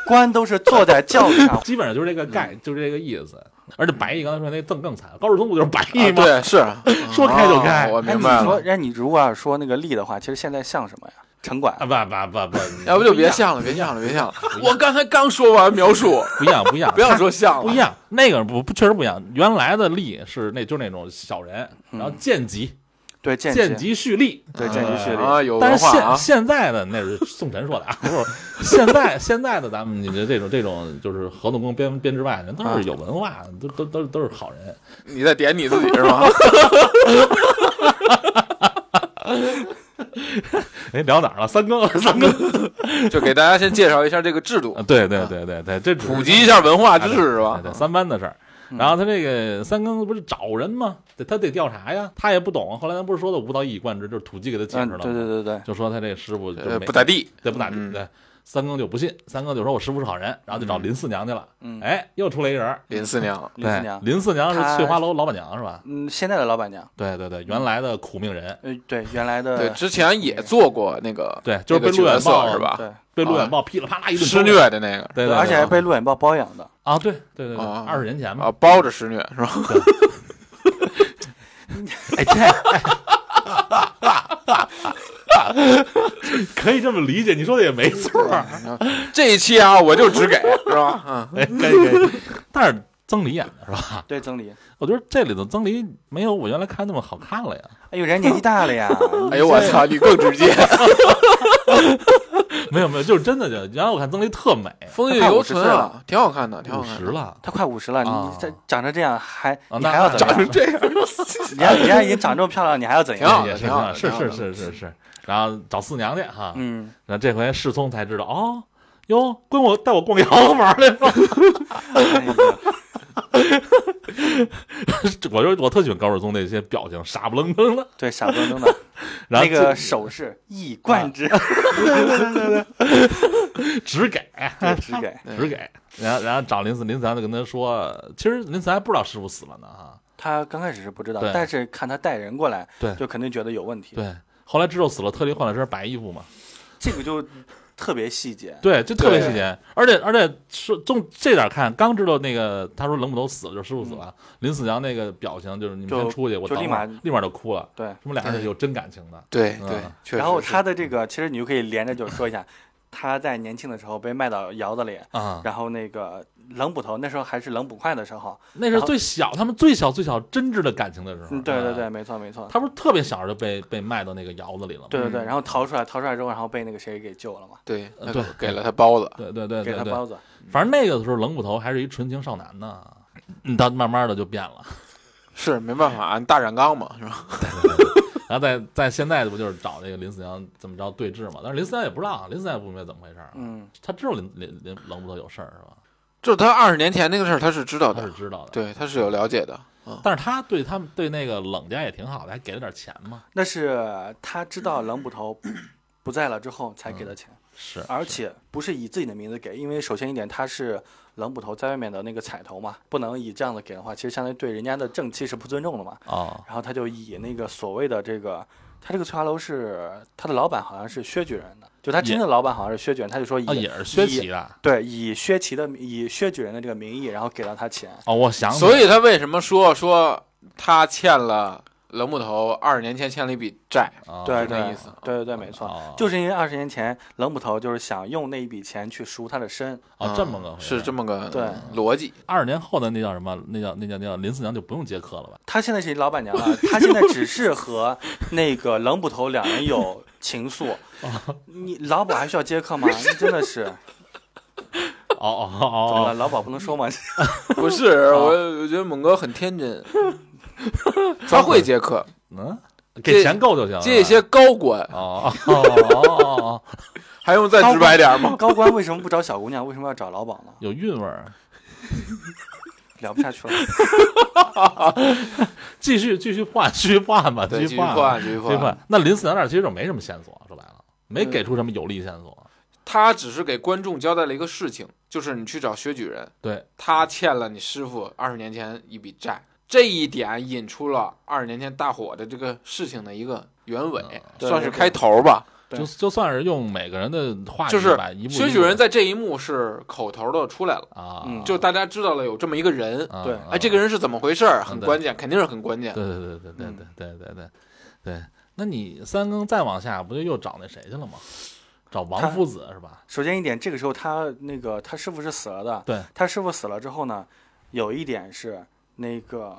[SPEAKER 8] 官都是坐在轿子上
[SPEAKER 7] 基本上就是这个概，
[SPEAKER 9] 嗯
[SPEAKER 7] 就是这个意思。而且白毅刚才说那更更惨，高氏宗不就是白毅
[SPEAKER 9] 啊
[SPEAKER 7] 吗？
[SPEAKER 9] 对，是
[SPEAKER 7] 说开就开
[SPEAKER 9] 啊我
[SPEAKER 8] 哎，
[SPEAKER 9] 明
[SPEAKER 8] 你
[SPEAKER 9] 白
[SPEAKER 8] 说
[SPEAKER 9] 了，，
[SPEAKER 8] 哎，你如果要是说那个力的话，其实现在像什么呀？城管
[SPEAKER 7] 啊，不不不不，
[SPEAKER 9] 要不就别
[SPEAKER 7] 像，
[SPEAKER 9] 像了，别像了，别像了。我刚才刚说完描述，
[SPEAKER 7] 不一样不一样，
[SPEAKER 9] 不要说像了，
[SPEAKER 7] 不一样，那个不不确实不一样。原来的吏是那就是那种小人，
[SPEAKER 9] 嗯
[SPEAKER 7] 然后贱籍
[SPEAKER 8] 对间
[SPEAKER 7] 贱
[SPEAKER 8] 接
[SPEAKER 7] 籍蓄力，
[SPEAKER 8] 对间接学历，
[SPEAKER 9] 啊，有
[SPEAKER 7] 但
[SPEAKER 9] 文
[SPEAKER 7] 是
[SPEAKER 9] 化啊
[SPEAKER 7] 现。现在的那是宋晨说的啊，不是现在现在的咱们你的这种这种就是合同工编编制外的都
[SPEAKER 9] 啊
[SPEAKER 7] 是有文化，都都都都是好人。
[SPEAKER 9] 你在点你自己是 吗？
[SPEAKER 7] 哎，聊哪儿了？三更三更
[SPEAKER 9] 就给大家先介绍一下这个制度
[SPEAKER 7] 啊，，对对对对对，这只是
[SPEAKER 9] 普及一下文化知识是
[SPEAKER 7] 啊
[SPEAKER 9] 吧嗯
[SPEAKER 7] 对？对三班的事儿。然后他这个三更不是找人吗？得他得调查呀，他也不懂。后来咱不是说的五到一以贯之，就是土鸡给他解释
[SPEAKER 8] 嗯，
[SPEAKER 7] 了吗，
[SPEAKER 8] 对对对对，
[SPEAKER 7] 就说他这师傅就
[SPEAKER 9] 呃，
[SPEAKER 7] 没
[SPEAKER 9] 不咋地，
[SPEAKER 7] 对不咋地，
[SPEAKER 9] 嗯
[SPEAKER 7] 对。三更就不信，三更就说我师傅是好人，然后就找林四娘去了。
[SPEAKER 8] 嗯
[SPEAKER 7] 哎，又出来一人儿，
[SPEAKER 9] 林四娘
[SPEAKER 8] 林四
[SPEAKER 7] 对
[SPEAKER 8] 娘，
[SPEAKER 7] 林四娘是
[SPEAKER 8] 她
[SPEAKER 7] 翠花楼老板娘是吧？嗯
[SPEAKER 8] 嗯，现在的老板娘，
[SPEAKER 7] 对对对，原来的苦命人，
[SPEAKER 8] 呃，对，原来的
[SPEAKER 9] 对，之前也做过那个
[SPEAKER 7] 对就是被
[SPEAKER 9] 那个
[SPEAKER 7] 陆远
[SPEAKER 9] 角色
[SPEAKER 7] 豹
[SPEAKER 9] 是吧？
[SPEAKER 8] 对
[SPEAKER 7] 被陆
[SPEAKER 9] 啊
[SPEAKER 7] 远豹噼里啪啦一顿
[SPEAKER 9] 施
[SPEAKER 7] 抽
[SPEAKER 9] 虐，的那个
[SPEAKER 7] 对对，
[SPEAKER 8] 而且
[SPEAKER 7] 对
[SPEAKER 8] 还被陆远豹包养的，
[SPEAKER 7] 啊，对对对对，
[SPEAKER 9] 啊
[SPEAKER 7] 二十年前
[SPEAKER 9] 啊，
[SPEAKER 7] 嘛，
[SPEAKER 9] 包着施虐是吧？
[SPEAKER 7] 哎这。哎可以这么理解，你说的也没错 儿。
[SPEAKER 9] 这一期啊，我就只给是吧？嗯，
[SPEAKER 7] 哎，可以可以。但是曾黎演的是吧？
[SPEAKER 8] 对，曾黎，
[SPEAKER 7] 我觉得这里头曾黎没有我原来看那么好看 了呀。
[SPEAKER 8] 哎呦，人家年纪大 了呀，
[SPEAKER 9] 哎呦我操，你更直接。
[SPEAKER 7] 没有没有，就是真的就原来我看曾黎特美，
[SPEAKER 9] 风
[SPEAKER 8] 月
[SPEAKER 9] 月
[SPEAKER 8] 游
[SPEAKER 9] 游
[SPEAKER 8] 春
[SPEAKER 9] 春
[SPEAKER 8] 啊
[SPEAKER 9] 啊，挺好看的，挺好
[SPEAKER 7] 五
[SPEAKER 9] 看
[SPEAKER 7] 十
[SPEAKER 9] 的。
[SPEAKER 7] 了，
[SPEAKER 8] 他快五十了，
[SPEAKER 7] 啊
[SPEAKER 8] 你这长成这样还
[SPEAKER 7] 啊
[SPEAKER 8] 你
[SPEAKER 7] 那
[SPEAKER 8] 还要怎
[SPEAKER 9] 长
[SPEAKER 8] 么
[SPEAKER 9] 成？
[SPEAKER 8] 样
[SPEAKER 9] 这样，
[SPEAKER 8] 人家人家已经长这么漂亮，你还要怎
[SPEAKER 9] 挺
[SPEAKER 8] 样
[SPEAKER 9] 好？的
[SPEAKER 7] 也是
[SPEAKER 9] 挺好的
[SPEAKER 7] 是
[SPEAKER 9] 挺好
[SPEAKER 7] 是
[SPEAKER 9] 的
[SPEAKER 7] 是是是。然后找四娘去哈，
[SPEAKER 8] 嗯，
[SPEAKER 7] 然后这回世聪才知道哦。哟，跟我带我逛窑子玩儿来了。
[SPEAKER 8] 哎呀
[SPEAKER 7] 我就我特喜欢高世宗那些表情，傻不愣登的。
[SPEAKER 8] 对，傻愣登的，
[SPEAKER 7] 然后
[SPEAKER 8] 那个
[SPEAKER 7] 就啊
[SPEAKER 8] 手势一贯 之，
[SPEAKER 7] 只给
[SPEAKER 8] 对只给
[SPEAKER 7] 只给，哎然后然后找林四林四娘就跟他说，其实林四还不知道师傅死了呢哈。
[SPEAKER 8] 他刚开始是不知道
[SPEAKER 7] 对，
[SPEAKER 8] 但是看他带人过来，
[SPEAKER 7] 对
[SPEAKER 8] 就肯定觉得有问题。
[SPEAKER 7] 对，后来知道死了，特地换了身白衣服嘛。
[SPEAKER 8] 这个就特别细节，
[SPEAKER 7] 对，就特别
[SPEAKER 9] 对
[SPEAKER 7] 细节，而且而且说从这点看，刚知道那个他说冷捕头死了，就是师傅死了，林四娘那个表情嗯就是你们
[SPEAKER 8] 就
[SPEAKER 7] 先出去，我
[SPEAKER 8] 就
[SPEAKER 7] 等
[SPEAKER 8] 立
[SPEAKER 7] 会儿
[SPEAKER 8] 马
[SPEAKER 7] 立马就哭了，
[SPEAKER 8] 对。
[SPEAKER 7] 他们俩是有真感情的，
[SPEAKER 9] 对
[SPEAKER 7] 嗯
[SPEAKER 9] 对，确实。
[SPEAKER 8] 然后他的这个，其实你就可以连着就说一下，他在年轻的时候被卖到窑子里，
[SPEAKER 7] 啊，
[SPEAKER 8] 然后那个冷捕头那时候还是冷捕快的时候，
[SPEAKER 7] 那是最小他们最小最小真挚的感情的时候，
[SPEAKER 8] 嗯，对对对，
[SPEAKER 7] 啊，
[SPEAKER 8] 没错没错，
[SPEAKER 7] 他嗯不是特别小就被被卖到那个窑子里了吗？
[SPEAKER 8] 对对对，然后逃出来，逃出来之后，然后被那个谁给救了嘛，
[SPEAKER 9] 嗯对
[SPEAKER 7] 呃
[SPEAKER 9] 那
[SPEAKER 7] 对
[SPEAKER 9] 个给了他包子，
[SPEAKER 7] 对对对
[SPEAKER 8] 给
[SPEAKER 7] 对
[SPEAKER 8] 他
[SPEAKER 7] 对，
[SPEAKER 8] 包子，
[SPEAKER 7] 反正那个的时候冷捕头还是一纯情少男呢，嗯，他慢慢的就变了，
[SPEAKER 9] 是没办 法，大染缸嘛，是吧？
[SPEAKER 7] 然后在在现在不就是找那个林四娘怎么着对峙嘛？但是林四娘也不知道，啊林四娘也不明白怎么回事儿，啊
[SPEAKER 8] 嗯，
[SPEAKER 7] 他知道林林林冷不头有事儿是吧？
[SPEAKER 9] 就是他二十年前那个事儿，他是知道
[SPEAKER 7] 他是
[SPEAKER 9] 的，
[SPEAKER 7] 知道的。，
[SPEAKER 9] 对，他是有了解的。嗯，
[SPEAKER 7] 但是他对他们对那个冷家也挺好的，还给了点钱嘛。
[SPEAKER 8] 那是他知道冷捕头不在了之后才给的钱，
[SPEAKER 7] 嗯是，
[SPEAKER 8] 而且不是以自己的名字给，因为首先一点他是冷捕头在外面的那个彩头嘛，不能以这样的给的话，其实相当于对人家的正妻是不尊重的嘛，
[SPEAKER 7] 哦，
[SPEAKER 8] 然后他就以那个所谓的这个，他这个翠华楼是他的老板好像是薛举人的，就他真正的老板好像是薛举人，他就说以、
[SPEAKER 7] 啊，也是薛琪的。
[SPEAKER 8] 对以薛琦的以薛举人的这个名义，然后给了他钱，
[SPEAKER 7] 哦，我想起来
[SPEAKER 9] 所以他为什么说说他欠了冷木头二十年前欠了一笔债？
[SPEAKER 7] 了，
[SPEAKER 8] 对
[SPEAKER 9] 是啊这
[SPEAKER 8] 对
[SPEAKER 9] 意思
[SPEAKER 8] 对对对，没错，
[SPEAKER 7] 哦
[SPEAKER 8] 就是因为二十年前冷捕头就是想用那一笔钱去赎他的身，
[SPEAKER 7] 哦，这么个回事
[SPEAKER 9] 嗯是这么个嗯
[SPEAKER 8] 对
[SPEAKER 9] 逻 辑。
[SPEAKER 7] 二十年后的那叫什么？那叫那叫那叫林四娘就不用接客了吧？
[SPEAKER 8] 他现在是一老板娘了，他现在只是和那个冷捕头两人有 情愫，你老鸨还需要接客吗？你真的是，
[SPEAKER 7] 哦哦哦
[SPEAKER 8] 怎么了？
[SPEAKER 7] 哦
[SPEAKER 8] 老鸨不能说吗？
[SPEAKER 9] 不是，我我觉得猛哥很 天真，他会接客，
[SPEAKER 7] 哦，嗯，给钱够就行了。
[SPEAKER 9] 接一些高官，
[SPEAKER 7] 哦哦哦哦哦，哦
[SPEAKER 9] 还用再直白点吗？
[SPEAKER 7] 嗯
[SPEAKER 8] 高官为什么不找小姑娘？为什么要找老鸨呢？
[SPEAKER 7] 有韵味儿。啊
[SPEAKER 8] 聊不下去了。
[SPEAKER 7] 继续继续换，继续换吧，
[SPEAKER 9] 对，
[SPEAKER 7] 续
[SPEAKER 9] 继续
[SPEAKER 7] 换吧，
[SPEAKER 9] 换，继续
[SPEAKER 7] 继续
[SPEAKER 9] 换。
[SPEAKER 7] 换。那林四娘那儿其实就没什么线索，说白了。没给出什么有力线索。
[SPEAKER 9] 他只是给观众交代了一个事情，就是你去找薛举人，
[SPEAKER 7] 对，
[SPEAKER 9] 他欠了你师傅二十年前一笔债，这一点引出了二十年前大火的这个事情的一个原委，
[SPEAKER 7] 啊
[SPEAKER 8] 对
[SPEAKER 9] 算是开头吧。
[SPEAKER 8] 对
[SPEAKER 7] 就就算是用每个人的话语
[SPEAKER 9] 就是
[SPEAKER 7] 把一步
[SPEAKER 9] 薛
[SPEAKER 7] 一
[SPEAKER 9] 举
[SPEAKER 7] 步
[SPEAKER 9] 人在这一幕是口头的出来了，
[SPEAKER 7] 啊，
[SPEAKER 8] 嗯
[SPEAKER 9] 就大家知道了有这么一个人，
[SPEAKER 7] 啊
[SPEAKER 8] 对
[SPEAKER 7] 啊嗯
[SPEAKER 9] 哎，这个人嗯是怎么回事儿，很
[SPEAKER 7] 对
[SPEAKER 9] 关键，肯定是很关键。
[SPEAKER 7] 对对对对对对对对对对，那你三更再往下不就又找那谁去了吗？找
[SPEAKER 8] 他
[SPEAKER 7] 王夫子是吧？
[SPEAKER 8] 首先一点，这个时候他那个他师傅是死了的，
[SPEAKER 7] 对，
[SPEAKER 8] 他师傅死了之后呢，有一点是那个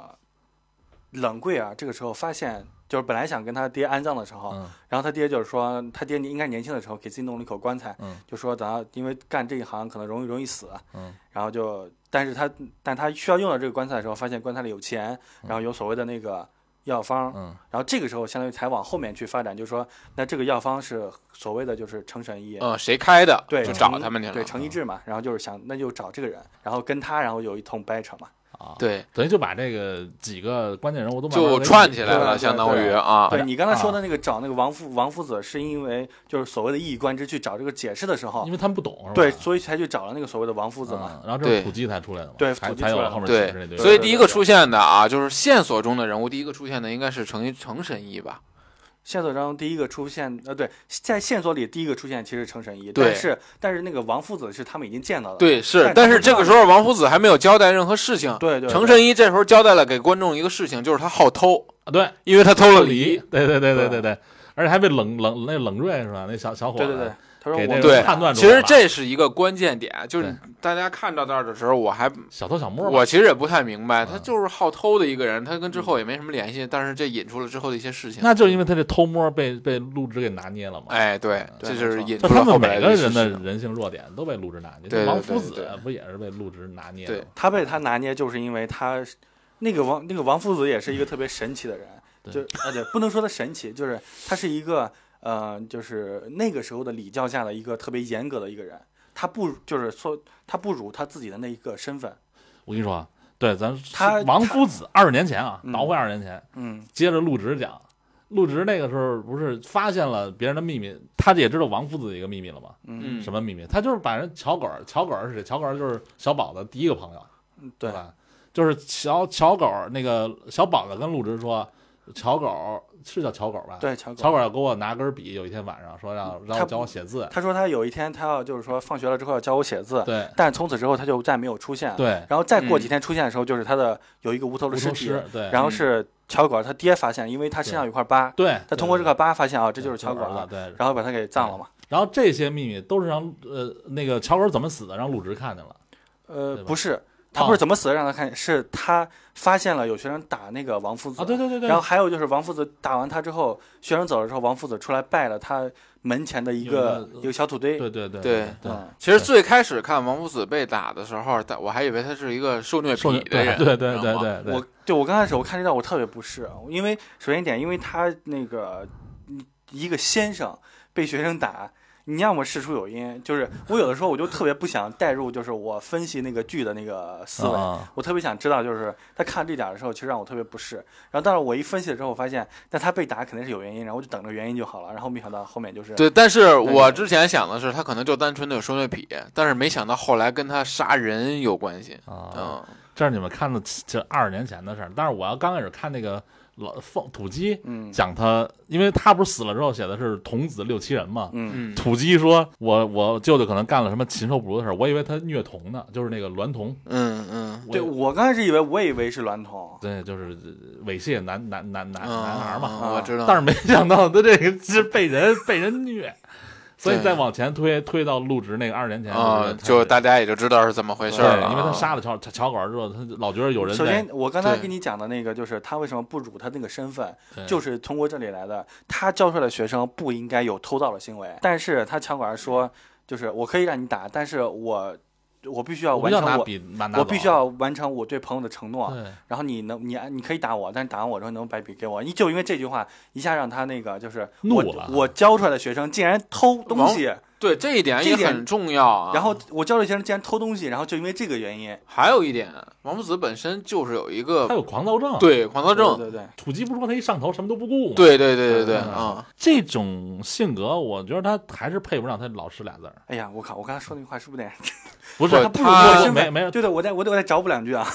[SPEAKER 8] 冷贵啊，这个时候发现就是本来想跟他爹安葬的时候，
[SPEAKER 7] 嗯
[SPEAKER 8] 然后他爹就是说他爹应该年轻的时候给自己弄了一口棺材，
[SPEAKER 7] 嗯
[SPEAKER 8] 就说等到因为干这一行可能容易容易死，
[SPEAKER 7] 嗯
[SPEAKER 8] 然后就但是他但他需要用到这个棺材的时候，发现棺材里有钱，然后有所谓的那个药方，
[SPEAKER 7] 嗯
[SPEAKER 8] 然后这个时候相当于才往后面去发展，就是说那这个药方是所谓的就是成神医，
[SPEAKER 9] 嗯，谁开的？
[SPEAKER 8] 对，
[SPEAKER 9] 就
[SPEAKER 8] 程
[SPEAKER 9] 找
[SPEAKER 8] 一
[SPEAKER 9] 他们去了。嗯
[SPEAKER 8] 对，程一智嘛，然后就是想，那就找这个人，然后跟他，然后有一通掰扯嘛。
[SPEAKER 7] 啊，，
[SPEAKER 9] 对，
[SPEAKER 7] 等于就把这个几个关键人物都慢慢
[SPEAKER 9] 就
[SPEAKER 7] 给
[SPEAKER 9] 串起来
[SPEAKER 8] 对
[SPEAKER 9] 了，
[SPEAKER 8] 对
[SPEAKER 9] 相当于
[SPEAKER 8] 对
[SPEAKER 9] 啊，
[SPEAKER 8] 对你刚才说的那个找那个王夫王夫子，是因为就是所谓的一以贯之去找这个解释的时候
[SPEAKER 7] 因，为他们不懂是吧？啊
[SPEAKER 8] 对，所以才去找了那个所谓的王夫子嘛。
[SPEAKER 7] 嗯，然后这是
[SPEAKER 9] 对
[SPEAKER 7] 土鸡才出来的嘛，
[SPEAKER 8] 对
[SPEAKER 7] 才
[SPEAKER 8] 土鸡
[SPEAKER 7] 才有
[SPEAKER 8] 出来
[SPEAKER 7] 了
[SPEAKER 8] 了
[SPEAKER 7] 后面解释这
[SPEAKER 9] 对，
[SPEAKER 7] 堆。
[SPEAKER 9] 所以第一个
[SPEAKER 8] 对
[SPEAKER 9] 出现的啊，就是线索中的人物，第一个出现的应该是程一程神医吧？
[SPEAKER 8] 线索当中第一个出现，呃，对，在线索里第一个出现其实是程神医，
[SPEAKER 9] 对
[SPEAKER 8] 但是但是那个王夫子是他们已经见到的，
[SPEAKER 9] 对，是
[SPEAKER 8] 但，
[SPEAKER 9] 但
[SPEAKER 8] 他
[SPEAKER 9] 是
[SPEAKER 8] 不
[SPEAKER 9] 这
[SPEAKER 8] 知
[SPEAKER 9] 个
[SPEAKER 8] 道
[SPEAKER 9] 时候王夫子还没有交代任何事情。
[SPEAKER 8] 对对，
[SPEAKER 9] 程
[SPEAKER 8] 对
[SPEAKER 9] 神医这时候交代了给观众一个事情，就是他好偷，
[SPEAKER 7] 啊对，
[SPEAKER 9] 因为他偷了
[SPEAKER 7] 梨，
[SPEAKER 9] 梨。
[SPEAKER 7] 对对对对对对，而且还被冷冷那冷锐是吧？那小小伙子，
[SPEAKER 8] 对对对，他说
[SPEAKER 7] 给
[SPEAKER 8] 我
[SPEAKER 7] 那
[SPEAKER 9] 对
[SPEAKER 7] 个判断出
[SPEAKER 9] 其
[SPEAKER 7] 来
[SPEAKER 9] 实
[SPEAKER 7] 了
[SPEAKER 9] 这是一个关键点，就是
[SPEAKER 7] 对
[SPEAKER 9] 大家看到这儿的时候，我还
[SPEAKER 7] 小偷小摸吧，
[SPEAKER 9] 我其实也不太明白，他
[SPEAKER 7] 嗯
[SPEAKER 9] 就是好偷的一个人，他跟之后也没什么联系，但是这引出了之后的一些事情。
[SPEAKER 7] 那就是因为他这偷摸被被陆植给拿捏了嘛。
[SPEAKER 9] 哎，对，这
[SPEAKER 8] 对
[SPEAKER 9] 就
[SPEAKER 8] 没
[SPEAKER 9] 是
[SPEAKER 8] 错
[SPEAKER 9] 引
[SPEAKER 7] 就
[SPEAKER 9] 出
[SPEAKER 7] 他
[SPEAKER 9] 了后
[SPEAKER 7] 们
[SPEAKER 9] 边
[SPEAKER 7] 每个
[SPEAKER 9] 一些
[SPEAKER 7] 人的
[SPEAKER 9] 事情。
[SPEAKER 7] 人性弱点都被陆植拿捏，
[SPEAKER 9] 对对
[SPEAKER 7] 王
[SPEAKER 9] 对
[SPEAKER 7] 夫子
[SPEAKER 9] 对
[SPEAKER 7] 不也是被陆植拿捏的
[SPEAKER 9] 对
[SPEAKER 7] 吗？
[SPEAKER 8] 他被他拿捏，就是因为他那个王那个王夫子也是一个特别神奇的人，
[SPEAKER 7] 对
[SPEAKER 8] 就啊对，不能说他神奇，就是他是一个呃，就是那个时候的礼教下的一个特别严格的一个人，他不就是说他不辱他自己的那一个身份，
[SPEAKER 7] 我跟你说啊，对，咱
[SPEAKER 8] 他
[SPEAKER 7] 王夫子二十年前啊，
[SPEAKER 8] 嗯
[SPEAKER 7] 倒回二十年前，
[SPEAKER 8] 嗯，
[SPEAKER 7] 接着陆植讲，陆植那个时候不是发现了别人的秘密，他也知道王夫子的一个秘密了吗？
[SPEAKER 9] 嗯，
[SPEAKER 7] 什么秘密？他就是把人乔狗儿，乔狗儿是谁？乔狗儿就是小宝的第一个朋友，
[SPEAKER 8] 对，
[SPEAKER 7] 吧？就是乔乔狗儿那个小宝子跟陆植说，乔狗儿是叫乔狗儿吧？，
[SPEAKER 8] 对，乔
[SPEAKER 7] 乔
[SPEAKER 8] 狗。
[SPEAKER 7] 狗儿给我拿根笔，有一天晚上说让让
[SPEAKER 8] 他
[SPEAKER 7] 我
[SPEAKER 8] 不
[SPEAKER 7] 教我写字，
[SPEAKER 8] 他说他有一天他要就是说放学了之后要教我写字，
[SPEAKER 7] 对
[SPEAKER 8] 但从此之后他就再没有出现。，
[SPEAKER 7] 对，
[SPEAKER 8] 然后再过
[SPEAKER 9] 嗯
[SPEAKER 8] 几天出现的时候，就是他的有一个无头
[SPEAKER 7] 无
[SPEAKER 8] 的
[SPEAKER 7] 头
[SPEAKER 8] 尸体，
[SPEAKER 7] 诗，对，
[SPEAKER 8] 然后
[SPEAKER 9] 嗯
[SPEAKER 8] 是乔狗儿他爹发现，因为他身上有块疤，
[SPEAKER 7] 对，
[SPEAKER 8] 他通过这
[SPEAKER 7] 对
[SPEAKER 8] 个疤发现啊，这
[SPEAKER 7] 对
[SPEAKER 8] 就是
[SPEAKER 7] 乔
[SPEAKER 8] 乔狗儿
[SPEAKER 7] 儿
[SPEAKER 8] 了
[SPEAKER 7] 子，，对，
[SPEAKER 8] 然后把他给葬了嘛。
[SPEAKER 7] 然后这些秘密都是让呃那个乔狗怎么死的，让陆植看见了。
[SPEAKER 8] 呃
[SPEAKER 7] 对，吧
[SPEAKER 8] 不是，他
[SPEAKER 7] 哦
[SPEAKER 8] 不是怎么死的，让他看见，是他发现了有学生打那个王夫子
[SPEAKER 7] 啊对对对对
[SPEAKER 8] 然后还有就是王夫子打完他之后，学生走了之后，王夫子出来拜了他门前的一
[SPEAKER 7] 有
[SPEAKER 8] 个
[SPEAKER 7] 一个
[SPEAKER 8] 一个小土堆。
[SPEAKER 7] 对对对
[SPEAKER 9] 对
[SPEAKER 7] 对，
[SPEAKER 8] 嗯
[SPEAKER 9] 其实最开始看王夫子被打的时候，但我还以为他是一个受虐
[SPEAKER 7] 受
[SPEAKER 9] 癖的人，
[SPEAKER 7] 对对对
[SPEAKER 9] 你知道吗
[SPEAKER 7] 对嗯对，
[SPEAKER 8] 我对我刚开始我看这段我特别不适，啊因为首先一点，因为他那个嗯一个先生被学生打。你要么事出有因，就是我有的时候我就特别不想带入，就是我分析那个剧的那个思维，
[SPEAKER 7] 啊
[SPEAKER 8] 我特别想知道，就是他看这点儿的时候，其实让我特别不适。然后，但是我一分析了之后，我发现，但他被打肯定是有原因，然后我就等着原因就好了。然后没想到后面就是
[SPEAKER 9] 对，但是我
[SPEAKER 8] 对
[SPEAKER 9] 之前想的是他可能就单纯的有受虐癖，但是没想到后来跟他杀人有关系。
[SPEAKER 7] 啊，
[SPEAKER 9] 嗯，
[SPEAKER 7] 这是你们看的这二十年前的事儿。但是我要刚开始看那个老凤土鸡
[SPEAKER 8] 嗯
[SPEAKER 7] 讲他，因为他不是死了之后写的是童子六七人嘛。
[SPEAKER 8] 嗯
[SPEAKER 9] 嗯
[SPEAKER 7] 土鸡说：“我我舅舅可能干了什么禽兽不如的事儿，我以为他虐童呢，就是那个娈童，
[SPEAKER 9] 嗯嗯，
[SPEAKER 7] 我
[SPEAKER 8] 对我刚开始以为我以为是娈童，
[SPEAKER 7] 对，就是呃猥亵男男男男
[SPEAKER 9] 嗯
[SPEAKER 7] 男孩嘛。啊
[SPEAKER 9] 嗯我知道。
[SPEAKER 7] 但是没想到他这个是被人被人虐，所以
[SPEAKER 9] 对
[SPEAKER 7] 再往前推推到入职那个二十年前
[SPEAKER 9] 啊，
[SPEAKER 7] 就
[SPEAKER 9] 就是
[SPEAKER 7] 他
[SPEAKER 9] 大家也就知道是怎么回事
[SPEAKER 7] 对，
[SPEAKER 9] 儿了啊。
[SPEAKER 7] 因为他杀了乔乔乔管之后，他就老觉得有人
[SPEAKER 8] 首
[SPEAKER 7] 在
[SPEAKER 8] 先，我刚才
[SPEAKER 9] 对
[SPEAKER 8] 跟你讲的那个，就是他为什么不辱他那个身份，
[SPEAKER 7] 对
[SPEAKER 8] 就是通过这里来的。他教出来的学生不应该有偷盗的行为，但是他强管儿说，就是我可以让你打，但是我我必须要
[SPEAKER 7] 我
[SPEAKER 8] 完
[SPEAKER 7] 必须要
[SPEAKER 8] 成
[SPEAKER 7] 拿
[SPEAKER 8] 我
[SPEAKER 7] 笔拿拿
[SPEAKER 8] 我
[SPEAKER 7] 走
[SPEAKER 8] 必须要完成我对朋友的承诺。
[SPEAKER 7] 对
[SPEAKER 8] 然后你能你你可以打我，但是打完我之后能把笔给我，你就因为这句话一下让他那个就是
[SPEAKER 7] 怒
[SPEAKER 8] 我
[SPEAKER 7] 了哦
[SPEAKER 8] 我教出来的学生竟然偷东西，
[SPEAKER 9] 对这一点
[SPEAKER 8] 这
[SPEAKER 9] 也
[SPEAKER 8] 一点
[SPEAKER 9] 很重要啊。
[SPEAKER 8] 然后我教授先生竟然偷东西，然后就因为这个原因，
[SPEAKER 9] 还有一点，王夫子本身就是有一
[SPEAKER 7] 他
[SPEAKER 9] 个
[SPEAKER 7] 有狂躁症，，啊
[SPEAKER 9] 对狂躁症，
[SPEAKER 8] 对对对，
[SPEAKER 7] 土鸡不说他一上头什么都不顾嘛。
[SPEAKER 9] 对对对对对
[SPEAKER 7] 嗯
[SPEAKER 9] 啊，
[SPEAKER 7] 这种性格，我觉得他还是配不上他老师俩字儿，
[SPEAKER 8] 哎呀，我靠，我刚才说那句话是不是得？
[SPEAKER 7] 不是
[SPEAKER 9] 不是
[SPEAKER 7] 他不如
[SPEAKER 9] 他
[SPEAKER 7] 说
[SPEAKER 8] 现在
[SPEAKER 7] 啊没没有，
[SPEAKER 8] 对对，我再我得我再找补两句啊。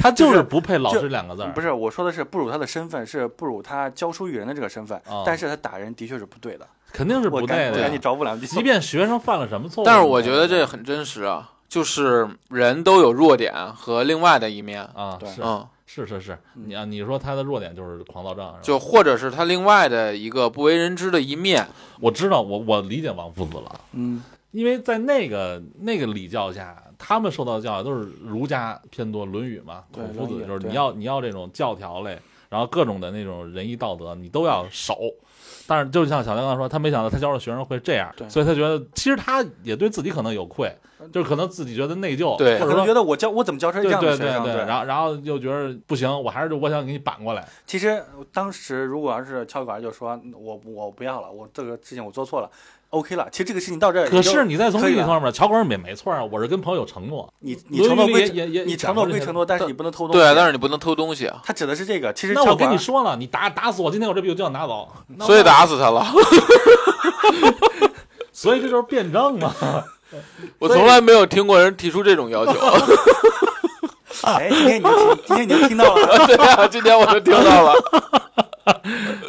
[SPEAKER 7] 他就是不配老
[SPEAKER 8] 就
[SPEAKER 7] 师两个字儿，
[SPEAKER 8] 不是，我说的是不辱他的身份，是不辱他教书育人的这个身份
[SPEAKER 7] 哦，
[SPEAKER 8] 但是他打人的确是不对的，
[SPEAKER 7] 肯定是
[SPEAKER 8] 我
[SPEAKER 7] 不
[SPEAKER 8] 赶
[SPEAKER 7] 对
[SPEAKER 8] 我
[SPEAKER 7] 的
[SPEAKER 8] 赶紧
[SPEAKER 7] 呀。
[SPEAKER 8] 找补两句。啊
[SPEAKER 7] 即便学生犯了什么错误，
[SPEAKER 9] 但是我觉得这很真实啊，就是人都有弱点和另外的一面，
[SPEAKER 7] 啊
[SPEAKER 8] 对
[SPEAKER 7] 是
[SPEAKER 9] 嗯，
[SPEAKER 7] 是是是，你啊你说他的弱点就是狂躁症，是吧
[SPEAKER 9] 就或者是他另外的一个不为人知的一面，
[SPEAKER 7] 我知道我我理解王夫子了，
[SPEAKER 8] 嗯，
[SPEAKER 7] 因为在那个那个礼教下，他们受到的教育都是儒家偏多，《论语》嘛，
[SPEAKER 8] 对
[SPEAKER 7] 孔夫
[SPEAKER 8] 论
[SPEAKER 7] 子
[SPEAKER 8] 语
[SPEAKER 7] 就是
[SPEAKER 8] 对
[SPEAKER 7] 你要你要这种教条类，然后各种的那种仁义道德，你都要守。但是就像小亮刚才说，他没想到他教的学生会这样，
[SPEAKER 8] 对呃
[SPEAKER 7] 所以他觉得其实他也对自己可能有愧，就是可能自己觉得内疚，
[SPEAKER 9] 对
[SPEAKER 8] 我
[SPEAKER 7] 或
[SPEAKER 8] 可
[SPEAKER 7] 者
[SPEAKER 8] 能
[SPEAKER 7] 说。
[SPEAKER 8] 觉得我教我怎么教出来这
[SPEAKER 7] 对
[SPEAKER 8] 样
[SPEAKER 7] 对
[SPEAKER 8] 的学
[SPEAKER 7] 对
[SPEAKER 8] 生？
[SPEAKER 7] 对，然后然后又觉得不行，我还是我想给你扳过来，
[SPEAKER 8] 其实当时如果要是敲管就说我我不要了，我这个事情我做错了，OK 了。其实这个事情到这儿也就，
[SPEAKER 7] 可是你再从
[SPEAKER 8] 可以
[SPEAKER 7] 另一
[SPEAKER 8] 了
[SPEAKER 7] 方面，乔管也没错啊，我是跟朋友有承诺，
[SPEAKER 8] 你
[SPEAKER 7] 《
[SPEAKER 8] 你
[SPEAKER 7] 论
[SPEAKER 8] 承诺
[SPEAKER 7] 语》
[SPEAKER 8] 归
[SPEAKER 7] 里也也也
[SPEAKER 8] 你承
[SPEAKER 7] 讲
[SPEAKER 8] 诺
[SPEAKER 7] 过
[SPEAKER 8] 归
[SPEAKER 7] 这
[SPEAKER 8] 承
[SPEAKER 7] 些
[SPEAKER 8] 诺，但是你不能偷东西。
[SPEAKER 9] 对啊，但是你不能偷东西啊，
[SPEAKER 8] 他指的是这个。其实
[SPEAKER 7] 那
[SPEAKER 8] 撬
[SPEAKER 7] 我跟
[SPEAKER 8] 管
[SPEAKER 7] 你说了，你打打死我，今天我这笔我就想拿走，那
[SPEAKER 9] 所以
[SPEAKER 7] 我，
[SPEAKER 9] 打死他了。
[SPEAKER 7] 所以这就是辩证 嘛。
[SPEAKER 9] 我从来没有听过人提出这种要求，
[SPEAKER 8] 哎，今天你就听今天你就听 到了，
[SPEAKER 9] 对啊，今天我就听到了。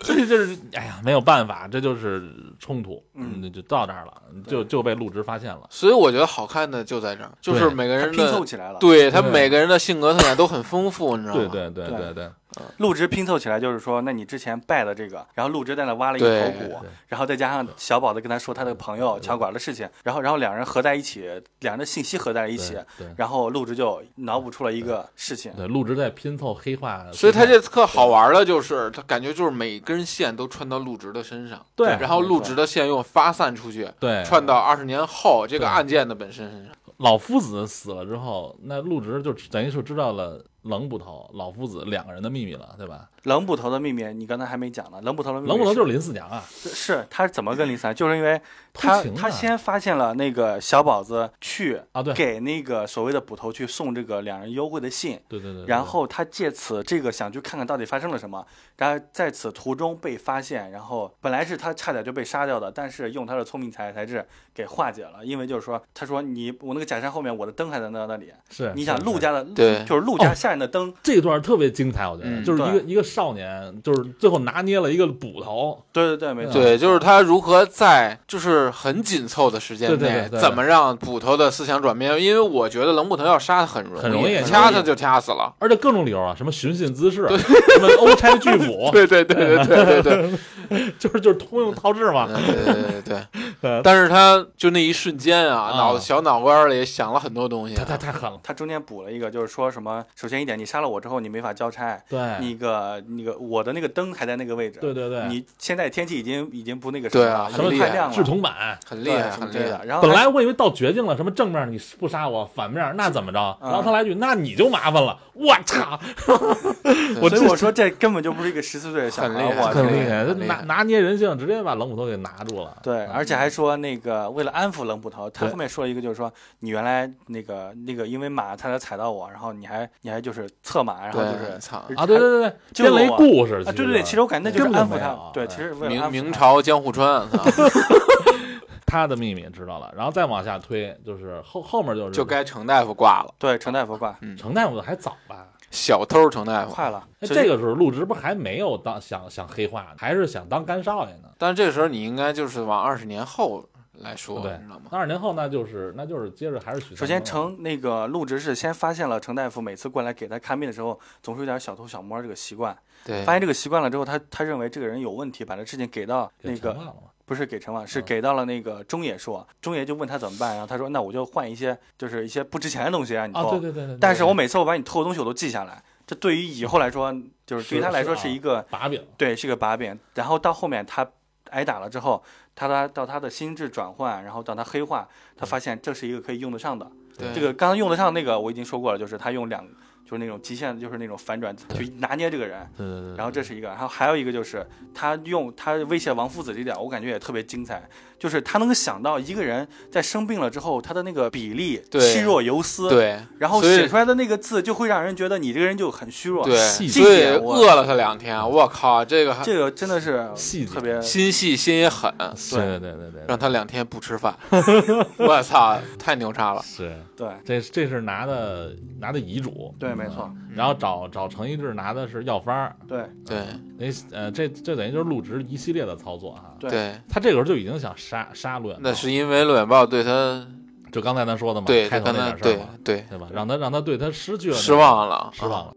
[SPEAKER 7] 这就是哎呀，没有办法，这就是冲突，
[SPEAKER 8] 嗯，
[SPEAKER 7] 就到这儿了，就就被陆直发现了。
[SPEAKER 9] 所以我觉得好看的就在这儿，就是
[SPEAKER 7] 对
[SPEAKER 9] 每个
[SPEAKER 8] 他
[SPEAKER 9] 人
[SPEAKER 8] 拼凑
[SPEAKER 9] 的，
[SPEAKER 8] 起来了。
[SPEAKER 9] 对他
[SPEAKER 7] 对
[SPEAKER 9] 每个人的性格特点都很丰富，你知道吗？
[SPEAKER 7] 对对对对对，
[SPEAKER 8] 陆植拼凑起来就是说，那你之前拜的这个，然后陆植在那挖了一
[SPEAKER 9] 对
[SPEAKER 8] 个头骨，然后再加上小宝子跟他说他的朋友乔管的事情，然后然后两人合在一起，两人的信息合在了一起
[SPEAKER 7] 对对，
[SPEAKER 8] 然后陆植就脑补出了一个事情。
[SPEAKER 7] 对陆直在拼凑黑化，
[SPEAKER 9] 所以他这课好玩的就是，他感觉就是每根线都穿到陆植的身上，
[SPEAKER 7] 对
[SPEAKER 9] 然后陆植的线又发散出去，
[SPEAKER 7] 对
[SPEAKER 9] 串到二十年后这
[SPEAKER 7] 对
[SPEAKER 9] 个案件的本身身上。
[SPEAKER 7] 老夫子死了之后，那陆直就等于是知道了冷捕头、老夫子两个人的秘密了，对吧？
[SPEAKER 8] 冷捕头的秘密你刚才还没讲呢，冷捕头的秘密
[SPEAKER 7] 冷捕头
[SPEAKER 8] 是
[SPEAKER 7] 就是林四娘啊，
[SPEAKER 8] 是他是怎么跟林三，就是因为
[SPEAKER 7] 偷
[SPEAKER 8] 他
[SPEAKER 7] 情啊
[SPEAKER 8] 他先发现了那个小宝子去
[SPEAKER 7] 啊对
[SPEAKER 8] 给那个所谓的捕头去送这个两人幽会的信，
[SPEAKER 7] 对对对。对
[SPEAKER 8] 然后他借此这个想去看看到底发生了什么，然后在此途中被发现，然后本来是他差点就被杀掉的，但是用他的聪明才才智给化解了，因为就是说他说你我那个假山后面我的灯还在那那里，
[SPEAKER 7] 是
[SPEAKER 8] 你想
[SPEAKER 7] 是哦
[SPEAKER 8] 陆家的
[SPEAKER 9] 对
[SPEAKER 8] 就是陆家下人的灯，
[SPEAKER 7] 这段特别精彩，我觉得
[SPEAKER 9] 嗯
[SPEAKER 7] 就是一个
[SPEAKER 8] 对
[SPEAKER 7] 一个少年，就是最后拿捏了一个捕头，
[SPEAKER 8] 对对对，没错，
[SPEAKER 9] 对，就是他如何在就是很紧凑的时间内，
[SPEAKER 7] 对对对对
[SPEAKER 9] 怎么让捕头的思想转变？因为我觉得冷捕头要杀他很容易，
[SPEAKER 7] 很容易
[SPEAKER 9] 掐他就掐死了。
[SPEAKER 7] 而且各种理由啊，什么寻衅滋事，什么殴差拒捕，
[SPEAKER 9] 对对对对对对 对，
[SPEAKER 7] 就是就是通用套制嘛。
[SPEAKER 9] 嗯对对对对
[SPEAKER 7] 对
[SPEAKER 9] 对。但是他就那一瞬间啊，
[SPEAKER 7] 啊
[SPEAKER 9] 脑子小脑瓜里想了很多东西啊
[SPEAKER 7] 他。他太狠了，
[SPEAKER 8] 他中间补了一个，就是说什么，首先一点，你杀了我之后，你没法交差。
[SPEAKER 7] 对
[SPEAKER 8] 那个那个，我的那个灯还在那个位置。
[SPEAKER 7] 哎对对对
[SPEAKER 8] 你现在天气已经已经不那个
[SPEAKER 9] 对
[SPEAKER 8] 么
[SPEAKER 9] 啊
[SPEAKER 8] 了，已
[SPEAKER 9] 很
[SPEAKER 8] 经
[SPEAKER 9] 厉
[SPEAKER 8] 快
[SPEAKER 9] 害
[SPEAKER 8] 亮了，
[SPEAKER 7] 制铜板。
[SPEAKER 9] 很厉
[SPEAKER 8] 对
[SPEAKER 9] 害，
[SPEAKER 8] 什么
[SPEAKER 9] 很
[SPEAKER 8] 之
[SPEAKER 9] 厉
[SPEAKER 8] 类
[SPEAKER 9] 害
[SPEAKER 8] 的。。然后
[SPEAKER 7] 本来
[SPEAKER 8] 还
[SPEAKER 7] 我以为到绝境了，什么正面你不杀我，反面那怎么着？
[SPEAKER 8] 嗯
[SPEAKER 7] 然后他来一句，那你就麻烦了。我操！我
[SPEAKER 8] 所
[SPEAKER 7] 这
[SPEAKER 8] 以我说这根本就不是一个十四岁的小孩，啊
[SPEAKER 9] 很厉害
[SPEAKER 8] 我
[SPEAKER 7] 很
[SPEAKER 8] 天
[SPEAKER 7] 厉害，
[SPEAKER 9] 很厉害
[SPEAKER 7] 拿拿捏人性，直接把冷骨头给拿住了。
[SPEAKER 8] 对，而且还说那个为了安抚冷捕头，他
[SPEAKER 7] 对
[SPEAKER 8] 后面说了一个，就是说你原来那个那个因为马差点踩到我，然后你还你还就是策马，然后就
[SPEAKER 9] 对，
[SPEAKER 8] 是
[SPEAKER 9] 操！
[SPEAKER 7] 啊，对对对对，编了一故事。
[SPEAKER 8] 啊，对对对，其实我感觉那就是
[SPEAKER 7] 根本
[SPEAKER 8] 安
[SPEAKER 7] 没
[SPEAKER 8] 抚
[SPEAKER 7] 有
[SPEAKER 8] 他，对，
[SPEAKER 7] 哎
[SPEAKER 8] 其实为了安
[SPEAKER 9] 明
[SPEAKER 8] 抚
[SPEAKER 9] 明
[SPEAKER 8] 他
[SPEAKER 9] 朝江户川，啊
[SPEAKER 7] 他的秘密知道了，然后再往下推，就是后后面就是
[SPEAKER 9] 就该程大夫挂了，
[SPEAKER 8] 对程大夫挂
[SPEAKER 7] 程大夫还早吧？
[SPEAKER 9] 小偷程大夫。
[SPEAKER 8] 快了，
[SPEAKER 7] 哎
[SPEAKER 8] 所以
[SPEAKER 7] 这个时候陆直不还没有当想想黑化呢，还是想当干少爷呢？
[SPEAKER 9] 但是这个时候你应该就是往二十年后来说，
[SPEAKER 7] 对
[SPEAKER 9] 你知道吗，？
[SPEAKER 7] 那二年后那就是那就是接着还是许三
[SPEAKER 8] 首先，
[SPEAKER 7] 丰
[SPEAKER 8] 程那个陆植是先发现了程大夫每次过来给他看病的时候，总是有点小偷小摸这个习惯。
[SPEAKER 9] 对
[SPEAKER 8] 发，现这个习惯了之后，他他认为这个人有问题，把这事情给到那
[SPEAKER 7] 给陈
[SPEAKER 8] 个
[SPEAKER 7] 忘了嘛嗯
[SPEAKER 8] 不是给陈旺，是给到了那个中野硕。中野就问他怎么办，然后他说：“那我就换一些就是一些不值钱的东西让你偷。
[SPEAKER 7] 啊，对对对对，
[SPEAKER 8] 嗯哦但是我
[SPEAKER 7] 每
[SPEAKER 8] 每次我把你偷的东西我都记下来，这对于以后来说，就是对
[SPEAKER 7] 是
[SPEAKER 8] 于他来说
[SPEAKER 7] 是啊
[SPEAKER 8] 是一个
[SPEAKER 7] 把柄
[SPEAKER 8] 对，是个把柄。然后到后面他挨打了之后，他他到他的心智转换，然后到他黑化，
[SPEAKER 7] 嗯
[SPEAKER 8] 他发现这是一个可以用得上的。
[SPEAKER 9] 对
[SPEAKER 8] 这个刚才用得上那个我已经说过了，就是他用两就是那种极限，就是那种反转去拿捏这个人。
[SPEAKER 7] 对对对，
[SPEAKER 8] 然后这是一个，然后还有一个就是他用他威胁王夫子这点，我感觉也特别精彩。就是他能够想到一个人在生病了之后，他的那个比例
[SPEAKER 9] 对
[SPEAKER 8] 气若游丝，，
[SPEAKER 9] 对，
[SPEAKER 8] 然后
[SPEAKER 9] 所以
[SPEAKER 8] 写出来的那个字就会让人觉得你这个人就很虚弱，
[SPEAKER 9] 对，
[SPEAKER 7] 细节
[SPEAKER 9] 所以
[SPEAKER 8] 啊我
[SPEAKER 9] 饿了他两天，我靠，这个还
[SPEAKER 8] 这个真的是
[SPEAKER 7] 细节
[SPEAKER 8] 特别
[SPEAKER 9] 心细心也狠，
[SPEAKER 7] 对对对对对，
[SPEAKER 9] 让他两天不吃 饭，我操，太牛叉了。
[SPEAKER 7] 是
[SPEAKER 8] 对
[SPEAKER 7] 这这是拿的拿的遗嘱，
[SPEAKER 8] 对，没错，
[SPEAKER 7] 然后找找程一志拿的是药方儿，
[SPEAKER 8] 对
[SPEAKER 9] 对
[SPEAKER 7] 那呃这这等于就是入职一系列的操作啊。
[SPEAKER 8] 对
[SPEAKER 9] 对，
[SPEAKER 7] 他这个时候就已经想杀杀陆远道
[SPEAKER 9] 那
[SPEAKER 7] 了，
[SPEAKER 9] 是因为陆远豹对他，
[SPEAKER 7] 就刚才咱说的嘛，
[SPEAKER 9] 对，
[SPEAKER 7] 开
[SPEAKER 9] 就
[SPEAKER 7] 头
[SPEAKER 9] 刚
[SPEAKER 7] 那
[SPEAKER 9] 才
[SPEAKER 7] 点事儿
[SPEAKER 9] 对
[SPEAKER 7] 嘛，
[SPEAKER 9] 对
[SPEAKER 7] 对吧？让他让他对他失去了那
[SPEAKER 9] 失
[SPEAKER 7] 个
[SPEAKER 9] 望了，
[SPEAKER 7] 失
[SPEAKER 8] 啊
[SPEAKER 7] 望了。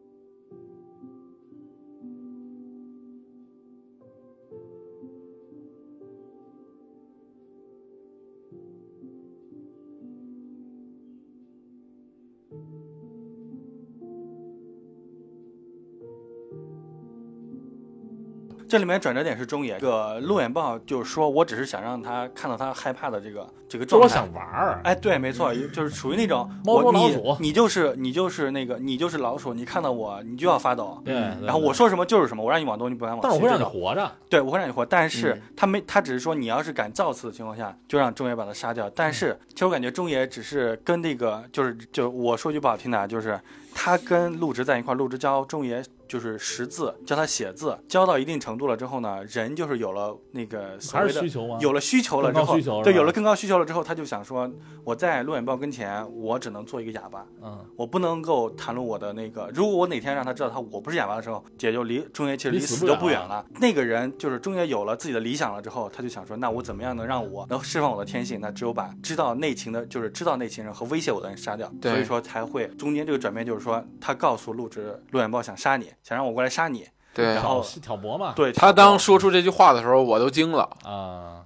[SPEAKER 8] 这里面转折点是中野，这个陆远豹就是说我只是想让他看到他害怕的这个这个
[SPEAKER 7] 就
[SPEAKER 8] 状
[SPEAKER 7] 我
[SPEAKER 8] 态，
[SPEAKER 7] 想玩儿，
[SPEAKER 8] 哎，对，没错，就是属于那种
[SPEAKER 7] 嗯猫捉
[SPEAKER 8] 我
[SPEAKER 7] 老鼠
[SPEAKER 8] 你你就是你就是那个你就是老鼠，你看到我你就要发抖，
[SPEAKER 7] 对，对
[SPEAKER 8] 嗯然后我，说什么就是什么，我让你往东你不敢往西，
[SPEAKER 7] 对但是我会让你
[SPEAKER 8] 这种
[SPEAKER 7] 活嗯着，
[SPEAKER 8] 对，我会让你活，但是他没，他只是说你要是敢造次的情况下，就让中野把他杀掉。
[SPEAKER 7] 嗯
[SPEAKER 8] 但是其实我感觉中野只是跟那个，就是就我说句不好听的，啊，就是他跟陆直在一块儿，陆直教中野就是识字，教他写字，教到一定程度了之后呢，人就是有了那个所
[SPEAKER 7] 还
[SPEAKER 8] 谓
[SPEAKER 7] 是
[SPEAKER 8] 的
[SPEAKER 7] 需。求吗？
[SPEAKER 8] 有了需求了之
[SPEAKER 7] 更高
[SPEAKER 8] 后
[SPEAKER 7] 需求，是
[SPEAKER 8] 对，
[SPEAKER 7] 吧
[SPEAKER 8] 有了更高需求了之后，他就想说，我在陆远豹跟前，我只能做一个哑巴，
[SPEAKER 7] 嗯，
[SPEAKER 8] 我不能够谈论我的那个。如果我哪天让他知道他我不是哑巴的时候，姐就离中野其实
[SPEAKER 7] 离
[SPEAKER 8] 离
[SPEAKER 7] 死
[SPEAKER 8] 死
[SPEAKER 7] 不
[SPEAKER 8] 就
[SPEAKER 7] 远
[SPEAKER 8] 不远
[SPEAKER 7] 了
[SPEAKER 8] 了。那个人就是中野有了自己的理想了之后，他就想说，那我怎么样能让我能释放我的天性？那只有把知道内情的，就是知道内情人和威胁我的人杀掉。
[SPEAKER 9] 对
[SPEAKER 8] 所以说才会中间这个转变，就是说他告诉陆直陆远豹想杀你，想让我过来杀你。
[SPEAKER 9] 对
[SPEAKER 8] 然后
[SPEAKER 7] 挑挑拨嘛，
[SPEAKER 8] 对
[SPEAKER 9] 他当说出这句话的时候，我都惊了。
[SPEAKER 7] 啊，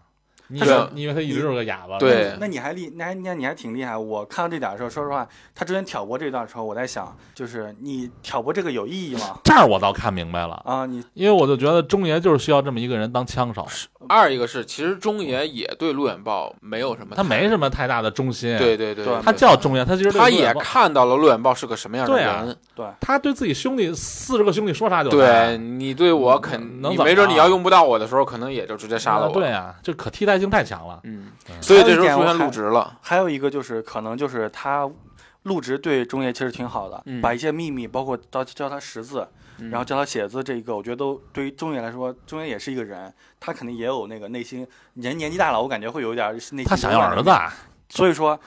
[SPEAKER 7] 你以
[SPEAKER 9] 但是
[SPEAKER 7] 为你以为他一直就是个哑巴？
[SPEAKER 9] 对
[SPEAKER 8] 那你还厉，那还那你还挺厉害。我看到这点的时候，说实话，他之前挑拨这段的时候，我在想，就是你挑拨这个有意义吗？
[SPEAKER 7] 这儿我倒看明白了，
[SPEAKER 8] 啊，你
[SPEAKER 7] 因为我就觉得中爷就是需要这么一个人当枪手，
[SPEAKER 9] 二一个是，其实中野也对陆远豹没有什么，
[SPEAKER 7] 他没什么太大的忠心，
[SPEAKER 9] 对，对对
[SPEAKER 8] 对
[SPEAKER 7] 他叫中爷，他其实对
[SPEAKER 9] 他
[SPEAKER 7] 陆
[SPEAKER 9] 也
[SPEAKER 7] 远豹
[SPEAKER 9] 看到了陆远豹是个什么样的
[SPEAKER 7] 对啊
[SPEAKER 9] 人。
[SPEAKER 8] 对
[SPEAKER 7] 他对自己兄弟四十个兄弟说啥哎就啥
[SPEAKER 9] 对你对我肯，
[SPEAKER 7] 能
[SPEAKER 9] 你
[SPEAKER 7] 怎么
[SPEAKER 9] 没准你
[SPEAKER 7] 样
[SPEAKER 9] 要用不到我的时候，可能也就直接杀了我。
[SPEAKER 7] 对啊，这可替代性太强了。
[SPEAKER 9] 嗯，所以这时候
[SPEAKER 8] 还有
[SPEAKER 9] 出
[SPEAKER 8] 一点我
[SPEAKER 9] 现
[SPEAKER 8] 还
[SPEAKER 9] 入职了。
[SPEAKER 8] 还有一个就是，可能就是他陆直对中野其实挺好的，
[SPEAKER 9] 嗯
[SPEAKER 8] 把一些秘密，包括教教他识字，
[SPEAKER 9] 嗯
[SPEAKER 8] 然后教他写字，这一个我觉得都对于中野来说，中野也是一个人，他肯定也有那个内心，人年纪大了，我感觉会有一点儿内心。
[SPEAKER 7] 他想要儿子，啊，
[SPEAKER 8] 所以说，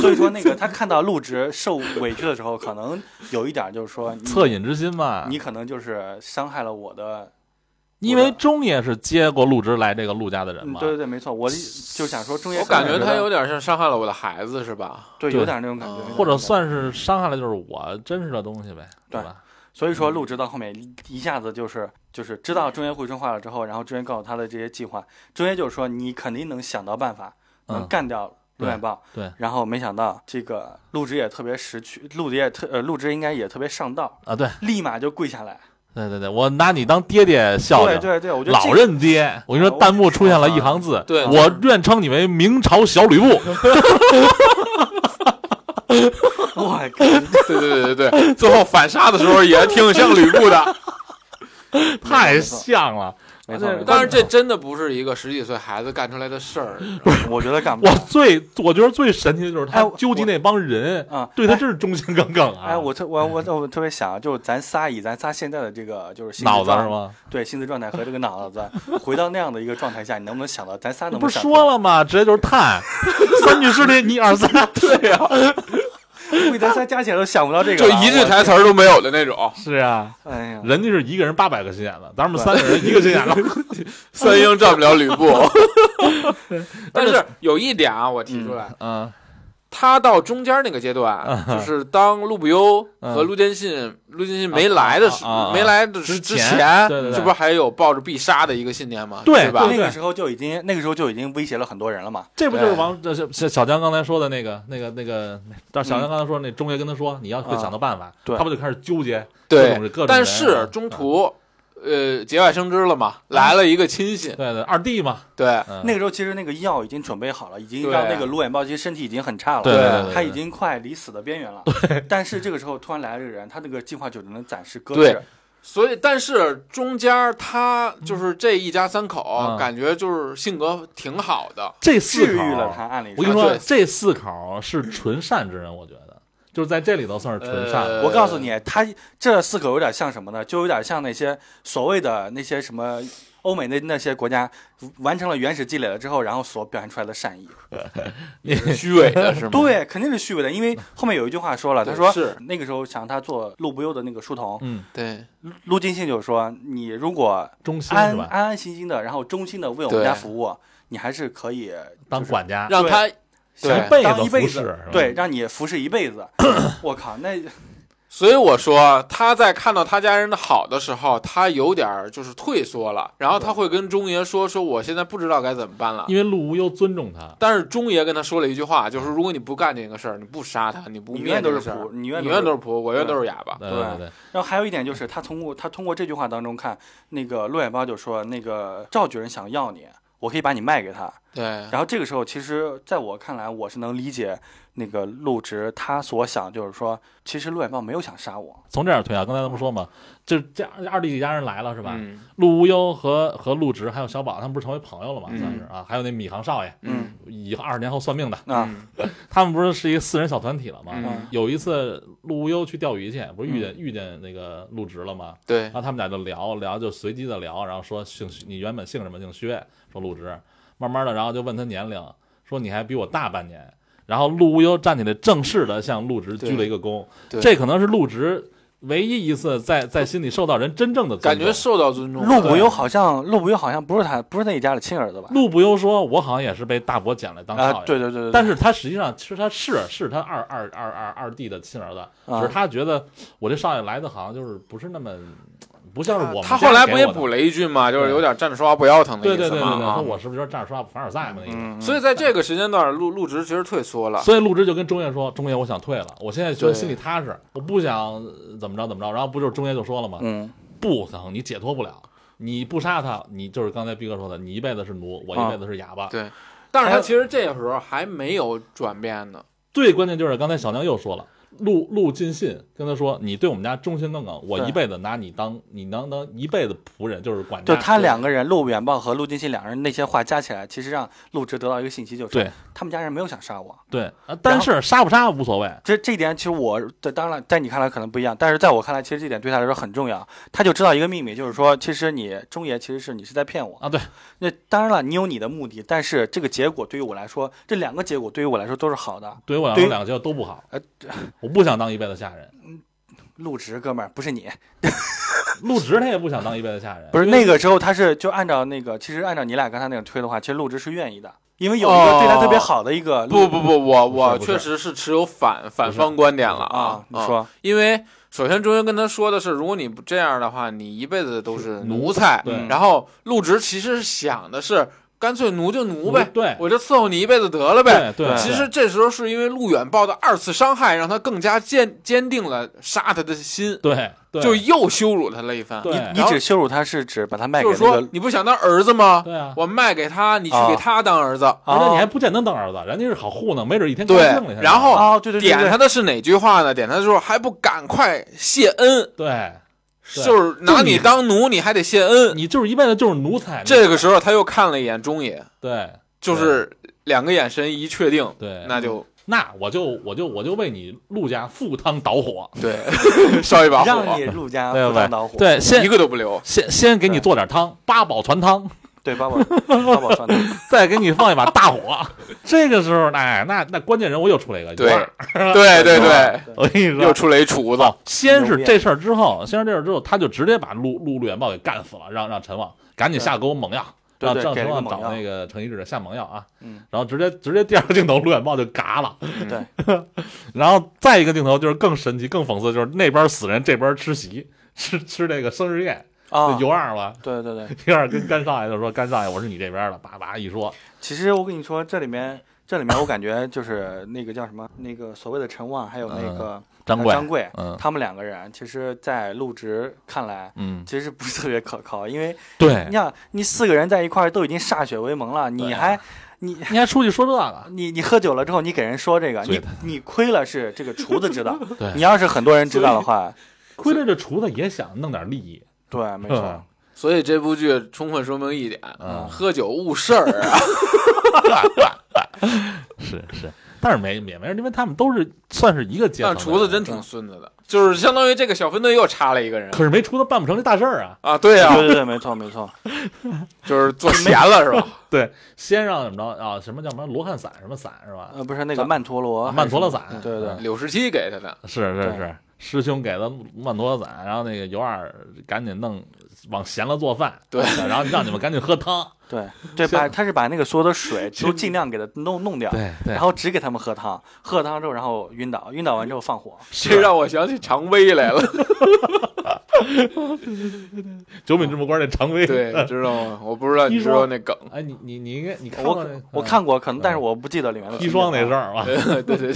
[SPEAKER 8] 所以说那个他看到陆直受委屈的时候，可能有一点儿就是说你
[SPEAKER 7] 恻隐之心嘛。
[SPEAKER 8] 你可能就是伤害了我的，
[SPEAKER 7] 因为中爷是接过陆直来这个陆家的人
[SPEAKER 8] 嗯
[SPEAKER 7] 嘛，
[SPEAKER 8] 对对对，没错，我就想说中野
[SPEAKER 9] 我
[SPEAKER 8] 可能
[SPEAKER 9] 感觉
[SPEAKER 8] 觉
[SPEAKER 9] 他
[SPEAKER 8] 得
[SPEAKER 9] 有点哦像伤害了我的孩子，是 吧？
[SPEAKER 8] 对
[SPEAKER 7] 对
[SPEAKER 8] 有点儿那种感觉，有点儿
[SPEAKER 7] 或
[SPEAKER 8] 那
[SPEAKER 7] 者
[SPEAKER 8] 种感觉
[SPEAKER 7] 算是伤害了就是我真实的东西呗，
[SPEAKER 8] 对
[SPEAKER 7] 吧？
[SPEAKER 8] 所以
[SPEAKER 9] 嗯
[SPEAKER 8] 说，陆直到后面一一下子就是就是知道中原会春话了之后，然后中原告诉他的这些计划，中原就是说你肯定能想到办法，能
[SPEAKER 7] 嗯
[SPEAKER 8] 干掉陆远豹。
[SPEAKER 7] 对
[SPEAKER 8] 然后没想到这个陆直也特别识趣，陆直也特呃陆直应该也特别上道，
[SPEAKER 7] 啊，对
[SPEAKER 8] 立马就跪下来。
[SPEAKER 7] 对对对，我拿你当爹爹孝
[SPEAKER 8] 对
[SPEAKER 7] 敬。
[SPEAKER 8] 对对，我觉得
[SPEAKER 7] 老
[SPEAKER 8] 这
[SPEAKER 7] 认爹，我跟你说，弹幕出现了一行字，
[SPEAKER 9] 对
[SPEAKER 7] 我愿称你为明朝小吕布。
[SPEAKER 8] 我 靠，
[SPEAKER 9] 对对对对对，最后反杀的时候也挺像吕布的。
[SPEAKER 7] 太像了。
[SPEAKER 8] 没错没错，
[SPEAKER 9] 但是这真的不是一个十几岁孩子干出来的事儿，
[SPEAKER 8] 我觉得干不
[SPEAKER 7] 我
[SPEAKER 8] 了。
[SPEAKER 7] 最我觉得最神奇的就是他
[SPEAKER 8] 哎我
[SPEAKER 7] 纠集那帮人
[SPEAKER 8] 我啊
[SPEAKER 7] 对他真是忠心耿耿啊！
[SPEAKER 8] 哎，我特我我我特别想，就是咱仨以咱仨现在的这个就是心智
[SPEAKER 7] 脑子
[SPEAKER 8] 状
[SPEAKER 7] 是？吗？
[SPEAKER 8] 对，心智状态和这个脑子，回到那样的一个状态下，你能不能想到咱仨能
[SPEAKER 7] 不是
[SPEAKER 8] 想
[SPEAKER 7] 说
[SPEAKER 8] 到
[SPEAKER 7] 了吗？直接就是探三句诗里你二三，对呀、
[SPEAKER 8] 为咱仨加起来都想不到这个
[SPEAKER 9] 就
[SPEAKER 8] 了，
[SPEAKER 9] 一句
[SPEAKER 8] 我
[SPEAKER 9] 台词儿都没有的那种。
[SPEAKER 7] 是啊，
[SPEAKER 8] 哎呀，
[SPEAKER 7] 人家是一个人八百个心眼子，咱们三个人一个心眼子，
[SPEAKER 9] 三英战不了 吕布。但是有一点啊，我提出来，
[SPEAKER 7] 嗯，啊
[SPEAKER 9] 他到中间那个阶段，啊就是当陆不忧和陆坚信、陆坚信没来的
[SPEAKER 7] 嗯
[SPEAKER 9] 时
[SPEAKER 7] 啊啊啊啊，
[SPEAKER 9] 没来的之
[SPEAKER 7] 之
[SPEAKER 9] 之
[SPEAKER 7] 前
[SPEAKER 9] 前
[SPEAKER 7] 对对，对
[SPEAKER 9] 这不是还有抱着必杀的一个信念吗？
[SPEAKER 7] 对
[SPEAKER 9] 吧？
[SPEAKER 8] 那个时候就已经那个时候就已经威胁了很多人了嘛。
[SPEAKER 7] 这不就是
[SPEAKER 9] 对
[SPEAKER 7] 王这是小小江刚才说的那个那个那个？但是小江刚才说那中爷跟他说你要会想到办法，
[SPEAKER 8] 嗯啊对
[SPEAKER 7] 他不就开始纠结各种
[SPEAKER 9] 对
[SPEAKER 7] 各种人，啊嗯
[SPEAKER 9] 但是中途，呃，节外生枝了嘛，来了一个亲信，
[SPEAKER 7] 对对二弟嘛，
[SPEAKER 9] 对
[SPEAKER 7] 嗯
[SPEAKER 8] 那个时候其实那个药已经准备好了，已经
[SPEAKER 9] 对
[SPEAKER 8] 让那个卢远豹其实身体已经很差了，
[SPEAKER 7] 对
[SPEAKER 9] 对对
[SPEAKER 7] 对
[SPEAKER 8] 他
[SPEAKER 7] 对
[SPEAKER 8] 已经快离死的边缘了。但是这个时候突然来了这个人，他那个计划就能暂时搁
[SPEAKER 9] 对
[SPEAKER 8] 置。
[SPEAKER 9] 所以，但是中间儿他就是这一家三口，
[SPEAKER 7] 嗯
[SPEAKER 9] 感觉就是性格挺好 的。
[SPEAKER 7] 这四
[SPEAKER 8] 治愈
[SPEAKER 7] 口
[SPEAKER 8] 了他。啊按理
[SPEAKER 7] 我
[SPEAKER 8] 说
[SPEAKER 7] 跟，你说，
[SPEAKER 9] 对
[SPEAKER 7] 这四口是纯善之人，我觉得就是在这里头算是纯善的。
[SPEAKER 9] 呃
[SPEAKER 8] 我告诉你，他这四口有点像什么呢？就有点像那些所谓的那些什么欧美那那些国家完成了原始积累了之后，然后所表现出来的善意。
[SPEAKER 9] 虚伪的是吗？，
[SPEAKER 8] 对，肯定是虚伪的，因
[SPEAKER 7] 嗯
[SPEAKER 8] 为后面有一句话说了，他
[SPEAKER 9] 对
[SPEAKER 8] 说
[SPEAKER 9] 是
[SPEAKER 8] 那个时候想他做陆不忧的那个书童，
[SPEAKER 7] 嗯，
[SPEAKER 9] 对，
[SPEAKER 8] 陆金信就说你如果
[SPEAKER 7] 忠心是
[SPEAKER 8] 安
[SPEAKER 7] 吧？
[SPEAKER 8] 安安心心的，然后忠心的为我们
[SPEAKER 9] 对
[SPEAKER 8] 家服务，你还是可以
[SPEAKER 7] 当
[SPEAKER 8] 就是
[SPEAKER 7] 管家，
[SPEAKER 9] 让他对
[SPEAKER 7] 一辈
[SPEAKER 8] 当
[SPEAKER 7] 子
[SPEAKER 8] 一辈
[SPEAKER 7] 服
[SPEAKER 8] 子
[SPEAKER 7] 侍，，
[SPEAKER 8] 对，，让你服侍一辈子。 我靠，那
[SPEAKER 9] 所以我说，他在看到他家人的好的时候，他有点儿就是退缩了，然后他会跟中爷说：“说我现在不知道该怎么办了。
[SPEAKER 7] 因为陆无忧尊重他”，
[SPEAKER 9] 但是中爷跟他说了一句话，就是如果你不干这个事儿，你不杀他，你不
[SPEAKER 8] 你
[SPEAKER 9] 灭
[SPEAKER 8] 愿都
[SPEAKER 9] 这个
[SPEAKER 8] 是
[SPEAKER 9] 事儿
[SPEAKER 8] 仆你
[SPEAKER 9] 你
[SPEAKER 8] 愿都
[SPEAKER 9] 愿
[SPEAKER 8] 是
[SPEAKER 9] 都是仆，我愿都是哑巴。
[SPEAKER 7] 对
[SPEAKER 8] 对
[SPEAKER 7] 对，
[SPEAKER 8] 然后还有一点就是，他通过他通过这句话当中看，那个陆远邦就说，那个赵举人想要你，我可以把你卖给他。
[SPEAKER 9] 对，
[SPEAKER 8] 然后这个时候，其实在我看来，我是能理解那个陆植他所想，就是说，其实陆远邦没有想杀我，
[SPEAKER 7] 从这儿推啊，刚才咱们说嘛，就这二二弟一家人来了是吧？
[SPEAKER 9] 嗯
[SPEAKER 7] 陆无忧和和陆植还有小宝，他们不是成为朋友了嘛？
[SPEAKER 9] 嗯
[SPEAKER 7] 算是啊，还有那米行少爷，
[SPEAKER 9] 嗯
[SPEAKER 7] 以后二十年后算命的，
[SPEAKER 8] 啊，
[SPEAKER 9] 嗯
[SPEAKER 7] 他们不是是一个四人小团体了吗？
[SPEAKER 9] 嗯
[SPEAKER 7] 有一次陆无忧去钓鱼去，不是遇见、遇见那个陆植了吗？
[SPEAKER 9] 对
[SPEAKER 7] 然，后他们俩就聊聊，就随机的聊，然后说姓你原本姓什么？姓薛，说陆植，慢慢的，然后就问他年龄，说你还比我大半年。然后陆无忧站起来，正式的向陆植鞠了一个躬，
[SPEAKER 9] 对
[SPEAKER 7] 这可能是陆植唯一一次在在心里受到人真正的尊
[SPEAKER 9] 感
[SPEAKER 7] 重
[SPEAKER 9] 觉受到
[SPEAKER 7] 嗯
[SPEAKER 9] 尊重。
[SPEAKER 8] 陆不忧好像陆不忧好像不是他不是那一家的亲儿子吧？
[SPEAKER 7] 陆不忧说，我好像也是被大伯捡来当少爷
[SPEAKER 8] 啊，，对对对对，
[SPEAKER 7] 但是他实际上其实他是是他二二二二二弟的亲儿子，
[SPEAKER 8] 啊
[SPEAKER 7] 只是他觉得我这少爷来的好像就是不是那么不像是我们
[SPEAKER 9] 他
[SPEAKER 7] 家
[SPEAKER 9] 后来
[SPEAKER 7] 给
[SPEAKER 9] 不也
[SPEAKER 7] 我的
[SPEAKER 9] 补了一句嘛，就是
[SPEAKER 7] 对
[SPEAKER 9] 有点站着说话不腰疼的
[SPEAKER 7] 对
[SPEAKER 9] 意
[SPEAKER 7] 对
[SPEAKER 9] 思
[SPEAKER 7] 对对
[SPEAKER 9] 嘛
[SPEAKER 7] 对，
[SPEAKER 9] 啊
[SPEAKER 7] 说。我是不是有点站着说话不凡尔赛嘛那意思。
[SPEAKER 8] 嗯，
[SPEAKER 9] 所以在这个时间段，陆陆植其实退缩了。
[SPEAKER 7] 所以陆植就跟中爷说：“中爷，我想退了，我现在觉得
[SPEAKER 9] 对
[SPEAKER 7] 心里踏实，我不想呃怎么着怎么着。”然后不就是中爷就说了吗？
[SPEAKER 8] 嗯
[SPEAKER 7] 不行，你解脱不了，你不杀他，你就是刚才毕哥说的，你一辈子是奴，我
[SPEAKER 9] 啊
[SPEAKER 7] 一辈子是哑巴。
[SPEAKER 9] 对，但是他其实这个时候还没有转变呢。
[SPEAKER 7] 最关键就是刚才小娘又说了，陆陆尽信跟他说：“你对我们家忠心耿耿，我
[SPEAKER 8] 对
[SPEAKER 7] 一辈子拿你当你能当一辈子仆人，就是管家。”
[SPEAKER 8] 就他两个人，陆远豹和陆金信两人那些话加起来，其实让陆植得到一个信息，就是
[SPEAKER 7] 对
[SPEAKER 8] 他们家人没有想杀我。
[SPEAKER 7] 对，啊但是杀不杀无所谓。
[SPEAKER 8] 这这一点其实我的当然在你看来可能不一样，但是在我看来，其实这点对他来说很重要。他就知道一个秘密，就是说，其实你中爷其实是你是在骗我
[SPEAKER 7] 啊对。
[SPEAKER 8] 那当然了，你有你的目的，但是这个结果对于我来说，这两个结果对于我来说都是好的。
[SPEAKER 7] 对于我来
[SPEAKER 8] 对
[SPEAKER 7] 说，
[SPEAKER 8] 于
[SPEAKER 7] 两个结果都不好
[SPEAKER 8] 呃。
[SPEAKER 7] 我不想当一辈子下人，
[SPEAKER 8] 陆植哥们儿不是你，
[SPEAKER 7] 陆植他也不想当一辈子下人。
[SPEAKER 8] 不是那个时候他是就按照那个，其实按照你俩刚才那个推的话，其实陆植是愿意的，因为有一个
[SPEAKER 9] 哦
[SPEAKER 8] 对他特别好的一个
[SPEAKER 9] 不不不，我我
[SPEAKER 7] 不是
[SPEAKER 9] 确实是持有反反方观点了
[SPEAKER 8] 啊，你说
[SPEAKER 9] 因为首先中间跟他说的是，如果你不这样的话，你一辈子都是奴才。
[SPEAKER 7] 对
[SPEAKER 9] 然后陆植其实是想的是，干脆奴就奴呗，
[SPEAKER 7] 对
[SPEAKER 9] 我就伺候你一辈子得了呗。
[SPEAKER 7] 对对
[SPEAKER 9] 其实这时候是因为陆远豹的二次伤害，让他更加坚坚定了杀他的心，
[SPEAKER 7] 对对，
[SPEAKER 9] 就又羞辱他了一番。
[SPEAKER 7] 对
[SPEAKER 8] 你你
[SPEAKER 9] 然后
[SPEAKER 8] 指羞辱他是指把他卖给
[SPEAKER 9] 就是
[SPEAKER 8] 那个
[SPEAKER 9] 说，你不想当儿子吗？
[SPEAKER 7] 对啊
[SPEAKER 9] 我卖给他，你去
[SPEAKER 8] 啊
[SPEAKER 9] 给他当儿子。
[SPEAKER 7] 而且你
[SPEAKER 8] 哦
[SPEAKER 7] 还不见得当儿子，人家是好糊弄，没准一天高
[SPEAKER 9] 对
[SPEAKER 7] 兴了一下就。
[SPEAKER 9] 然后
[SPEAKER 8] 哦对对对对
[SPEAKER 9] 点他的是哪句话呢？点他的时候还不赶快谢恩，
[SPEAKER 7] 对对
[SPEAKER 9] 就是拿你当奴，你还得谢恩。
[SPEAKER 7] 你就是一辈子就是奴才。
[SPEAKER 9] 这个时候他又看了一眼中野，
[SPEAKER 7] 对
[SPEAKER 9] 就是两个眼神一确定，
[SPEAKER 7] 对，
[SPEAKER 9] 那就
[SPEAKER 7] 那我就我就我就为你陆家赴汤蹈火，
[SPEAKER 9] 对 烧一把
[SPEAKER 8] 让
[SPEAKER 9] 火
[SPEAKER 8] 你，陆家
[SPEAKER 7] 对
[SPEAKER 8] 啊赴
[SPEAKER 7] 不
[SPEAKER 8] 汤蹈火
[SPEAKER 7] 对？，对，先
[SPEAKER 9] 一个都不留。
[SPEAKER 7] 先先给你做点汤，八宝全汤，
[SPEAKER 8] 对八宝八宝川的。
[SPEAKER 7] 再给你放一把大火。 这个时候，哎，那那关键人物又出来一个，
[SPEAKER 9] 对
[SPEAKER 7] 有二，
[SPEAKER 9] 对对对，
[SPEAKER 7] 我跟你
[SPEAKER 9] 又
[SPEAKER 7] 说。
[SPEAKER 9] 出来一厨子，
[SPEAKER 7] 先是这事儿之后，先是这事儿之后，他就直接把陆陆陆远豹给干死了，让让陈旺赶紧下沟猛药，
[SPEAKER 8] 对
[SPEAKER 7] 让
[SPEAKER 8] 对
[SPEAKER 7] 让
[SPEAKER 8] 给
[SPEAKER 7] 陈
[SPEAKER 8] 了
[SPEAKER 7] 旺
[SPEAKER 8] 个
[SPEAKER 7] 找
[SPEAKER 8] 猛药
[SPEAKER 7] 那个程一志下猛药啊，
[SPEAKER 8] 嗯，
[SPEAKER 7] 然后直接直接第二个镜头陆远豹就嘎了，
[SPEAKER 8] 对，
[SPEAKER 7] 然后再一个镜头就是更神奇、更讽刺，就是那边死人，这边吃席，吃吃这个生日宴，
[SPEAKER 8] 啊
[SPEAKER 7] 就，尤二嘛，
[SPEAKER 8] 对对对，
[SPEAKER 7] 尤二跟干少爷就说：“干少爷，我是你这边的。”叭叭一说，
[SPEAKER 8] 其实我跟你说，这里面这里面我感觉就是那个叫什么，那个所谓的陈旺，还有那个
[SPEAKER 7] 呃
[SPEAKER 8] 呃
[SPEAKER 7] 张贵，
[SPEAKER 8] 张贵，
[SPEAKER 7] 嗯
[SPEAKER 8] 他们两个人，其实，在陆植看来。
[SPEAKER 7] 嗯，
[SPEAKER 8] 其实不是特别可靠，因为
[SPEAKER 7] 对啊
[SPEAKER 8] 你，想，你四个人在一块儿都已经歃血为盟了，你还你
[SPEAKER 7] 你还出去说这个，
[SPEAKER 8] 你你喝酒了之后，你给人说这个，
[SPEAKER 7] 醉
[SPEAKER 8] 你
[SPEAKER 7] 的
[SPEAKER 8] 你亏了是这个厨子知道
[SPEAKER 7] 对，
[SPEAKER 8] 你要是很多人知道的话，
[SPEAKER 7] 亏了这厨子也想弄点利益，嗯
[SPEAKER 8] 对，没
[SPEAKER 7] 是
[SPEAKER 8] 错
[SPEAKER 7] 吧，
[SPEAKER 9] 所以这部剧充分说明一点：
[SPEAKER 8] 嗯
[SPEAKER 9] 喝酒误事儿啊。
[SPEAKER 7] 是是，但是没也没人，因为他们都是算是一个阶层的
[SPEAKER 9] 但
[SPEAKER 7] 人。
[SPEAKER 9] 厨子真挺孙子的，就是相当于这个小分队又插了一个人
[SPEAKER 7] 嗯可是没厨子办不成这大事儿啊！
[SPEAKER 9] 啊。对啊，
[SPEAKER 8] 对对对，没错没错，
[SPEAKER 9] 就是做闲了是吧？
[SPEAKER 7] 对，先让怎么着啊？什么叫什么罗汉散什么散是吧？
[SPEAKER 9] 嗯
[SPEAKER 8] 呃，不是那个曼陀罗，
[SPEAKER 7] 曼陀罗散，
[SPEAKER 8] 对 对
[SPEAKER 7] 嗯
[SPEAKER 9] 柳十七给他的，
[SPEAKER 7] 是是
[SPEAKER 8] 对
[SPEAKER 7] 是，师兄给了曼陀罗散，然后那个尤二赶紧弄往咸了做饭，
[SPEAKER 9] 对，
[SPEAKER 7] 然后让你们赶紧喝汤，
[SPEAKER 8] 对对，把他是把那个所有的 水都尽量给它弄弄掉，
[SPEAKER 7] 对对
[SPEAKER 8] 然后只给他们喝汤，喝汤之后然后晕倒，晕倒完之后放火，
[SPEAKER 9] 这让我想起常威来 了。
[SPEAKER 7] 九品芝麻官那常威，
[SPEAKER 9] 对，知道吗？我不知道你
[SPEAKER 7] 砒
[SPEAKER 9] 知
[SPEAKER 7] 霜
[SPEAKER 9] 道那梗。
[SPEAKER 7] 哎，你你你应该你看过那
[SPEAKER 8] 我我看过，可能但是我不记得里面的
[SPEAKER 7] 砒霜那事
[SPEAKER 8] 是，
[SPEAKER 7] 儿吧？
[SPEAKER 9] 对对对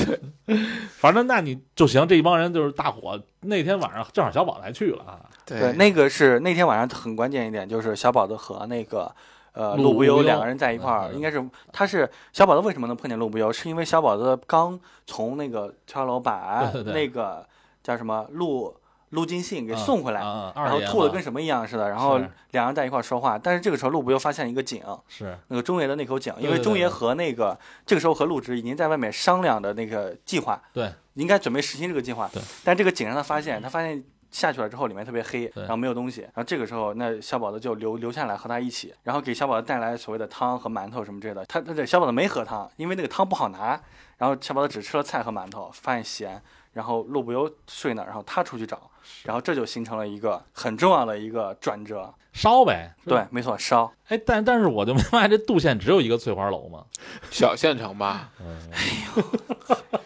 [SPEAKER 9] 对，
[SPEAKER 7] 反正那你就行，这一帮人就是大伙。那天晚上正好小宝还去了啊，
[SPEAKER 8] 对，那个是那天晚上很关键一点，就是小宝子和那个呃陆不
[SPEAKER 7] 忧
[SPEAKER 8] 忧两个人在一块儿，
[SPEAKER 7] 嗯嗯
[SPEAKER 8] 应该是他是小宝子为什么能碰见陆不忧，是因为小宝子刚从那个跳楼把
[SPEAKER 7] 对对对
[SPEAKER 8] 那个叫什么陆陆金信给送回来，
[SPEAKER 7] 啊啊二
[SPEAKER 8] 然后
[SPEAKER 7] 爷
[SPEAKER 8] 吐的
[SPEAKER 7] 嘛
[SPEAKER 8] 跟什么一样似的，然后
[SPEAKER 7] 是
[SPEAKER 8] 两人在一块儿说话，但是这个时候陆不忧发现一个井，
[SPEAKER 7] 是
[SPEAKER 8] 那个中爷的那口井，因
[SPEAKER 7] 对
[SPEAKER 8] 为
[SPEAKER 7] 对
[SPEAKER 8] 中
[SPEAKER 7] 对
[SPEAKER 8] 爷和那个这个时候和陆植已经在外面商量的那个计划，
[SPEAKER 7] 对，
[SPEAKER 8] 应该准备实行这个计划
[SPEAKER 7] 对，
[SPEAKER 8] 但这个井让他发现，他发现。下去了之后，里面特别黑，
[SPEAKER 7] 对
[SPEAKER 8] 然后没有东西。然后这个时候，那小宝子就留留下来和他一起，然后给小宝子带来所谓的汤和馒头什么之类的。他他这小宝子没喝汤，因为那个汤不好拿。然后小宝子只吃了菜和馒头，发现咸。然后陆不忧睡那儿，然后他出去找，然后这就形成了一个很重要的一个转折。
[SPEAKER 7] 烧呗，是吧
[SPEAKER 8] 对，没错，烧。
[SPEAKER 7] 哎，但但是我就明白这杜县只有一个翠花楼 嘛，
[SPEAKER 9] 小县城吧。哎
[SPEAKER 8] 嗯
[SPEAKER 9] 呦，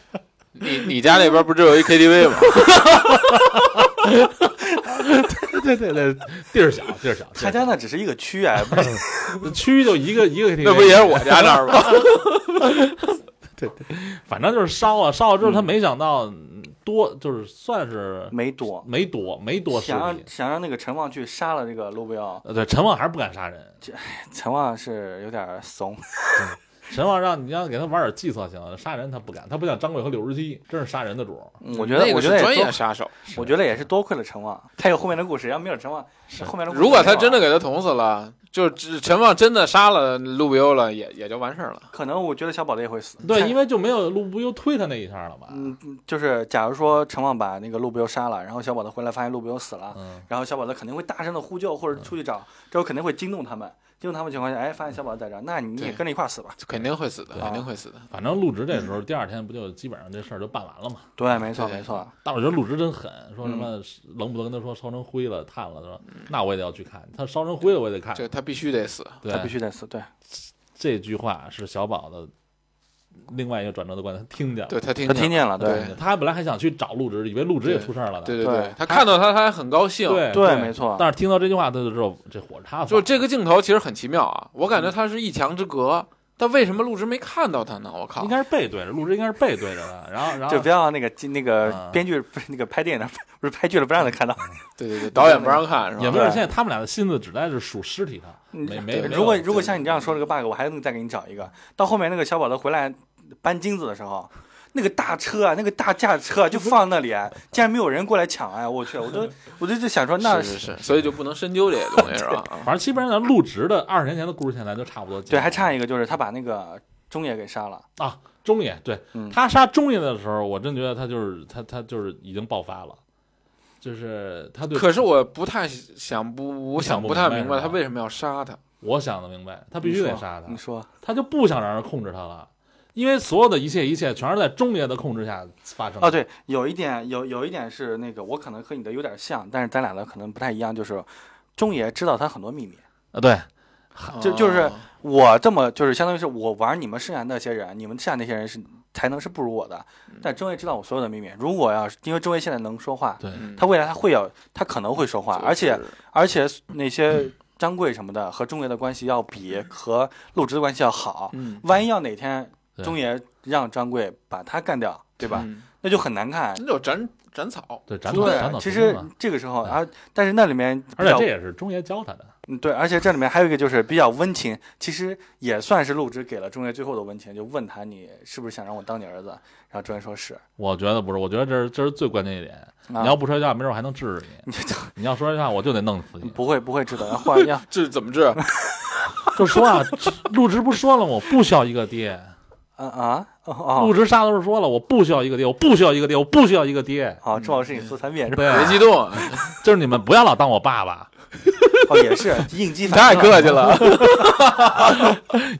[SPEAKER 9] 你你家那边不是有一 KTV 吗？
[SPEAKER 7] 对对对，地儿小地儿小，
[SPEAKER 8] 他家那只是一个区 哎，不是
[SPEAKER 7] 那区就一个一个 KTV，
[SPEAKER 9] 那不也是我家那儿 吗？
[SPEAKER 7] 反正就是烧啊烧了之后，他没想到嗯多，就是算是
[SPEAKER 8] 没躲，
[SPEAKER 7] 没躲没躲尸
[SPEAKER 8] 想
[SPEAKER 7] 体
[SPEAKER 8] 让，想让那个陈旺去杀了这个卢布耀，
[SPEAKER 7] 呃，对，陈旺还是不敢杀 人，
[SPEAKER 8] 陈旺是有点怂，
[SPEAKER 7] 陈旺让你让给他玩点计策行，杀人他不敢，他不像张贵和柳十七，真是杀人的主儿，
[SPEAKER 8] 嗯我觉得
[SPEAKER 9] 那
[SPEAKER 8] 我
[SPEAKER 9] 个
[SPEAKER 8] 觉
[SPEAKER 9] 是
[SPEAKER 8] 得
[SPEAKER 9] 专
[SPEAKER 8] 也
[SPEAKER 9] 业
[SPEAKER 8] 多，
[SPEAKER 9] 杀手。
[SPEAKER 8] 我觉得也是多亏了陈旺，他有后面的故事，要没有陈旺，后面的故事
[SPEAKER 9] 如果
[SPEAKER 8] 没
[SPEAKER 9] 他
[SPEAKER 8] 有啊
[SPEAKER 9] 真的
[SPEAKER 8] 了
[SPEAKER 9] 给他捅死了，就只陈旺真的杀了陆不忧了，也也就完事儿了。
[SPEAKER 8] 可能我觉得小宝子也会死，
[SPEAKER 7] 对，
[SPEAKER 8] 但
[SPEAKER 7] 因为就没有陆不又推他那一下了吧？
[SPEAKER 8] 嗯，嗯就是假如说陈旺把那个陆不忧杀了，然后小宝子回来发现陆不忧死了，
[SPEAKER 7] 嗯
[SPEAKER 8] 然后小宝子肯定会大声的呼救
[SPEAKER 9] 嗯
[SPEAKER 8] 或者出去找，之后肯定会惊动他们，惊动他们情况下，哎，发现小宝子在这儿，那你也
[SPEAKER 9] 对
[SPEAKER 8] 跟着一块儿死吧，
[SPEAKER 9] 肯定会死的，
[SPEAKER 8] 对
[SPEAKER 9] 肯定会死的。
[SPEAKER 7] 反正陆植这时候第二天不就基本上这事儿就办完了嘛？
[SPEAKER 8] 对，没错
[SPEAKER 9] 对
[SPEAKER 8] 没错，
[SPEAKER 7] 但我觉得陆植真狠，说什
[SPEAKER 8] 嗯
[SPEAKER 7] 么冷不冷跟他说烧成灰了、炭了，他说那我也得要去看，他烧成灰了我也得看。
[SPEAKER 9] 这他必须得死。
[SPEAKER 7] 对
[SPEAKER 8] 他，必须得死，对，
[SPEAKER 7] 这句话是小宝的另外一个转折的观点，他听见了。
[SPEAKER 9] 对他听
[SPEAKER 8] 他听见了，
[SPEAKER 9] 对
[SPEAKER 7] 他本来还想去找陆植，以为陆植也出事儿了呢。
[SPEAKER 9] 对对
[SPEAKER 8] 对
[SPEAKER 9] 他看到他他还很高兴。
[SPEAKER 7] 对
[SPEAKER 8] 对没错
[SPEAKER 7] 但是听到这句话，他就知道这火是他放的
[SPEAKER 9] 就这个镜头其实很奇妙啊，我
[SPEAKER 7] 嗯
[SPEAKER 9] 感觉他是一墙之隔，但为什么陆植没看到他呢？我靠
[SPEAKER 7] 应！该是背对着陆植，应该是背对着的。然后，然后
[SPEAKER 8] 就不要那个那
[SPEAKER 7] 啊
[SPEAKER 8] 个编剧 不是那个拍电影的不是拍剧了不让他看到。
[SPEAKER 9] 对对对，导演不让看是
[SPEAKER 7] 也
[SPEAKER 9] 吧
[SPEAKER 7] 没？有。
[SPEAKER 8] 对嗯
[SPEAKER 7] 现在他们俩的心思只在这数尸体上，没哎没没有。
[SPEAKER 8] 如果如果像你这样说这个 bug，我还能再给你找一个。到后面那个小宝子回来搬金子的时候，那个大车啊，那个大架车啊就放那 里啊，竟然没有人过来抢哎！我去，我都我就就想说那
[SPEAKER 9] 是是是，所以就不能深究这些东西是 吧？啊
[SPEAKER 7] 反正基本上陆植的二十年前的故事，现在就差不多。
[SPEAKER 8] 对，还差一个就是他把那个中野给杀了。
[SPEAKER 7] 啊，中野对、
[SPEAKER 8] 嗯
[SPEAKER 7] 他杀中野的时候，我真觉得他就是他他就是已经爆发了，就是他对
[SPEAKER 9] 可是我不太想不，我
[SPEAKER 7] 想
[SPEAKER 9] 想
[SPEAKER 7] 不
[SPEAKER 9] 不太
[SPEAKER 7] 明白
[SPEAKER 9] 明白
[SPEAKER 7] 是吧
[SPEAKER 9] 他为什么要杀 他。
[SPEAKER 7] 我想的明白，他必须得杀他
[SPEAKER 8] 你，说
[SPEAKER 7] 他就不想让人控制他了，因为所有的一切一切全是在中野的控制下发生的。
[SPEAKER 8] 哦，对，有一点有有一点是那个我可能和你的有点像，但是咱俩的可能不太一样，就是中野知道他很多秘密。
[SPEAKER 7] 啊对，
[SPEAKER 8] 就就是
[SPEAKER 9] 哦
[SPEAKER 8] 我这么就是相当于是我玩你们剩下那些人，你们剩下那些人是才能是不如我的。但周爷知道我所有的秘密。如果要是因为周爷现在能说话，
[SPEAKER 7] 对
[SPEAKER 9] 嗯
[SPEAKER 8] 他未来他会有，他可能会说话，而且
[SPEAKER 9] 就是
[SPEAKER 8] 而且那些张贵什么的和中爷的关系要比和陆植的关系要好。
[SPEAKER 9] 嗯，
[SPEAKER 8] 万一要哪天
[SPEAKER 7] 对
[SPEAKER 8] 中爷让张贵把他干掉，对吧？
[SPEAKER 9] 嗯
[SPEAKER 8] 那就很难看。
[SPEAKER 9] 那就斩斩草。
[SPEAKER 7] 对，斩草斩草 除
[SPEAKER 8] 对，其实
[SPEAKER 7] 根嘛
[SPEAKER 8] 这个时候
[SPEAKER 7] 对
[SPEAKER 8] 啊，但是那里面比
[SPEAKER 7] 而且
[SPEAKER 8] 较
[SPEAKER 7] 这也是中野教他的，
[SPEAKER 8] 嗯，对，而且这里面还有一个就是比较温情，其实也算是陆之给了中介最后的温情，就问他你是不是想让我当你儿子，然后中介说是，啊
[SPEAKER 7] 我觉得不是，我觉得这是这是最关键一点。你要不说这话，没准我还能治你；你要说这话，我就得弄死你。
[SPEAKER 8] 不会不会知道，然后换人家
[SPEAKER 9] 这怎么治？啊
[SPEAKER 7] 就说啊， 陆直不说了吗？我不需要一个爹。
[SPEAKER 8] 啊啊哦哦
[SPEAKER 7] 陆直啥都是说了，我不需要一个爹，我不需要一个爹，我不需要一个爹。
[SPEAKER 8] 哦，重要是你做三遍是吧？
[SPEAKER 7] 对啊，
[SPEAKER 9] 别 激动，
[SPEAKER 7] 就是你们不要老当我爸爸，
[SPEAKER 8] 哦，也是应激
[SPEAKER 9] 太
[SPEAKER 8] 反应
[SPEAKER 9] 客 气了。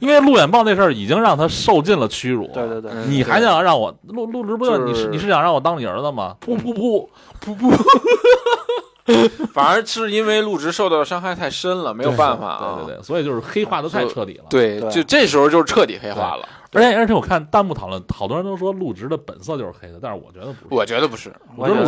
[SPEAKER 7] 因为陆远豹那事儿已经让他受尽了屈辱。
[SPEAKER 8] 对对对，
[SPEAKER 7] 嗯你还想让我陆陆直播，
[SPEAKER 9] 就
[SPEAKER 7] 你
[SPEAKER 9] 是
[SPEAKER 7] 是你是想让我当你儿子吗？噗噗噗，
[SPEAKER 9] 反而是因为陆植受到的伤害太深了，没有办法啊。
[SPEAKER 7] 对对对，所以就是黑化的太彻底了。
[SPEAKER 9] 对
[SPEAKER 8] 对
[SPEAKER 9] 就这时候就彻底黑化了。
[SPEAKER 7] 而且而且我看弹幕讨论，好多人都说陆直的本色就是黑的，但是我觉得不是，
[SPEAKER 9] 我觉得不是，
[SPEAKER 7] 我觉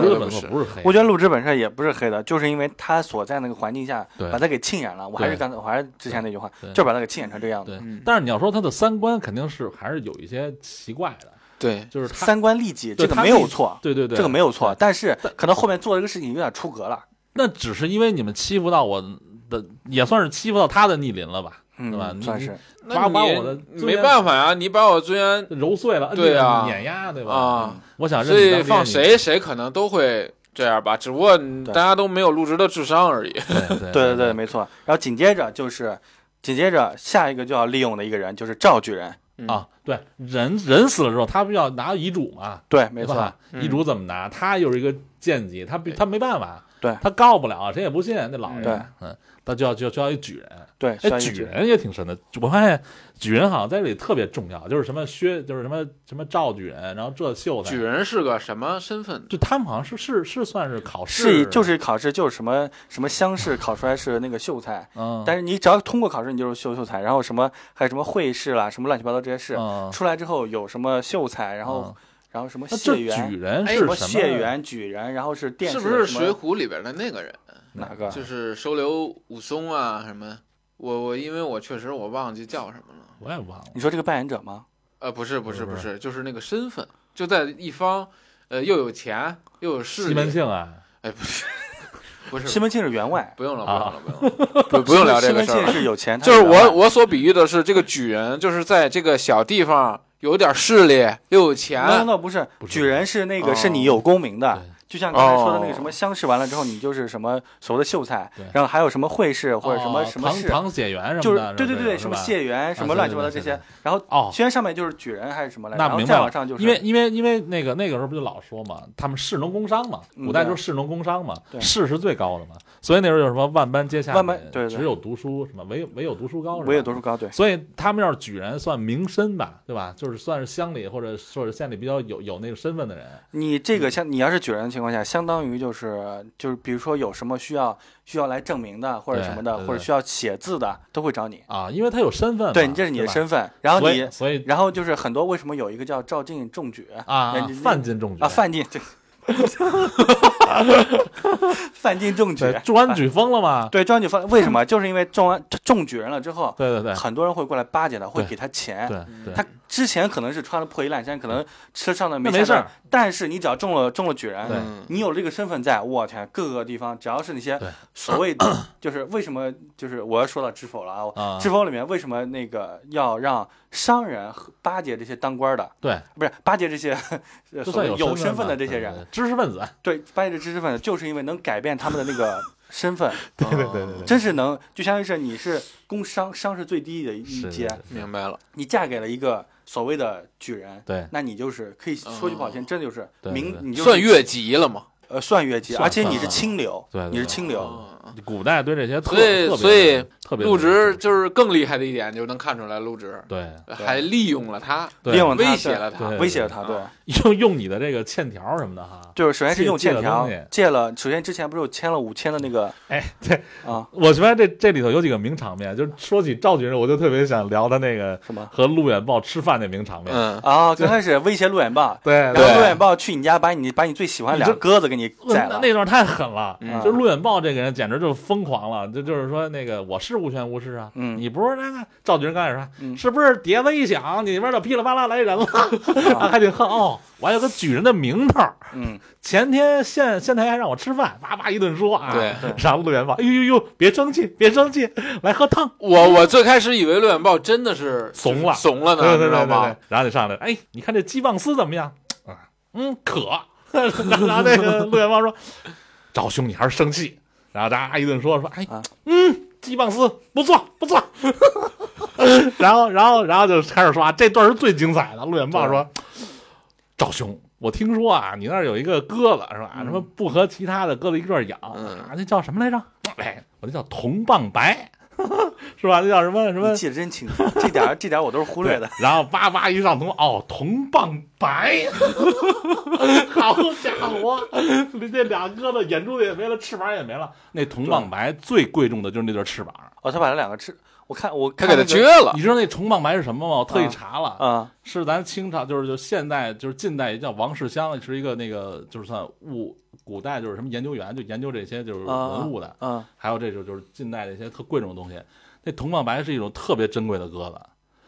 [SPEAKER 7] 得陆直的本
[SPEAKER 9] 我觉得不
[SPEAKER 7] 色
[SPEAKER 9] 是
[SPEAKER 7] 不是黑的。
[SPEAKER 8] 我觉得陆之本身也不是黑的，就是因为他所在那个环境下
[SPEAKER 7] 对
[SPEAKER 8] 把他给浸染了。我还是
[SPEAKER 7] 对
[SPEAKER 8] 刚才，我还是之前那句话
[SPEAKER 7] 对，
[SPEAKER 8] 就是把他给浸染成这样的。
[SPEAKER 7] 对
[SPEAKER 9] 嗯，
[SPEAKER 7] 但是你要说他的三观肯定是还是有一些奇怪的，
[SPEAKER 9] 对，
[SPEAKER 7] 就是他
[SPEAKER 8] 三观利己，
[SPEAKER 7] 对
[SPEAKER 8] 这个
[SPEAKER 7] 他
[SPEAKER 8] 没有错，
[SPEAKER 7] 对对对，
[SPEAKER 8] 这个没有错，
[SPEAKER 7] 对，
[SPEAKER 8] 但是可能后面做这个事情有点出格了，
[SPEAKER 7] 那只是因为你们欺负到我的，也算是欺负到他的逆鳞了吧，
[SPEAKER 8] 嗯，
[SPEAKER 7] 对吧？你
[SPEAKER 8] 算是
[SPEAKER 9] 那
[SPEAKER 7] 把把
[SPEAKER 9] 你
[SPEAKER 7] 我的尊严
[SPEAKER 9] 没办法呀，你把我尊严
[SPEAKER 7] 揉碎了，摁
[SPEAKER 9] 对啊
[SPEAKER 7] 啊，碾压对吧？
[SPEAKER 9] 啊
[SPEAKER 7] 嗯，我想认
[SPEAKER 9] 所
[SPEAKER 7] 你
[SPEAKER 9] 以
[SPEAKER 7] 当
[SPEAKER 9] 放
[SPEAKER 7] 爹
[SPEAKER 9] 谁谁可能都会这样吧，只不过大家都没有陆植的智商 而已。
[SPEAKER 8] 啊
[SPEAKER 7] 你？对 呃对
[SPEAKER 8] 对对对，
[SPEAKER 7] 对，
[SPEAKER 8] 没错。然后紧接着就是，紧接着下一个就要利用的一个人就是赵举人，
[SPEAKER 7] 啊，对人人死了之后，他不要拿遗嘱嘛，
[SPEAKER 8] 对，没
[SPEAKER 7] 对
[SPEAKER 8] 错
[SPEAKER 7] 吧，？
[SPEAKER 9] 嗯
[SPEAKER 7] 遗嘱怎么拿？他又是一个间谍，他必他没办法，
[SPEAKER 8] 对
[SPEAKER 7] 他告不了，谁也不信那老
[SPEAKER 8] 对
[SPEAKER 7] 人，嗯，他就要就要就要一举人。
[SPEAKER 8] 对，需
[SPEAKER 7] 哎，
[SPEAKER 8] 要一个
[SPEAKER 7] 举人也挺神的。我发现举人好像在这里特别重要，就是什么薛，就是什么什么赵举人，然后这秀才，
[SPEAKER 9] 举人是个什么身份？
[SPEAKER 7] 就他们好像是是是算是考试，
[SPEAKER 8] 是就是考试就是什么什么乡试考出来是那个秀才，
[SPEAKER 7] 嗯，
[SPEAKER 8] 但是你只要通过考试，你就是秀秀才，然后什么还有什么会试啦，什么乱七八糟这些事，
[SPEAKER 7] 嗯
[SPEAKER 8] 出来之后有什么秀才，然后、
[SPEAKER 7] 嗯
[SPEAKER 8] 然后什么
[SPEAKER 7] 那
[SPEAKER 8] 解
[SPEAKER 7] 这举
[SPEAKER 8] 元，
[SPEAKER 7] 人
[SPEAKER 8] 哎
[SPEAKER 7] 是什
[SPEAKER 8] 什么
[SPEAKER 7] 么
[SPEAKER 8] 解元举人，然后是殿
[SPEAKER 9] 是
[SPEAKER 8] 试
[SPEAKER 9] 不是《
[SPEAKER 8] 什
[SPEAKER 9] 水
[SPEAKER 8] 么
[SPEAKER 9] 浒》里边的那个人？
[SPEAKER 8] 哪个？
[SPEAKER 9] 就是收留武松啊什么？我我因为我确实我忘记叫什么了。
[SPEAKER 7] 我也忘了。
[SPEAKER 8] 你说这个扮演者吗？
[SPEAKER 9] 呃，不是不是
[SPEAKER 7] 不
[SPEAKER 9] 不
[SPEAKER 7] 是
[SPEAKER 9] 是，就是那个身份，就在一方，呃，又有钱又有势
[SPEAKER 7] 西门
[SPEAKER 9] 力。
[SPEAKER 7] 庆啊，
[SPEAKER 9] 哎，不是不
[SPEAKER 8] 西
[SPEAKER 9] 是，
[SPEAKER 8] 门庆是员外，
[SPEAKER 9] 不用了不用
[SPEAKER 7] 啊
[SPEAKER 9] 了不用了，不不用聊这个事
[SPEAKER 8] 西
[SPEAKER 9] 儿
[SPEAKER 8] 门庆
[SPEAKER 9] 了。
[SPEAKER 8] 是 有钱，他
[SPEAKER 9] 就是
[SPEAKER 8] 员外
[SPEAKER 9] 我我所比喻的是这个举人，就是在这个小地方有点势力又有钱。
[SPEAKER 7] 啊
[SPEAKER 8] No, no, no，不是
[SPEAKER 7] 不是
[SPEAKER 8] 举人是那个
[SPEAKER 9] 哦
[SPEAKER 8] 是你有功名的
[SPEAKER 7] 对，
[SPEAKER 8] 就像刚才说
[SPEAKER 9] 哦
[SPEAKER 8] 的那个什么乡试完了之后，你就是什么所谓的秀才
[SPEAKER 7] 对，
[SPEAKER 8] 然后还有什么会试或者什么
[SPEAKER 7] 哦
[SPEAKER 8] 什么
[SPEAKER 7] 唐
[SPEAKER 8] 试，
[SPEAKER 7] 唐解元什么的，
[SPEAKER 8] 就
[SPEAKER 7] 是
[SPEAKER 8] 是
[SPEAKER 7] 吧啊
[SPEAKER 8] 对对对，什么解元什么乱七八糟这
[SPEAKER 7] 对对
[SPEAKER 8] 些
[SPEAKER 7] 对，
[SPEAKER 8] 然后
[SPEAKER 7] 哦。
[SPEAKER 8] 虽然上面就是举人还是什么来着，
[SPEAKER 7] 那
[SPEAKER 8] 然后
[SPEAKER 7] 明
[SPEAKER 8] 再
[SPEAKER 7] 白
[SPEAKER 8] 往
[SPEAKER 7] 了
[SPEAKER 8] 上就是
[SPEAKER 7] 因为因为因为那个那个时候不就老说嘛，他们士农工商嘛，
[SPEAKER 8] 嗯
[SPEAKER 7] 古代
[SPEAKER 8] 对啊
[SPEAKER 7] 就是士农工商嘛，
[SPEAKER 8] 对
[SPEAKER 7] 士是最高的嘛，所以那时候有什么万般皆下
[SPEAKER 8] 万般
[SPEAKER 7] 品
[SPEAKER 8] 对对
[SPEAKER 7] 只有读书什么唯唯有读书高，是吧
[SPEAKER 8] 我也读书高，对，
[SPEAKER 7] 所以他们要是举人，算名绅吧，对吧？就是算是乡里或者说是县里比较有有那个身份的人，
[SPEAKER 8] 你这
[SPEAKER 7] 嗯
[SPEAKER 8] 个像你要是举人的情况下，相当于就是就是比如说有什么需要需要来证明的或者什么的
[SPEAKER 7] 对，对
[SPEAKER 8] 或者
[SPEAKER 7] 对
[SPEAKER 8] 需要写字的都会找你，
[SPEAKER 7] 啊，因为他有身份嘛。
[SPEAKER 8] 对你这是你的
[SPEAKER 7] 吧
[SPEAKER 8] 身份，然后
[SPEAKER 7] 所
[SPEAKER 8] 啊你
[SPEAKER 7] 以所以
[SPEAKER 8] 然后就是很多为什么有一个叫赵进中举
[SPEAKER 7] 啊
[SPEAKER 8] 人家那，
[SPEAKER 7] 范进中举
[SPEAKER 8] 啊，范进 对，范进中举
[SPEAKER 7] 对，中安举风了嘛？
[SPEAKER 8] 对，壮举范为什么？就是因为中安中举人了之后，
[SPEAKER 7] 对对对
[SPEAKER 8] 很多人会过来巴结他，会
[SPEAKER 7] 对
[SPEAKER 8] 给他钱。
[SPEAKER 7] 对对，
[SPEAKER 8] 嗯他之前可能是穿的破衣烂衫，可能吃上的
[SPEAKER 7] 那
[SPEAKER 8] 没
[SPEAKER 7] 没事
[SPEAKER 8] 下
[SPEAKER 7] 儿
[SPEAKER 8] 顿，但是你只要中了中了举人，
[SPEAKER 7] 对
[SPEAKER 9] 嗯
[SPEAKER 8] 你有这个身份在，我天，各个地方只要是那些
[SPEAKER 7] 对
[SPEAKER 8] 所谓的，就是为什么就是我要说到知否了啊我？
[SPEAKER 7] 啊
[SPEAKER 8] 知否里面为什么那个要让商人和巴结这些当官的，
[SPEAKER 7] 对，
[SPEAKER 8] 不是巴结这些
[SPEAKER 7] 就
[SPEAKER 8] 所
[SPEAKER 7] 算
[SPEAKER 8] 谓有
[SPEAKER 7] 身
[SPEAKER 8] 份
[SPEAKER 7] 份
[SPEAKER 8] 的
[SPEAKER 7] 嘛
[SPEAKER 8] 这些人？
[SPEAKER 7] 对，对对知识分子，啊
[SPEAKER 8] 对，巴结这知识分子，就是因为能改变他们的 那个身份，
[SPEAKER 7] 对
[SPEAKER 9] 哦
[SPEAKER 7] 对对对
[SPEAKER 8] 真是能，就相当于是你是工商，商是最低的一
[SPEAKER 7] 是
[SPEAKER 8] 阶，
[SPEAKER 7] 是
[SPEAKER 9] 明白了，
[SPEAKER 8] 你嫁给了一个所谓的举人，
[SPEAKER 7] 对
[SPEAKER 8] 那你就是可以说句不好听，真的就是
[SPEAKER 7] 对
[SPEAKER 8] 名
[SPEAKER 7] 嗯对，
[SPEAKER 8] 你就是
[SPEAKER 9] 算越级了嘛？
[SPEAKER 8] 呃算越级，
[SPEAKER 7] 算
[SPEAKER 8] 而且你是清流，
[SPEAKER 7] 对对对
[SPEAKER 8] 你是清流，
[SPEAKER 9] 嗯
[SPEAKER 7] 古代对这些特
[SPEAKER 9] 所以
[SPEAKER 7] 特别
[SPEAKER 9] 所以
[SPEAKER 7] 特别
[SPEAKER 9] 陆植就是更厉害的一点，就能看出来陆植
[SPEAKER 7] 对
[SPEAKER 9] 还利用了他，
[SPEAKER 7] 对
[SPEAKER 8] 利用他
[SPEAKER 9] 威胁了他
[SPEAKER 7] 对。
[SPEAKER 8] 威胁了他，对。
[SPEAKER 7] 用用你的这个欠条什么的哈。
[SPEAKER 8] 就是首先是
[SPEAKER 7] 借
[SPEAKER 8] 用
[SPEAKER 7] 借
[SPEAKER 8] 欠
[SPEAKER 7] 了
[SPEAKER 8] 条
[SPEAKER 7] 东西
[SPEAKER 8] 借了，首先之前不是有签了五千的 那个
[SPEAKER 7] 哎，对
[SPEAKER 8] 啊
[SPEAKER 7] 我觉得这这里头有几个名场面，就是说起赵举人，我就特别想聊他那个
[SPEAKER 8] 什么
[SPEAKER 7] 和陆远豹吃饭那名场面。
[SPEAKER 9] 嗯，
[SPEAKER 8] 啊，刚开始威胁陆远豹，
[SPEAKER 7] 对
[SPEAKER 8] 然后陆
[SPEAKER 9] 对
[SPEAKER 8] 远豹去你家把你把你最喜欢的
[SPEAKER 7] 你
[SPEAKER 8] 俩
[SPEAKER 7] 这
[SPEAKER 8] 鸽子给你
[SPEAKER 10] 嗯
[SPEAKER 7] 那
[SPEAKER 8] 宰了
[SPEAKER 7] 那，段太狠了，
[SPEAKER 8] 嗯
[SPEAKER 7] 就陆远豹这个人简直
[SPEAKER 10] 时就疯狂了，这就是说那个我是无权无势啊，
[SPEAKER 8] 嗯
[SPEAKER 10] 你不是那个赵军刚才说、
[SPEAKER 8] 嗯
[SPEAKER 10] 是不是碟子一响，你那边就噼里啪啦来 人了，啊、还得看哦，我还有个举人的名头，
[SPEAKER 8] 嗯，
[SPEAKER 10] 前天县县台还让我吃饭，叭叭一顿说啊，
[SPEAKER 9] 对，
[SPEAKER 10] 啥陆元芳，哎呦呦呦，别生气，别生气，来喝汤，
[SPEAKER 9] 我我最开始以为陆远豹真的是
[SPEAKER 10] 怂了
[SPEAKER 9] 怂了呢，
[SPEAKER 10] 对
[SPEAKER 9] 你
[SPEAKER 10] 对
[SPEAKER 9] 知道
[SPEAKER 10] 对对对
[SPEAKER 9] 吗？，
[SPEAKER 10] 然后就上来了，哎，你看这鸡棒丝怎么样？啊，嗯，渴。 然后然后那个陆元芳说：“赵兄，你还是生气。”然后大家一顿说说，哎
[SPEAKER 8] 啊，
[SPEAKER 10] 嗯，鸡棒丝不错不错。 然后然后然后就开始说啊，这段是最精彩的。陆元芳说：“赵兄，我听说啊，你那儿有一个鸽子是吧？什
[SPEAKER 9] 嗯
[SPEAKER 10] 么不和其他的鸽子一块儿养啊？那叫什么来着？哎，我那叫铜棒白， 是吧？那叫什么什么
[SPEAKER 8] 你？记得真清楚，这点儿这点儿我都是忽略的。
[SPEAKER 10] 然后叭叭一上头，哦，铜棒 白，好家伙，这俩鸽子眼珠子也没了，翅膀也没了。那铜棒白最贵重的就是那对翅膀。
[SPEAKER 8] 哦，他把那两个吃，我看我
[SPEAKER 9] 他
[SPEAKER 8] 看
[SPEAKER 9] 给他
[SPEAKER 8] 那
[SPEAKER 9] 撅
[SPEAKER 8] 个
[SPEAKER 9] 了
[SPEAKER 7] 你，知道那铜棒白是什么吗？我特意
[SPEAKER 8] 啊
[SPEAKER 7] 查了，
[SPEAKER 8] 啊，
[SPEAKER 7] 是咱清朝，就是就现代，就是近代也叫王世襄，是一个那个就是算物，古代就是什么研究员，就研究这些就是
[SPEAKER 8] 啊
[SPEAKER 7] 文物的，
[SPEAKER 8] 嗯
[SPEAKER 7] 还有这种就是近代的一些特贵重的东西。那铜棒白是一种特别珍贵的鸽子，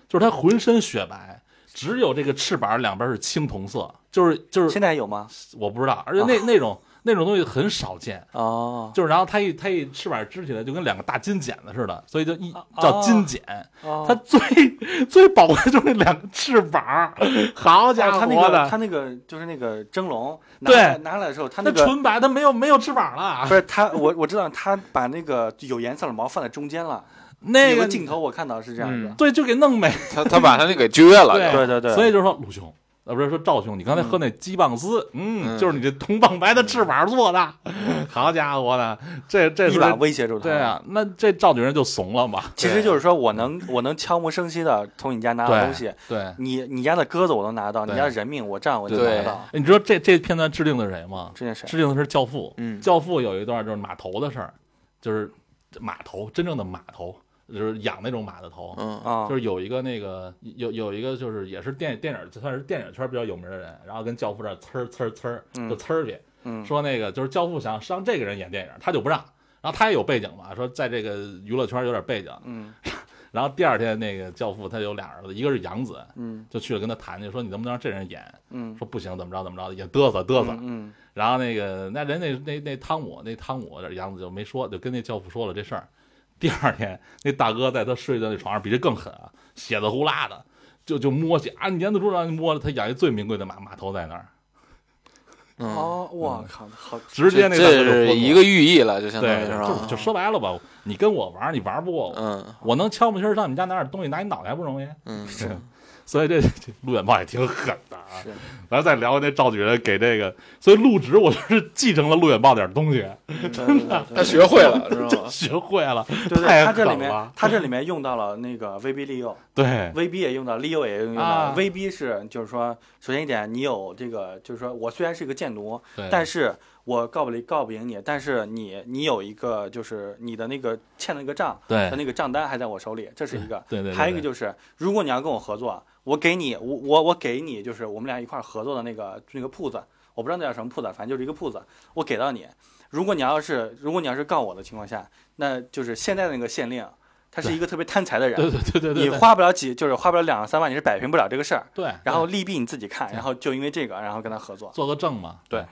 [SPEAKER 7] 就是它浑身雪白，只有这个翅膀两边是青铜色，就是就是
[SPEAKER 8] 现在还有吗？
[SPEAKER 7] 我不知道，而且那、
[SPEAKER 8] 啊
[SPEAKER 7] 那种那种东西很少见，
[SPEAKER 8] 哦，
[SPEAKER 7] 就是然后它一它一翅膀支起来就跟两个大金剪子似的，所以就一
[SPEAKER 8] 啊
[SPEAKER 7] 叫金剪。
[SPEAKER 8] 哦
[SPEAKER 7] 它最 最宝贵的就是那两个翅 膀，好家伙
[SPEAKER 8] 他
[SPEAKER 7] 的！
[SPEAKER 8] 那个他那个就是那个蒸笼，拿
[SPEAKER 7] 对
[SPEAKER 8] 来拿来的时候，他那
[SPEAKER 7] 那
[SPEAKER 8] 个
[SPEAKER 7] 纯白，它没有没有翅膀
[SPEAKER 8] 不
[SPEAKER 7] 了。
[SPEAKER 8] 是他，我我知道他把那个有颜色的毛放在中间了，
[SPEAKER 7] 那
[SPEAKER 8] 有
[SPEAKER 7] 个
[SPEAKER 8] 个镜头我看到是这样的
[SPEAKER 9] 嗯，
[SPEAKER 7] 对，就给弄没。
[SPEAKER 9] 他他把他那给撅了，
[SPEAKER 7] 对
[SPEAKER 8] 对对对，
[SPEAKER 7] 所以就是说，陆兄，呃，不是说赵兄，你刚才喝那鸡棒丝，嗯，
[SPEAKER 9] 嗯
[SPEAKER 7] 就是你这铜棒白的翅膀做的， 好家伙的，这这
[SPEAKER 8] 一
[SPEAKER 7] 时
[SPEAKER 8] 把
[SPEAKER 7] 候
[SPEAKER 8] 威胁住他。
[SPEAKER 7] 对，啊，那这赵女人就怂了嘛，
[SPEAKER 8] 其实就是说我能我能悄无声息的从你家拿到
[SPEAKER 7] 对
[SPEAKER 8] 东西，
[SPEAKER 7] 对。
[SPEAKER 8] 你你家的鸽子我能拿到，你
[SPEAKER 7] 对
[SPEAKER 8] 家的人命我这样我就拿
[SPEAKER 9] 对
[SPEAKER 8] 得到。
[SPEAKER 7] 你知道这这片段制定的是谁吗？
[SPEAKER 8] 这件事
[SPEAKER 7] 制定的是《教父》。
[SPEAKER 9] 嗯
[SPEAKER 7] 教父》有一段就是码头的事儿，就是码头真正的码头，就是养那种马的头。
[SPEAKER 9] 嗯，
[SPEAKER 8] 啊
[SPEAKER 7] 就，是有一个那个有有一个就是也是电电影算是电影圈比较有名的人，然后跟教父这儿呲儿呲儿呲儿
[SPEAKER 8] 嗯
[SPEAKER 7] 就呲儿去，
[SPEAKER 8] 嗯
[SPEAKER 7] 说那个就是教父想让这个人演电影，他就不让，然后他也有背景嘛，说在这个娱乐圈有点背景，
[SPEAKER 8] 嗯
[SPEAKER 7] 然后第二天那个教父他有俩儿子，一个是养子，
[SPEAKER 8] 嗯
[SPEAKER 7] 就去了跟他谈去，说你能不能让这人演，
[SPEAKER 8] 嗯
[SPEAKER 7] 说不行怎么着怎么着也嘚瑟嘚瑟，
[SPEAKER 8] 嗯
[SPEAKER 7] 然后那个那人那那那汤姆那汤姆这杨子就没说，就跟那教父说了这事儿。第二天那大哥在他睡的那床上比这更狠啊，血的呼啦的，就就摸去啊，你连得住让你摸了，他养一最名贵的马马头在那儿，
[SPEAKER 8] 嗯哦，我靠，好
[SPEAKER 7] 直接
[SPEAKER 9] 这
[SPEAKER 7] 那大哥
[SPEAKER 9] 这
[SPEAKER 7] 就疯了
[SPEAKER 9] 是一个寓意了，就相当
[SPEAKER 7] 对，
[SPEAKER 9] 于是
[SPEAKER 7] 就
[SPEAKER 9] 吧？
[SPEAKER 7] 就说白了吧，你跟我玩儿，你玩儿不过我，
[SPEAKER 9] 嗯
[SPEAKER 7] 我能悄没声儿上你家拿点东西拿你脑袋不容易，
[SPEAKER 9] 嗯，
[SPEAKER 7] 所以这这陆远豹也挺狠的啊。
[SPEAKER 8] 是
[SPEAKER 7] 然后再聊那赵举人给这个，所以陆植我就是继承了陆远豹点儿东西，
[SPEAKER 8] 真的，
[SPEAKER 9] 他学会了，知 道吗？
[SPEAKER 7] 学会了，
[SPEAKER 8] 啊对对，
[SPEAKER 7] 太
[SPEAKER 8] 他这里
[SPEAKER 7] 狠
[SPEAKER 8] 面
[SPEAKER 7] 了
[SPEAKER 8] 他这里面用到了那个威逼利诱，
[SPEAKER 7] 对，
[SPEAKER 8] 威逼也用到，利诱也用到
[SPEAKER 7] 啊。
[SPEAKER 8] 威逼是就是说，首先一点，你有这个，就是说我虽然是一个贱奴，
[SPEAKER 7] 对
[SPEAKER 8] 但是我告不了告不赢你，但是你你有一个就是你的那个欠了一个账，
[SPEAKER 7] 对
[SPEAKER 8] 的那个账单还在我手里，这是一个。
[SPEAKER 7] 哎对对对对
[SPEAKER 8] 还有一个就是，如果你要跟我合作，我给你我我我给你就是我们俩一块儿合作的那个那个铺子，我不知道那叫什么铺子，反正就是一个铺子，我给到你。如果你要是如果你要是告我的情况下，那就是现在的那个县令，他是一个特别贪财的人，
[SPEAKER 7] 对对对对对，
[SPEAKER 8] 你
[SPEAKER 7] 对
[SPEAKER 8] 花不了几，就是花不了两三万，你是摆平不了这个事儿。
[SPEAKER 7] 对，
[SPEAKER 8] 然后利弊你自己看，然后就因为这个，然后跟他合作。
[SPEAKER 7] 做个证嘛。啊
[SPEAKER 8] 对，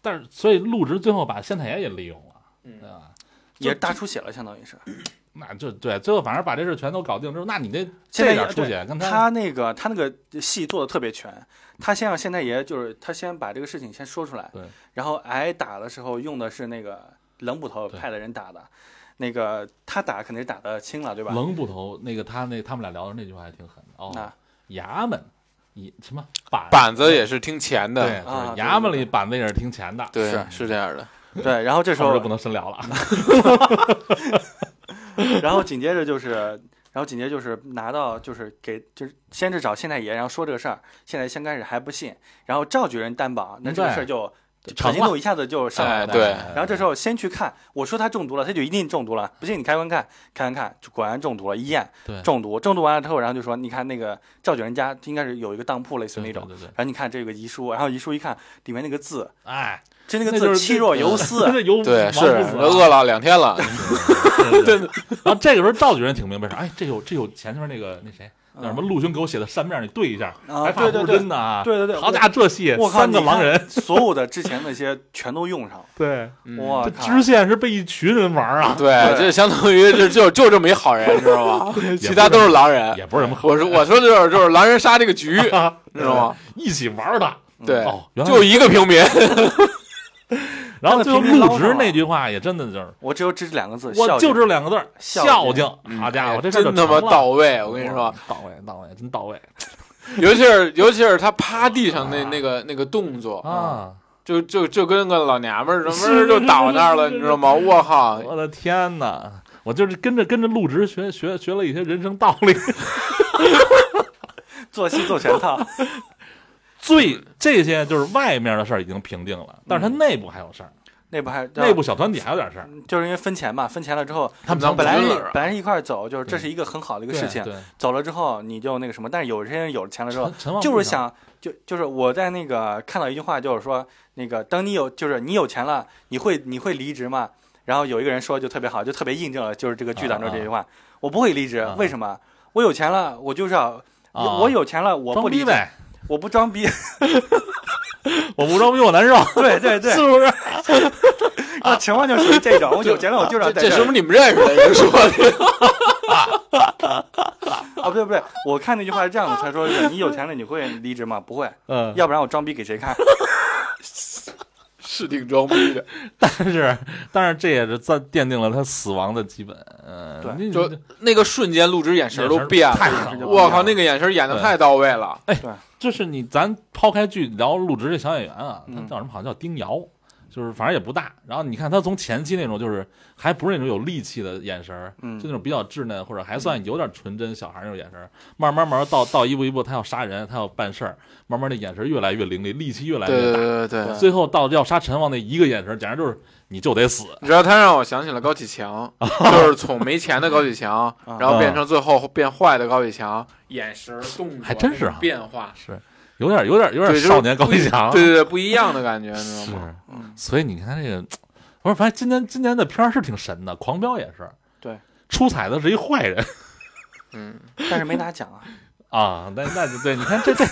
[SPEAKER 7] 但是所以陆植最后把县太爷也利用了，
[SPEAKER 8] 嗯
[SPEAKER 7] 对吧？
[SPEAKER 8] 也是大出血了，相当于是。
[SPEAKER 7] 那就对，最后反正把这事全都搞定之后，那你这
[SPEAKER 8] 现
[SPEAKER 7] 这
[SPEAKER 8] 在
[SPEAKER 7] 点
[SPEAKER 8] 也
[SPEAKER 7] 出
[SPEAKER 8] 对
[SPEAKER 7] 血跟
[SPEAKER 8] 他那个他那个戏做的特别全，他先让县太爷就是他先把这个事情先说出来
[SPEAKER 7] 对，
[SPEAKER 8] 然后挨打的时候用的是那个冷捕头派的人打的，那个他打肯定是打的轻了，对吧？
[SPEAKER 7] 冷捕头那个他那他们俩聊的那句话还挺狠的哦
[SPEAKER 8] 啊，
[SPEAKER 7] 衙门一什么板
[SPEAKER 9] 板子也是听钱
[SPEAKER 7] 对，
[SPEAKER 9] 的，
[SPEAKER 7] 就
[SPEAKER 8] 啊
[SPEAKER 7] 是
[SPEAKER 8] 对
[SPEAKER 7] 衙门
[SPEAKER 8] 对
[SPEAKER 7] 里板子也是听钱的，
[SPEAKER 9] 对，
[SPEAKER 8] 是
[SPEAKER 9] 是这样的，
[SPEAKER 8] 对，然后这时
[SPEAKER 7] 这我
[SPEAKER 8] 候
[SPEAKER 7] 哦就不能深聊了。
[SPEAKER 8] 然后紧接着就是，然后紧接着就是拿到就是给就是先是找县太爷，然后说这个事儿，县太爷先开始还不信，然后赵举人担保，那这个
[SPEAKER 7] 对
[SPEAKER 8] 事儿就可信度一下子就上来
[SPEAKER 9] 哎，
[SPEAKER 8] 了。
[SPEAKER 9] 对，
[SPEAKER 8] 然后这时候先去看，我说他中毒了，他就一定中毒了。不信你开棺看，看看看，就果然中毒了。一验
[SPEAKER 7] 对
[SPEAKER 8] 中毒，中毒完了之后，然后就说，你看那个赵九人家应 该是有一个当铺类似
[SPEAKER 7] 对
[SPEAKER 8] 那
[SPEAKER 7] 对
[SPEAKER 8] 种，
[SPEAKER 7] 对对，
[SPEAKER 8] 然后你看这有个遗书，然后遗书一看里面那个字，
[SPEAKER 10] 哎，
[SPEAKER 8] 就那
[SPEAKER 10] 那
[SPEAKER 8] 个
[SPEAKER 10] 就
[SPEAKER 8] 字
[SPEAKER 10] 是
[SPEAKER 8] 气若游 丝啊
[SPEAKER 10] 真，的有
[SPEAKER 9] 对，是
[SPEAKER 10] 饿
[SPEAKER 9] 饿了两天了，
[SPEAKER 7] 啊 对对。然后这个时候赵举人挺明白是，哎，这有这有前面那个那谁那什么陆兄给我写的扇面，你对一下，
[SPEAKER 8] 嗯啊
[SPEAKER 7] 还怕
[SPEAKER 8] 对对
[SPEAKER 7] 不是
[SPEAKER 8] 对
[SPEAKER 7] 真的啊？
[SPEAKER 8] 对对对
[SPEAKER 10] 好家伙，这 戏
[SPEAKER 8] 我靠，
[SPEAKER 10] 三个
[SPEAKER 8] 你看
[SPEAKER 10] 狼人，
[SPEAKER 8] 所有的之前那些全都用上了。
[SPEAKER 10] 对，
[SPEAKER 9] 嗯
[SPEAKER 8] 哇
[SPEAKER 10] 这
[SPEAKER 8] 靠
[SPEAKER 10] 支线是被一群人玩啊，
[SPEAKER 9] 对，这相当于这就就这么一好人，知道吗？其他都是狼人。
[SPEAKER 7] 也不是什么好啊
[SPEAKER 9] 我说我说就是就是狼人杀这 个局，知道吗？
[SPEAKER 10] 一起玩的。
[SPEAKER 9] 对，
[SPEAKER 7] 哦，原来
[SPEAKER 9] 就一个平民，
[SPEAKER 7] 然后最后
[SPEAKER 8] 他的平民
[SPEAKER 7] 陆
[SPEAKER 8] 捞上
[SPEAKER 7] 直
[SPEAKER 8] 了
[SPEAKER 7] 那句话也真的就是，
[SPEAKER 8] 我只有只两个字，
[SPEAKER 7] 我就
[SPEAKER 8] 孝敬
[SPEAKER 7] 这两个字儿，
[SPEAKER 8] 孝
[SPEAKER 7] 孝
[SPEAKER 8] 敬
[SPEAKER 7] 敬。
[SPEAKER 8] 嗯哎
[SPEAKER 7] 好 家伙，这事儿就
[SPEAKER 9] 真他妈
[SPEAKER 7] 成了嗯
[SPEAKER 9] 到位！我跟你说，，
[SPEAKER 7] 到位到位，真到位
[SPEAKER 9] 尤其是尤其是他趴地上那那个那个动作，
[SPEAKER 7] 啊！
[SPEAKER 9] 就就就跟个老娘们儿什么就倒那儿了，你知道吗？我靠！
[SPEAKER 7] 我的天哪！我就是跟着跟着陆直学学学了一些人生道理。
[SPEAKER 8] 做戏做全 套。
[SPEAKER 7] 最
[SPEAKER 8] 嗯
[SPEAKER 7] 这些就是外面的事儿已经平定了，但是他内部还有事儿，
[SPEAKER 8] 内 部还
[SPEAKER 7] 内部小团体还有点事儿。
[SPEAKER 8] 就是因为分钱嘛，分钱了之后，
[SPEAKER 9] 他们
[SPEAKER 8] 本来
[SPEAKER 9] 不
[SPEAKER 8] 是
[SPEAKER 9] 是了
[SPEAKER 8] 本来是一块儿走，就是这是一个很好的一个事情。
[SPEAKER 7] 对，
[SPEAKER 8] 走了之后你就那个什么，但是有些人有了钱了之
[SPEAKER 7] 对
[SPEAKER 8] 后，
[SPEAKER 7] 陈陈望
[SPEAKER 8] 就是想就就是我在那个看到一句话，就是说那个等你有就是你有钱了，你会你会离职吗？然后有一个人说就特别好，就特别印证了就是这个剧当中这句话，我不会离职，
[SPEAKER 7] 啊啊啊
[SPEAKER 8] 为什么？我有钱了，我就是要、
[SPEAKER 7] 啊
[SPEAKER 8] 我有钱了，我不
[SPEAKER 7] 装逼
[SPEAKER 8] 离职，
[SPEAKER 7] 呗，
[SPEAKER 8] 我不 装逼，
[SPEAKER 7] 我不装逼我难受，
[SPEAKER 8] 对对对
[SPEAKER 7] 是，不是？
[SPEAKER 8] 啊，情况就属于这种，我有钱了我 就是要
[SPEAKER 9] 这
[SPEAKER 8] 在
[SPEAKER 9] 这
[SPEAKER 8] 儿
[SPEAKER 9] 是不是你们认识的人说的？
[SPEAKER 8] 啊，不对不对，我看那句话是这样的，他说是你有钱了你会离职吗？不会，
[SPEAKER 7] 嗯，
[SPEAKER 8] 要不然我装逼给谁看？
[SPEAKER 9] 是挺装逼的，
[SPEAKER 7] 但是但是这也是在奠定了他死亡的基本。嗯，
[SPEAKER 8] 对
[SPEAKER 7] 那
[SPEAKER 9] 就那个瞬间，陆之眼神都变
[SPEAKER 7] 太
[SPEAKER 9] 了。
[SPEAKER 7] 狠了
[SPEAKER 9] 我靠，那个眼神演的太到位了。
[SPEAKER 7] 就是你，咱抛开剧聊陆直这小演员啊，他
[SPEAKER 8] 嗯
[SPEAKER 7] 叫什么？好像叫丁瑶，就是反正也不大。然后你看他从前期那种，就是还不是那种有力气的眼神儿，
[SPEAKER 8] 嗯
[SPEAKER 7] 就那种比较稚嫩或者还算有点纯真小孩儿那种眼神儿，慢慢慢慢到到一步一步，他要杀人，他要办事儿，慢慢的眼神越来越凌厉，力气越来
[SPEAKER 9] 对
[SPEAKER 7] 越
[SPEAKER 9] 对
[SPEAKER 7] 大，
[SPEAKER 9] 对对对，
[SPEAKER 7] 最后到要杀陈王那一个眼神，简直就是你就得死。
[SPEAKER 9] 你知道他让我想起了高 启强，就是从没钱的高启强，
[SPEAKER 7] 啊
[SPEAKER 9] 然后变成最后变坏的高启强，眼神动作
[SPEAKER 7] 还真是啊
[SPEAKER 9] 变化，
[SPEAKER 7] 是，有点有点有点
[SPEAKER 9] 对就是
[SPEAKER 7] 少年高启强，
[SPEAKER 9] 对对对，不一样的 感觉，你知道吗？
[SPEAKER 7] 是，
[SPEAKER 8] 嗯
[SPEAKER 7] 所以你看他这个，我说反正今年今年的片儿是挺神的，《狂飙》也是，
[SPEAKER 8] 对，
[SPEAKER 7] 出彩的是一坏 人
[SPEAKER 9] 嗯，
[SPEAKER 8] 但是没拿奖啊。
[SPEAKER 7] 啊，那那就对，你看这这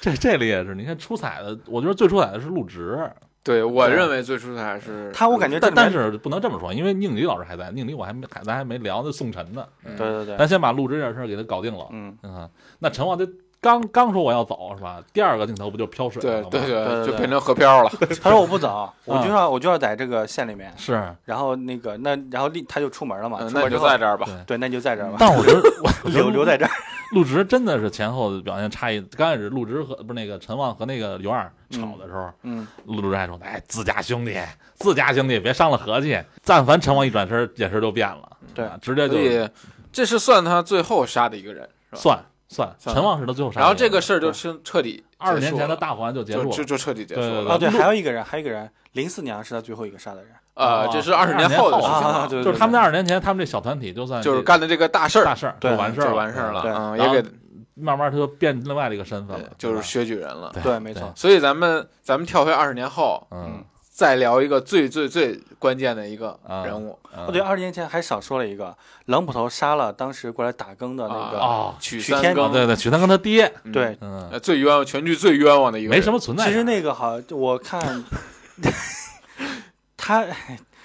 [SPEAKER 7] 这 这里也是，你看出彩的，我觉得最出彩的是陆直，
[SPEAKER 9] 对我认为最出彩是
[SPEAKER 8] 他我感觉这
[SPEAKER 7] 但
[SPEAKER 8] 里
[SPEAKER 7] 但
[SPEAKER 8] 面
[SPEAKER 7] 是不能这么说，因为宁理老师还在，宁理我还没还咱还没聊那宋晨呢，
[SPEAKER 8] 对对对，
[SPEAKER 7] 咱先把陆直这件事儿给他搞定了，
[SPEAKER 8] 嗯，
[SPEAKER 7] 嗯，那陈望就刚刚说我要走是吧？第二个镜头不就飘水了
[SPEAKER 9] 对
[SPEAKER 7] 吗？
[SPEAKER 9] 对
[SPEAKER 8] 对对
[SPEAKER 9] 对，
[SPEAKER 8] 对
[SPEAKER 9] 就变成河漂了，
[SPEAKER 8] 他说我不走，
[SPEAKER 7] 嗯
[SPEAKER 8] 我就要我就要在这个县里面，
[SPEAKER 7] 是，
[SPEAKER 8] 然后那个那然后立他就出门了嘛，
[SPEAKER 9] 嗯
[SPEAKER 8] 出
[SPEAKER 9] 那
[SPEAKER 8] 门
[SPEAKER 9] 你
[SPEAKER 8] 之
[SPEAKER 9] 就
[SPEAKER 8] 后
[SPEAKER 9] 在这儿吧
[SPEAKER 7] 对。
[SPEAKER 8] 对，那就在这儿吧，
[SPEAKER 7] 但我觉得我
[SPEAKER 8] 留留 在这儿。
[SPEAKER 7] 陆直真的是前后表现差异。刚开始陆直和不是那个陈望和那个尤二吵的时候，
[SPEAKER 8] 嗯，
[SPEAKER 7] 陆直还说：“哎，自家兄弟，自家兄弟，别伤了和气。”但凡陈望一转身，眼神就变了，
[SPEAKER 8] 对
[SPEAKER 7] 啊直接
[SPEAKER 9] 嗯所
[SPEAKER 7] 就
[SPEAKER 9] 以这是算他最后杀的一个人，是吧？
[SPEAKER 7] 算算。
[SPEAKER 9] 算
[SPEAKER 7] 陈望是他最后杀的人。
[SPEAKER 9] 然后这个事儿就彻彻底
[SPEAKER 7] 二十年前的
[SPEAKER 9] 的
[SPEAKER 7] 大还就结束
[SPEAKER 9] 就就
[SPEAKER 7] 了，
[SPEAKER 9] 就彻底结束
[SPEAKER 7] 对对
[SPEAKER 9] 了。啊
[SPEAKER 8] 哦对，
[SPEAKER 7] 陆
[SPEAKER 8] 还有一个人，还有一个人，零四年是他最后一个杀的人
[SPEAKER 9] 呃，这是二十年后的事情
[SPEAKER 8] 啊，
[SPEAKER 9] 了，
[SPEAKER 8] 对，对
[SPEAKER 7] 就是他们在
[SPEAKER 8] 对
[SPEAKER 7] 二十年前，他们这小团体就算
[SPEAKER 9] 就是干的这个大事儿
[SPEAKER 7] 大，事儿就
[SPEAKER 8] 对
[SPEAKER 7] 完事
[SPEAKER 9] 就
[SPEAKER 7] 儿
[SPEAKER 9] 完事儿了，
[SPEAKER 8] 对
[SPEAKER 9] 嗯，
[SPEAKER 7] 然后
[SPEAKER 9] 也给
[SPEAKER 7] 慢慢他就变另外的一个身份
[SPEAKER 9] 对
[SPEAKER 7] 了，
[SPEAKER 9] 就是
[SPEAKER 7] 吧
[SPEAKER 9] 薛举人了。
[SPEAKER 8] 对，没错，
[SPEAKER 9] 所以咱们咱们跳回二十年后，
[SPEAKER 7] 嗯，
[SPEAKER 9] 再聊一个最最最关键的一个人物，
[SPEAKER 7] 嗯
[SPEAKER 8] 哦对，二十年前还少说了一个，冷捕头杀了当时过来打更的那个，
[SPEAKER 7] 哦，
[SPEAKER 9] 曲
[SPEAKER 8] 曲
[SPEAKER 9] 三
[SPEAKER 8] 天
[SPEAKER 7] 啊
[SPEAKER 9] 更，
[SPEAKER 7] 对对，许三跟他爹，
[SPEAKER 9] 嗯，
[SPEAKER 8] 对，
[SPEAKER 7] 嗯，
[SPEAKER 9] 呃最冤枉全剧最冤枉的一个人，
[SPEAKER 7] 没什么存在感。
[SPEAKER 8] 其实那个好，我看 他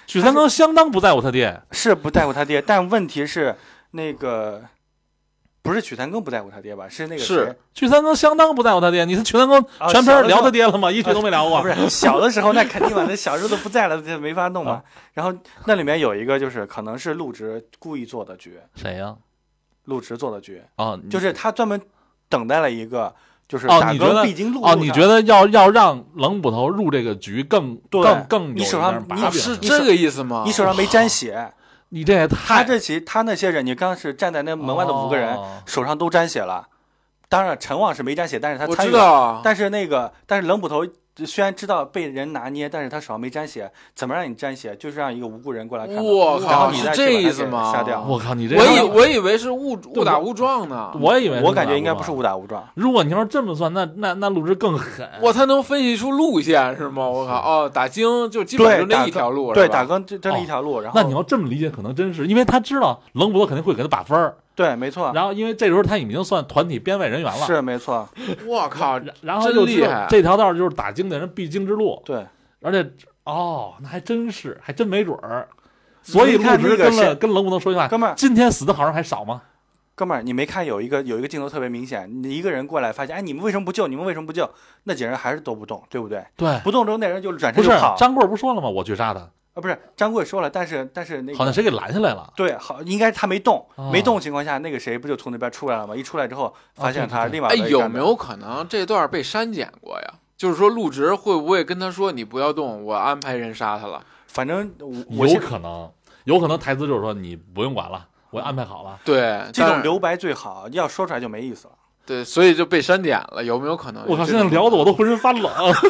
[SPEAKER 7] 许三更相当不在乎他爹，
[SPEAKER 8] 是不在乎他爹，但问题是那个不是曲三更不在乎他爹吧？是那个
[SPEAKER 9] 是
[SPEAKER 8] 谁
[SPEAKER 7] 许三更相当不在乎他爹。你是许三更
[SPEAKER 8] 啊
[SPEAKER 7] 全
[SPEAKER 8] 小
[SPEAKER 7] 篇
[SPEAKER 8] 的
[SPEAKER 7] 聊
[SPEAKER 8] 时候
[SPEAKER 7] 他爹了吗？一句都没聊过。
[SPEAKER 8] 啊不是小的时候，那肯定嘛，那小时候都不在了，这没法弄嘛
[SPEAKER 7] 啊。
[SPEAKER 8] 然后那里面有一个就是可能是陆直故意做的局，
[SPEAKER 7] 谁呀？
[SPEAKER 8] 陆直做的局，
[SPEAKER 7] 哦，你
[SPEAKER 8] 就是他专门等待了一个就是
[SPEAKER 7] 哦
[SPEAKER 8] 打
[SPEAKER 7] 你觉得
[SPEAKER 8] 更必经路
[SPEAKER 7] 哦，
[SPEAKER 8] 上
[SPEAKER 7] 你觉得要要让冷捕头入这个局更
[SPEAKER 8] 对
[SPEAKER 7] 更更有
[SPEAKER 8] 你手
[SPEAKER 7] 一点
[SPEAKER 8] 上
[SPEAKER 7] 把
[SPEAKER 8] 你
[SPEAKER 7] 柄
[SPEAKER 9] 啊是
[SPEAKER 7] 是吧
[SPEAKER 9] 这个意思吗？
[SPEAKER 8] 你手上没沾血，
[SPEAKER 7] 你这也
[SPEAKER 8] 他
[SPEAKER 7] 哦太
[SPEAKER 8] 这其他那些人，你刚是站在那门外的五个人
[SPEAKER 7] 哦
[SPEAKER 8] 手上都沾血了。当然陈旺是没沾血，但是他
[SPEAKER 9] 我
[SPEAKER 8] 参与
[SPEAKER 9] 知
[SPEAKER 8] 了
[SPEAKER 9] 道啊，
[SPEAKER 8] 但是那个，但是冷捕头虽然知道被人拿捏，但是他手上没沾血，怎么让你沾血？就是让一个无辜人过来看到，
[SPEAKER 9] 我
[SPEAKER 8] 然后
[SPEAKER 9] 靠，
[SPEAKER 8] 你
[SPEAKER 9] 是
[SPEAKER 8] 再去
[SPEAKER 9] 这
[SPEAKER 8] 把他
[SPEAKER 9] 意思
[SPEAKER 8] 给
[SPEAKER 9] 吗？
[SPEAKER 8] 杀
[SPEAKER 7] 哦
[SPEAKER 8] 掉。
[SPEAKER 11] 我靠，你这
[SPEAKER 9] 我以我以为是误误打误撞呢，
[SPEAKER 11] 我以为是
[SPEAKER 8] 我感觉应该
[SPEAKER 11] 打
[SPEAKER 8] 不
[SPEAKER 11] 不
[SPEAKER 8] 是
[SPEAKER 11] 吧。
[SPEAKER 8] 误打误撞，
[SPEAKER 7] 如果你要这么算，那那那鲁智更狠。
[SPEAKER 9] 我才能分析出路线是吗？我靠，哦，打精就基本
[SPEAKER 8] 对
[SPEAKER 9] 就那
[SPEAKER 8] 打
[SPEAKER 9] 一条路，
[SPEAKER 8] 对，
[SPEAKER 9] 是吧
[SPEAKER 8] 打更真真的一条路。然后
[SPEAKER 7] 哦那你要这么理解，可能真是因为他知道冷捕头肯定会给他把分儿，
[SPEAKER 8] 对，没错，
[SPEAKER 7] 然后因为这时候他已经算团体编外人员了，
[SPEAKER 8] 啊是没错，
[SPEAKER 9] 我靠，
[SPEAKER 7] 然，然后就
[SPEAKER 9] 真
[SPEAKER 7] 知
[SPEAKER 9] 厉
[SPEAKER 8] 啊
[SPEAKER 7] 道
[SPEAKER 9] 害
[SPEAKER 7] 这条道就是打经的人必经之路，
[SPEAKER 8] 对。
[SPEAKER 7] 而且哦，那还真是，还真没准儿。所以
[SPEAKER 8] 你看
[SPEAKER 7] 陆直
[SPEAKER 8] 那个
[SPEAKER 7] 跟了
[SPEAKER 8] 谁
[SPEAKER 7] 跟冷捕头说句话，
[SPEAKER 8] 哥们儿
[SPEAKER 7] 今天死的好人还少吗？
[SPEAKER 8] 哥们儿，你没看有一个有一个镜头特别明显，你一个人过来发现，哎，你们为什么不救？你们为什么不救？那几人还是都不动，对不对？
[SPEAKER 7] 对，
[SPEAKER 8] 不动之后，那人就转
[SPEAKER 7] 不
[SPEAKER 8] 身
[SPEAKER 7] 是
[SPEAKER 8] 就跑。
[SPEAKER 7] 张贵儿不说了吗？我绝杀他，
[SPEAKER 8] 啊，不是张贵说了，但是但是那个
[SPEAKER 7] 好像谁给拦下来了。
[SPEAKER 8] 对，好，应该是他没动，
[SPEAKER 7] 哦
[SPEAKER 8] 没动情况下，那个谁不就从那边出来了吗？一出来之后，发现
[SPEAKER 7] 对
[SPEAKER 8] 他
[SPEAKER 7] 对对
[SPEAKER 8] 立马
[SPEAKER 9] 哎，
[SPEAKER 8] 被
[SPEAKER 9] 有
[SPEAKER 8] 干
[SPEAKER 9] 没
[SPEAKER 8] 掉
[SPEAKER 9] 有可能这段被删减过呀？就是说，陆植会不会跟他说你不要动，我安排人杀他了？
[SPEAKER 8] 反正我
[SPEAKER 7] 有
[SPEAKER 8] 我现
[SPEAKER 7] 可能，有可能台词就是说你不用管了，我安排好了。
[SPEAKER 9] 对，
[SPEAKER 8] 这
[SPEAKER 9] 但
[SPEAKER 8] 种
[SPEAKER 9] 是
[SPEAKER 8] 留白最好，要说出来就没意思了。
[SPEAKER 9] 对，所以就被删减了，有没有可能？
[SPEAKER 7] 我靠，
[SPEAKER 9] 这
[SPEAKER 7] 现
[SPEAKER 9] 种
[SPEAKER 7] 在聊的我都浑身发冷，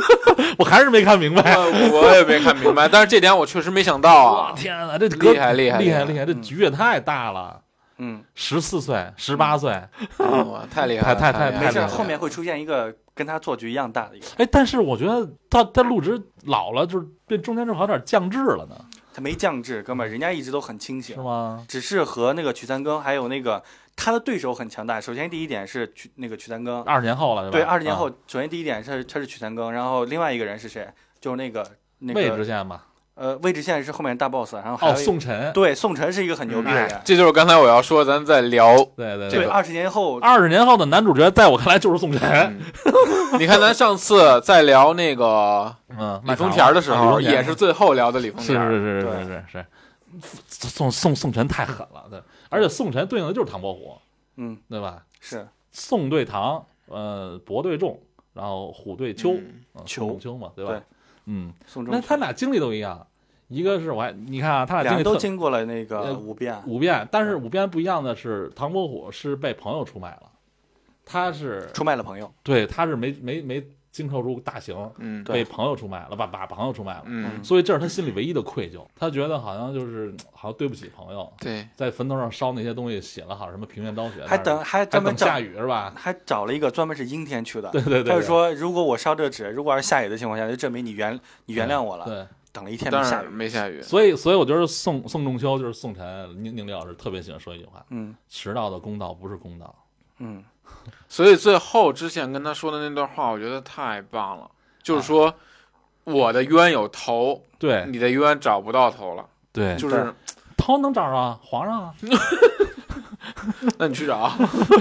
[SPEAKER 7] 我还是没看明
[SPEAKER 8] 哦
[SPEAKER 7] 白。
[SPEAKER 9] 我 我也没看明白，但是这点我确实没想到
[SPEAKER 7] 我
[SPEAKER 9] 啊。
[SPEAKER 7] 天哪，这格
[SPEAKER 9] 厉害厉害
[SPEAKER 7] 厉害
[SPEAKER 9] 厉害
[SPEAKER 7] 厉害，这局也太大了。
[SPEAKER 8] 嗯，
[SPEAKER 7] 十四岁、十八岁，
[SPEAKER 9] 哇嗯太厉害了，
[SPEAKER 7] 太太
[SPEAKER 9] 厉
[SPEAKER 7] 太
[SPEAKER 9] 害
[SPEAKER 8] 没
[SPEAKER 9] 了嗯
[SPEAKER 7] 厉
[SPEAKER 8] 事
[SPEAKER 7] 害
[SPEAKER 8] 儿，
[SPEAKER 7] 了
[SPEAKER 8] 后面会出现一个跟他做局一样大的一个，
[SPEAKER 7] 哎，但是我觉得他他陆直老了，就是变中间是不是有点降智了呢，
[SPEAKER 8] 他没降智，哥们
[SPEAKER 7] 嗯
[SPEAKER 8] 儿，人家一直都很清
[SPEAKER 7] 是
[SPEAKER 8] 醒，
[SPEAKER 7] 吗？
[SPEAKER 8] 只是和那个曲三更还有那个他的对手很强大。首先第一点是曲那个曲三更，
[SPEAKER 7] 二十年后了，吧
[SPEAKER 8] 对，二十年后
[SPEAKER 7] 啊，
[SPEAKER 8] 首先第一点是他是曲三更，然后另外一个人是谁？就是那个那
[SPEAKER 7] 位置
[SPEAKER 8] 个
[SPEAKER 7] 线嘛。
[SPEAKER 8] 呃魏志宪是后面大 boss，然后还
[SPEAKER 7] 哦，
[SPEAKER 8] 有一
[SPEAKER 7] 宋哎晨，
[SPEAKER 8] 对宋晨是一个很牛逼的人。
[SPEAKER 9] 这就是刚才我要说，咱在聊。
[SPEAKER 7] 对对
[SPEAKER 8] 对，。二十年后，
[SPEAKER 7] 二十年后的男主角，在我看来就是宋晨。
[SPEAKER 9] 你看，咱上次在聊那个
[SPEAKER 7] 嗯，
[SPEAKER 9] 李
[SPEAKER 7] 麦
[SPEAKER 9] 丰
[SPEAKER 7] 卡
[SPEAKER 9] 田的时
[SPEAKER 7] 啊
[SPEAKER 9] 候，
[SPEAKER 7] 李丰田
[SPEAKER 9] 也是最后聊的李丰
[SPEAKER 7] 是
[SPEAKER 9] 田。
[SPEAKER 7] 是是是是是，宋宋宋晨太狠了，对，而且宋晨对应的就是唐伯虎，
[SPEAKER 8] 嗯，
[SPEAKER 7] 对吧？
[SPEAKER 8] 是
[SPEAKER 7] 宋对唐，呃，伯对仲，然后虎对丘，
[SPEAKER 9] 嗯
[SPEAKER 7] 啊
[SPEAKER 8] 丘
[SPEAKER 7] 宋仲丘嘛，对吧
[SPEAKER 8] 对？
[SPEAKER 7] 嗯，
[SPEAKER 8] 宋仲
[SPEAKER 7] 那
[SPEAKER 8] 基。
[SPEAKER 7] 他俩经历都一样，一个是我还你看啊，他俩
[SPEAKER 8] 俩
[SPEAKER 7] 经历
[SPEAKER 8] 人都
[SPEAKER 7] 特
[SPEAKER 8] 经过了那个
[SPEAKER 7] 呃
[SPEAKER 8] 五变，
[SPEAKER 7] 五遍，但是五遍不一样的是，唐伯虎是被朋友出卖了，他是
[SPEAKER 8] 出卖了朋友。
[SPEAKER 7] 对他是没没没经受住大刑，
[SPEAKER 9] 嗯
[SPEAKER 7] 被朋友出卖了，把把朋友出卖了。
[SPEAKER 9] 嗯，
[SPEAKER 7] 所以这是他心里唯一的愧疚，他觉得好像就是好像对不起朋友，
[SPEAKER 9] 对，
[SPEAKER 7] 在坟头上烧那些东西，写了好像什么平原昭雪，
[SPEAKER 8] 还等
[SPEAKER 7] 但是
[SPEAKER 8] 还
[SPEAKER 7] 还
[SPEAKER 8] 专门
[SPEAKER 7] 等
[SPEAKER 8] 找
[SPEAKER 7] 下雨是吧？
[SPEAKER 8] 还找了一个专门是阴天去的。
[SPEAKER 7] 对对对对
[SPEAKER 8] 他就说，如果我烧这纸，如果要是下雨的情况下，就证明你原你原谅我了。
[SPEAKER 7] 对，
[SPEAKER 8] 等了一天没
[SPEAKER 9] 但
[SPEAKER 8] 下
[SPEAKER 9] 是
[SPEAKER 8] 雨，
[SPEAKER 9] 没下雨。
[SPEAKER 7] 所以所以我觉得宋宋仲秋就是宋晨宁宁丽老师特别喜欢说一句话：
[SPEAKER 8] 嗯
[SPEAKER 7] 迟到的公道不是公道。
[SPEAKER 8] 嗯，
[SPEAKER 9] 所以最后之前跟他说的那段话，我觉得太棒了，就是说我的冤有头，
[SPEAKER 12] 哎
[SPEAKER 7] 对
[SPEAKER 9] 你的冤找不到头了，
[SPEAKER 7] 对，
[SPEAKER 9] 就是
[SPEAKER 7] 头能找着啊，皇上啊，
[SPEAKER 9] 那你 去找。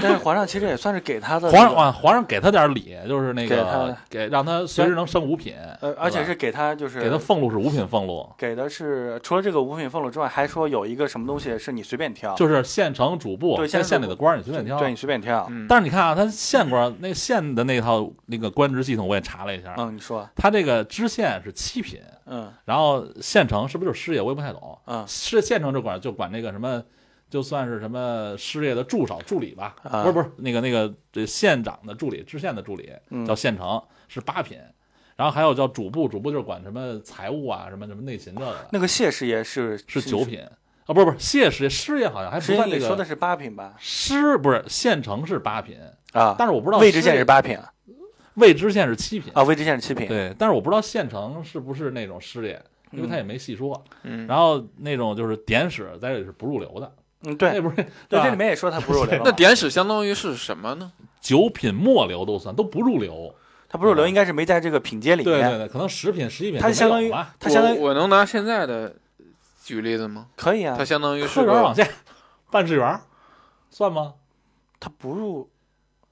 [SPEAKER 8] 但是皇上其实也算是给他的
[SPEAKER 7] 皇上
[SPEAKER 8] 那个
[SPEAKER 7] 啊，皇上给他点礼，就是那
[SPEAKER 8] 给他
[SPEAKER 7] 个给让他随时能升五品，
[SPEAKER 8] 呃，而且
[SPEAKER 7] 对吧
[SPEAKER 8] 是给他就是
[SPEAKER 7] 给他俸禄是五品俸禄，
[SPEAKER 8] 给的是除了这个五品俸禄之外，还说有一个什么东西是你随便挑，
[SPEAKER 7] 就是县城主簿
[SPEAKER 8] 啊对
[SPEAKER 7] 跟
[SPEAKER 8] 县
[SPEAKER 7] 县
[SPEAKER 8] 城
[SPEAKER 7] 里
[SPEAKER 8] 主
[SPEAKER 7] 的官儿你随便挑，啊
[SPEAKER 8] 对你随便挑。
[SPEAKER 9] 嗯，
[SPEAKER 7] 但是你看啊，他县官那个县的那套那个官职系统，我也查了一下，
[SPEAKER 8] 嗯，你说，
[SPEAKER 7] 他这个知县是七品，
[SPEAKER 8] 嗯
[SPEAKER 7] 然后县城是不是就是师爷？我也不太懂。
[SPEAKER 8] 嗯
[SPEAKER 7] 是县城就管就管那个什么，就算是什么师爷的助手、助理吧，
[SPEAKER 8] 啊
[SPEAKER 7] 不是不是那个那个这县长的助理、知县的助理
[SPEAKER 8] 嗯
[SPEAKER 7] 叫县城，是八品。然后还有叫主簿，主簿就是管什么财务啊，什么什么内勤这个的，
[SPEAKER 8] 那个谢师爷是
[SPEAKER 7] 是九，品啊，不是不是谢师爷，师爷好像还不
[SPEAKER 8] 师爷
[SPEAKER 7] 算
[SPEAKER 8] 你
[SPEAKER 7] 那
[SPEAKER 8] 说的
[SPEAKER 7] 个
[SPEAKER 8] 是八品吧？
[SPEAKER 7] 师，不是县城是八品，
[SPEAKER 8] 啊，
[SPEAKER 7] 但是我不知道
[SPEAKER 8] 位置线
[SPEAKER 7] 师
[SPEAKER 8] 是八品啊
[SPEAKER 7] 未知县是七品
[SPEAKER 8] 啊，位置线是七品。
[SPEAKER 7] 对，但是我不知道县城是不是那种师爷，因为他也没细说。
[SPEAKER 9] 嗯
[SPEAKER 7] 然后那种就是典史在这里是不入流的，
[SPEAKER 8] 嗯，
[SPEAKER 7] 那啊
[SPEAKER 8] 对
[SPEAKER 7] 不是
[SPEAKER 8] 对，
[SPEAKER 7] 吧
[SPEAKER 8] 这里面也说他不入 流了嘛，
[SPEAKER 9] 那典史相当于是什么呢？
[SPEAKER 7] 九品末流都算都不入流。
[SPEAKER 8] 他不入流应该是没在这个品阶里
[SPEAKER 7] 对对
[SPEAKER 8] 面，
[SPEAKER 7] 对，可能十品十一品
[SPEAKER 8] 他
[SPEAKER 7] 就没
[SPEAKER 8] 相当
[SPEAKER 7] 有
[SPEAKER 8] 于
[SPEAKER 7] 了
[SPEAKER 8] 他相当于
[SPEAKER 9] 我我能拿现在的举例子吗？
[SPEAKER 8] 可以啊
[SPEAKER 9] 它，相当于
[SPEAKER 7] 科
[SPEAKER 9] 是
[SPEAKER 7] 员
[SPEAKER 9] 个
[SPEAKER 7] 往下，办事员算吗？
[SPEAKER 8] 他不入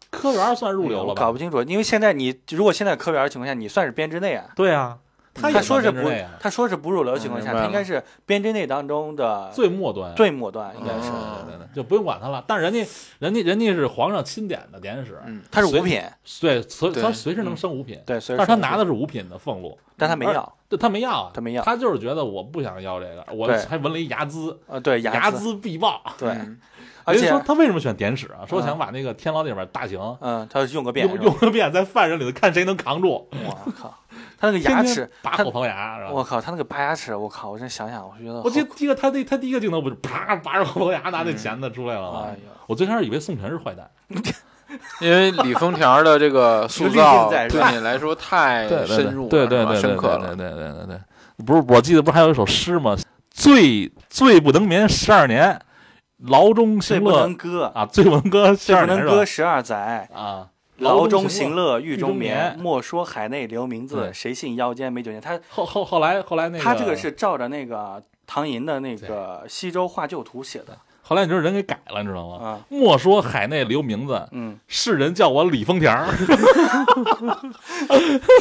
[SPEAKER 7] 科员算入流了
[SPEAKER 8] 哎搞
[SPEAKER 7] 吧？
[SPEAKER 8] 不清楚，因为现在你如果现在科员的情况下，你算是编制内啊，
[SPEAKER 7] 对啊，
[SPEAKER 12] 他
[SPEAKER 8] 他说是
[SPEAKER 12] 不
[SPEAKER 8] 不，
[SPEAKER 7] 啊
[SPEAKER 8] 他说是不入流情况
[SPEAKER 9] 嗯明
[SPEAKER 8] 下，
[SPEAKER 9] 白
[SPEAKER 8] 他
[SPEAKER 9] 了
[SPEAKER 8] 应该是编织内当中的
[SPEAKER 7] 最末端，
[SPEAKER 8] 最末端，应该是
[SPEAKER 9] 嗯
[SPEAKER 12] 对对对
[SPEAKER 7] 就不用管他了。但是人家，人家，人家是皇上钦点的典史，
[SPEAKER 9] 嗯，
[SPEAKER 8] 他是
[SPEAKER 7] 随
[SPEAKER 8] 五品，
[SPEAKER 7] 对，随
[SPEAKER 9] 对
[SPEAKER 7] 他随时能升五品，
[SPEAKER 8] 嗯对，所以
[SPEAKER 7] 但是他
[SPEAKER 8] 说
[SPEAKER 7] 拿的是五品的俸禄，
[SPEAKER 8] 但他没
[SPEAKER 7] 而
[SPEAKER 8] 要，
[SPEAKER 7] 对他没要啊，
[SPEAKER 8] 他没要
[SPEAKER 7] 他就是觉得我不想要这个，我
[SPEAKER 8] 对
[SPEAKER 7] 还纹了一睚眦，
[SPEAKER 8] 呃，对，
[SPEAKER 7] 睚
[SPEAKER 8] 睚眦，
[SPEAKER 7] 眦必报。
[SPEAKER 8] 对，
[SPEAKER 9] 嗯
[SPEAKER 8] 而且
[SPEAKER 7] 人家说他为什么选典史啊？说想把那个天牢那边大刑
[SPEAKER 8] 嗯，他用个遍，
[SPEAKER 7] 用用个遍，在犯人里头看谁能扛住，
[SPEAKER 8] 我靠，他那个
[SPEAKER 7] 天
[SPEAKER 8] 牙
[SPEAKER 7] 天
[SPEAKER 8] 齿，
[SPEAKER 7] 拔
[SPEAKER 8] 他
[SPEAKER 7] 后槽牙，是吧？
[SPEAKER 8] 我靠，他那个拔牙齿，我靠，我真想想，我觉得
[SPEAKER 7] 我记
[SPEAKER 8] 好
[SPEAKER 7] 得第一个他第他第一个镜头不是啪拔着后槽牙拿那钳子出来了吗
[SPEAKER 8] 嗯哎？呦，
[SPEAKER 7] 我最开始以为宋权是坏蛋，
[SPEAKER 9] 因为李丰田的这个塑
[SPEAKER 8] 有
[SPEAKER 9] 造
[SPEAKER 8] 滤镜在是
[SPEAKER 9] 对你来说太深
[SPEAKER 8] 啊
[SPEAKER 9] 入了，
[SPEAKER 12] 对对
[SPEAKER 9] 是吧
[SPEAKER 12] 对对
[SPEAKER 9] 深刻
[SPEAKER 12] 对
[SPEAKER 9] 了。
[SPEAKER 12] 对对对对，不是，我记得不是还有一首诗吗？罪罪不能眠十二年，牢中
[SPEAKER 8] 罪
[SPEAKER 12] 行
[SPEAKER 8] 不
[SPEAKER 12] 乐
[SPEAKER 8] 能歌，
[SPEAKER 12] 啊，罪不能歌十
[SPEAKER 8] 罪
[SPEAKER 12] 二
[SPEAKER 8] 不
[SPEAKER 12] 年
[SPEAKER 8] 能
[SPEAKER 12] 是
[SPEAKER 8] 歌
[SPEAKER 12] 吧？
[SPEAKER 8] 十二载，
[SPEAKER 7] 啊，
[SPEAKER 8] 牢中
[SPEAKER 7] 行
[SPEAKER 8] 行
[SPEAKER 7] 乐。
[SPEAKER 8] 乐狱
[SPEAKER 7] 中
[SPEAKER 8] 中眠
[SPEAKER 7] 眠，嗯
[SPEAKER 8] 莫说海内留名字，
[SPEAKER 12] 对
[SPEAKER 8] 谁信腰间没酒年。他
[SPEAKER 7] 后后后来后来那个
[SPEAKER 8] 他这个是照着那个唐寅的那个《西周画旧图》写的
[SPEAKER 12] 后来你知道人给改了，你知道吗？
[SPEAKER 8] 啊，
[SPEAKER 12] 莫说海内留名字，
[SPEAKER 8] 嗯，哦
[SPEAKER 12] 世人叫我李丰田儿。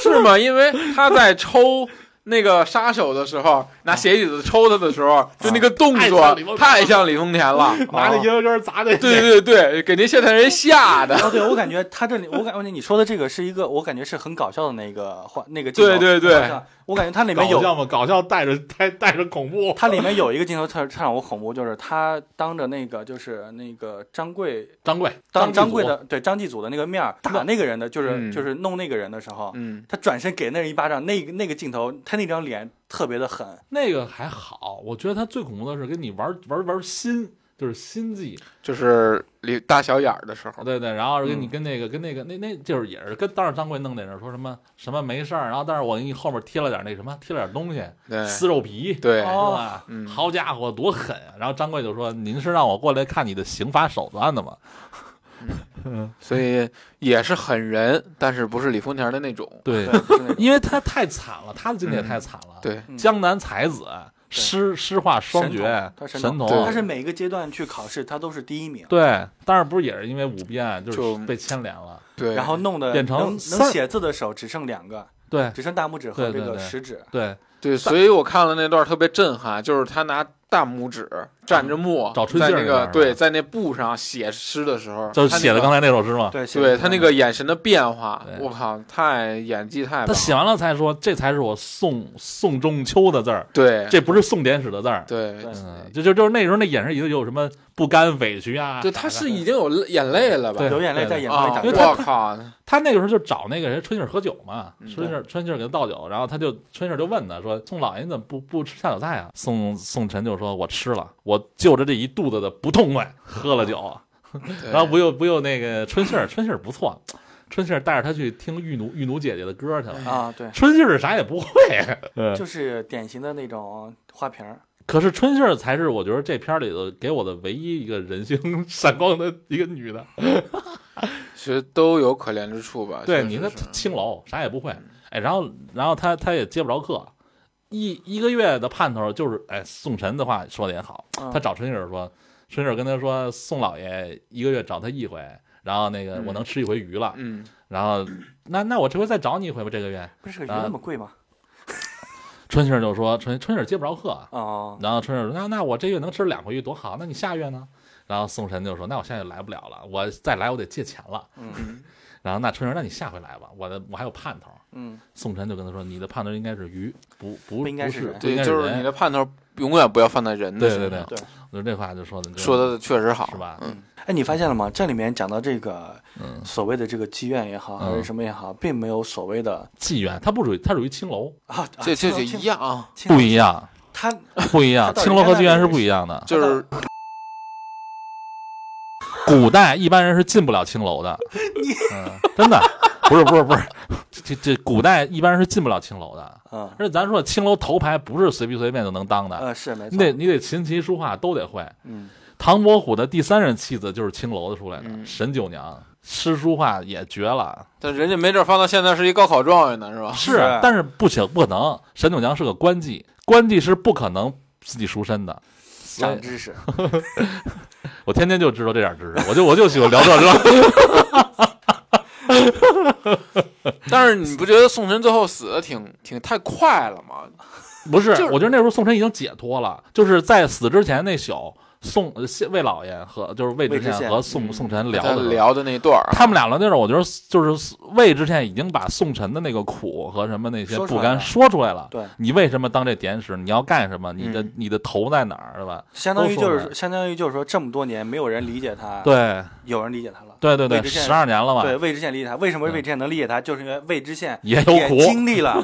[SPEAKER 9] 是吗？因为他在抽那个杀手的时候，拿鞋底子抽他的时候，就那个动
[SPEAKER 7] 啊
[SPEAKER 9] 作太
[SPEAKER 7] 太
[SPEAKER 9] 像李丰田了，
[SPEAKER 7] 拿那
[SPEAKER 9] 啊
[SPEAKER 7] 烟灰缸砸那
[SPEAKER 9] 对对对，给那现代人吓的。
[SPEAKER 8] 哦，对，我感觉他这里，我感觉你说的这个是一个，我感觉是很搞笑的那个话，那个镜
[SPEAKER 9] 对
[SPEAKER 8] 头
[SPEAKER 9] 对对
[SPEAKER 8] 搞笑我感觉它里面
[SPEAKER 7] 搞
[SPEAKER 8] 有
[SPEAKER 7] 笑嘛，搞笑带着带带着恐怖，
[SPEAKER 8] 它里面有一个镜头特特让我恐怖，就是他当着那个就是那个张贵
[SPEAKER 7] 张贵
[SPEAKER 8] 当张
[SPEAKER 7] 继
[SPEAKER 8] 贵
[SPEAKER 7] 祖
[SPEAKER 8] 的对张继祖的那个面儿打那个人的，就是、
[SPEAKER 9] 嗯
[SPEAKER 8] 就是弄那个人的时候，
[SPEAKER 9] 嗯，
[SPEAKER 8] 他转身给那人一巴掌，那个那个镜头，他那张脸特别的狠，
[SPEAKER 7] 那个还好，我觉得他最恐怖的是跟你玩玩玩心，就是心计，
[SPEAKER 9] 就是李大小眼儿的时候，
[SPEAKER 7] 对对，然后跟你
[SPEAKER 8] 嗯
[SPEAKER 7] 跟那个、跟那个那那就是也是跟当时张贵弄那人说什么什么没事儿，然后但是我给你后面贴了点那什么贴了点东西，
[SPEAKER 9] 对
[SPEAKER 7] 撕肉皮，
[SPEAKER 9] 对
[SPEAKER 7] 是吧？
[SPEAKER 9] 嗯
[SPEAKER 7] 好家伙，多狠啊！然后张贵就说：“您是让我过来看你的刑罚手段的吗
[SPEAKER 9] 所以也是狠人，但是不是李丰田的那种？”。
[SPEAKER 7] 对
[SPEAKER 8] 对，就是那种
[SPEAKER 7] 因为他太惨了，他的经历也太惨了。
[SPEAKER 9] 对，
[SPEAKER 8] 嗯
[SPEAKER 7] 江南才子，诗诗画双绝
[SPEAKER 8] 神童，他神
[SPEAKER 7] 神
[SPEAKER 8] 童
[SPEAKER 9] 对
[SPEAKER 8] 他是每个阶段去考试，他都是第一名，
[SPEAKER 7] 对，但是不是也是因为舞变就是
[SPEAKER 9] 就
[SPEAKER 7] 被牵连了？
[SPEAKER 9] 对，
[SPEAKER 8] 然后弄得
[SPEAKER 7] 变成
[SPEAKER 8] 能能
[SPEAKER 7] 三
[SPEAKER 8] 写字的手只剩两个，
[SPEAKER 7] 对
[SPEAKER 8] 只剩大拇指和
[SPEAKER 7] 对
[SPEAKER 8] 这
[SPEAKER 7] 对
[SPEAKER 8] 个
[SPEAKER 7] 对
[SPEAKER 8] 食指，
[SPEAKER 7] 对，
[SPEAKER 9] 对，所以我看了那段特别震撼，就是他拿大拇指蘸着墨，
[SPEAKER 7] 嗯找春
[SPEAKER 9] 在
[SPEAKER 7] 杏儿
[SPEAKER 9] 那个
[SPEAKER 7] 那段儿
[SPEAKER 9] 对，
[SPEAKER 7] 是吧
[SPEAKER 9] 在那布上写诗的时候，
[SPEAKER 7] 就是
[SPEAKER 9] 他那
[SPEAKER 7] 写的
[SPEAKER 9] 个
[SPEAKER 7] 刚才那首诗嘛。
[SPEAKER 8] 对，写
[SPEAKER 9] 对
[SPEAKER 8] 字
[SPEAKER 9] 他那个眼神的变化，
[SPEAKER 7] 对
[SPEAKER 9] 我靠，太演技太棒
[SPEAKER 7] 他
[SPEAKER 9] 了，
[SPEAKER 7] 写完了才说，这才是我宋宋仲秋的字儿，
[SPEAKER 9] 对
[SPEAKER 7] 这不是宋典史的字儿。
[SPEAKER 9] 对
[SPEAKER 8] 对
[SPEAKER 7] 嗯，就就就是那时候那眼神已经有什么不甘、委屈啊。
[SPEAKER 9] 对，他是已经有眼泪了吧？
[SPEAKER 7] 对
[SPEAKER 8] 流眼泪在眼眶里
[SPEAKER 9] 啊，
[SPEAKER 8] 长
[SPEAKER 7] 因为
[SPEAKER 8] 出来
[SPEAKER 7] 他
[SPEAKER 9] 我靠，
[SPEAKER 7] 他那个时候就找那个人春杏儿喝酒嘛
[SPEAKER 9] 嗯，
[SPEAKER 7] 春杏儿春杏儿给他倒酒，然后他就春杏儿就问他说：“宋老爷你怎么不不吃下酒菜啊？”宋宋晨就说：“我吃了，我就着这一肚子的不痛快喝了酒。”啊
[SPEAKER 9] 对
[SPEAKER 7] 然后不又不又那个春杏儿，春杏儿不错，春杏儿带着他去听玉奴玉奴姐姐的歌去了。
[SPEAKER 8] 啊，对，
[SPEAKER 7] 春杏儿啥也不会， 嗯
[SPEAKER 8] 就是典型的那种花瓶儿，
[SPEAKER 7] 可是春杏儿才是我觉得这片儿里头给我的唯一一个人性闪光的一个女 的。
[SPEAKER 9] 其实都有可怜之处吧？
[SPEAKER 7] 对
[SPEAKER 9] 确实
[SPEAKER 7] 你那
[SPEAKER 9] 是嗯
[SPEAKER 7] 青楼啥也不会，哎，然后然后他他也接不着课，一一个月的盼头就是，哎，宋晨的话说的也好，
[SPEAKER 8] 嗯
[SPEAKER 7] 他找春婶说，春婶跟他说，宋老爷一个月找他一回，然后那个
[SPEAKER 9] 嗯
[SPEAKER 7] 我能吃一回鱼了，
[SPEAKER 9] 嗯，
[SPEAKER 7] 然后那那我这回再找你一回吧，这个月，
[SPEAKER 8] 不是这个鱼
[SPEAKER 7] 啊
[SPEAKER 8] 那么贵吗？
[SPEAKER 7] 春婶就说春春婶接不着啊课，
[SPEAKER 8] 哦，
[SPEAKER 7] 然后春婶说那啊那我这月能吃两回鱼多好，那你下月呢？然后宋晨就说那我下月来不了了，我再来我得借钱了，
[SPEAKER 8] 嗯
[SPEAKER 7] 然后那春婶那你下回来吧，我的我还有盼头。
[SPEAKER 8] 嗯，
[SPEAKER 7] 宋晨就跟他说：“你的判断应该是鱼，不不
[SPEAKER 8] 不应该
[SPEAKER 7] 不
[SPEAKER 8] 是
[SPEAKER 7] 是
[SPEAKER 8] 人
[SPEAKER 7] 不应该
[SPEAKER 9] 对，就是你
[SPEAKER 7] 人。
[SPEAKER 9] 的盼头永远不要放在人的
[SPEAKER 7] 对
[SPEAKER 9] 身
[SPEAKER 7] 对
[SPEAKER 9] 上。
[SPEAKER 7] 对
[SPEAKER 8] 对
[SPEAKER 7] 就这话就说的
[SPEAKER 9] 说的确实好，
[SPEAKER 7] 是吧？
[SPEAKER 9] 嗯，
[SPEAKER 8] 哎，你发现了吗？这里面讲到这个
[SPEAKER 7] 嗯
[SPEAKER 8] 所谓的这个妓院也好，还
[SPEAKER 7] 嗯
[SPEAKER 8] 是什么也好，并没有所谓的
[SPEAKER 7] 妓院它不属于，它属于青楼，
[SPEAKER 8] 啊，啊
[SPEAKER 9] 这这
[SPEAKER 8] 青
[SPEAKER 9] 就
[SPEAKER 8] 楼
[SPEAKER 9] 一，样啊，
[SPEAKER 8] 青楼
[SPEAKER 12] 不一样，
[SPEAKER 8] 他
[SPEAKER 12] 不一样，
[SPEAKER 8] 嗯它到底
[SPEAKER 12] 青楼和
[SPEAKER 8] 跟
[SPEAKER 12] 妓院
[SPEAKER 8] 那
[SPEAKER 12] 是
[SPEAKER 8] 个
[SPEAKER 12] 不一样的。
[SPEAKER 9] 就是
[SPEAKER 12] 古代一般人是进不了青楼的，嗯，真的不是不是不是，这这古代一般人是进不了青楼的。
[SPEAKER 8] 嗯
[SPEAKER 12] 而且咱说青楼头牌不是随便随便就能当的，
[SPEAKER 8] 呃是没
[SPEAKER 7] 你
[SPEAKER 8] 错，
[SPEAKER 7] 得你得琴棋书画都得会。
[SPEAKER 8] 嗯
[SPEAKER 12] 唐伯虎的第三任妻子就是青楼的出来的，
[SPEAKER 9] 嗯
[SPEAKER 12] 沈九娘，诗书画也绝了。
[SPEAKER 9] 但人家没准放到现在是一高考状元呢，是吧？
[SPEAKER 12] 是啊，但是不行，不可能。沈九娘是个官妓，官妓是不可能自己赎身的。所
[SPEAKER 8] 长
[SPEAKER 12] 以
[SPEAKER 8] 知识，
[SPEAKER 12] 我天天就知道 这点知识，我就我就喜欢聊这个。
[SPEAKER 9] 但是你不觉得宋神最后死的挺挺太快了吗？
[SPEAKER 7] 不是，
[SPEAKER 9] 就是
[SPEAKER 7] 我觉得那时候宋晨已经解脱了，就是在死之前那宿，宋呃谢魏老爷和就是魏知
[SPEAKER 8] 魏知
[SPEAKER 7] 县
[SPEAKER 8] 县
[SPEAKER 7] 和
[SPEAKER 9] 嗯
[SPEAKER 7] 宋宋晨聊
[SPEAKER 9] 他
[SPEAKER 7] 的时候
[SPEAKER 9] 聊的那段儿啊，
[SPEAKER 7] 他们俩聊那种，我觉得就是魏知县已经把宋晨的那个苦和什么那些
[SPEAKER 8] 说出
[SPEAKER 7] 不
[SPEAKER 8] 来
[SPEAKER 7] 甘
[SPEAKER 8] 了
[SPEAKER 7] 说出来了。
[SPEAKER 8] 对
[SPEAKER 7] 你为什么当这典史？你要干什么？你的、
[SPEAKER 9] 嗯
[SPEAKER 7] 你的头在哪儿？是吧？
[SPEAKER 8] 相当于就
[SPEAKER 7] 都说
[SPEAKER 8] 是相当于就是说，这么多年没有人理解他，，
[SPEAKER 7] 对
[SPEAKER 8] 有人理解他了。
[SPEAKER 7] 对对
[SPEAKER 8] 魏
[SPEAKER 7] 对，
[SPEAKER 8] 知县
[SPEAKER 7] 十二年了吧？
[SPEAKER 8] 对，魏知县理解他，为什么魏知县能理解他？就是因为魏知县
[SPEAKER 7] 嗯也有苦
[SPEAKER 8] 经 历了，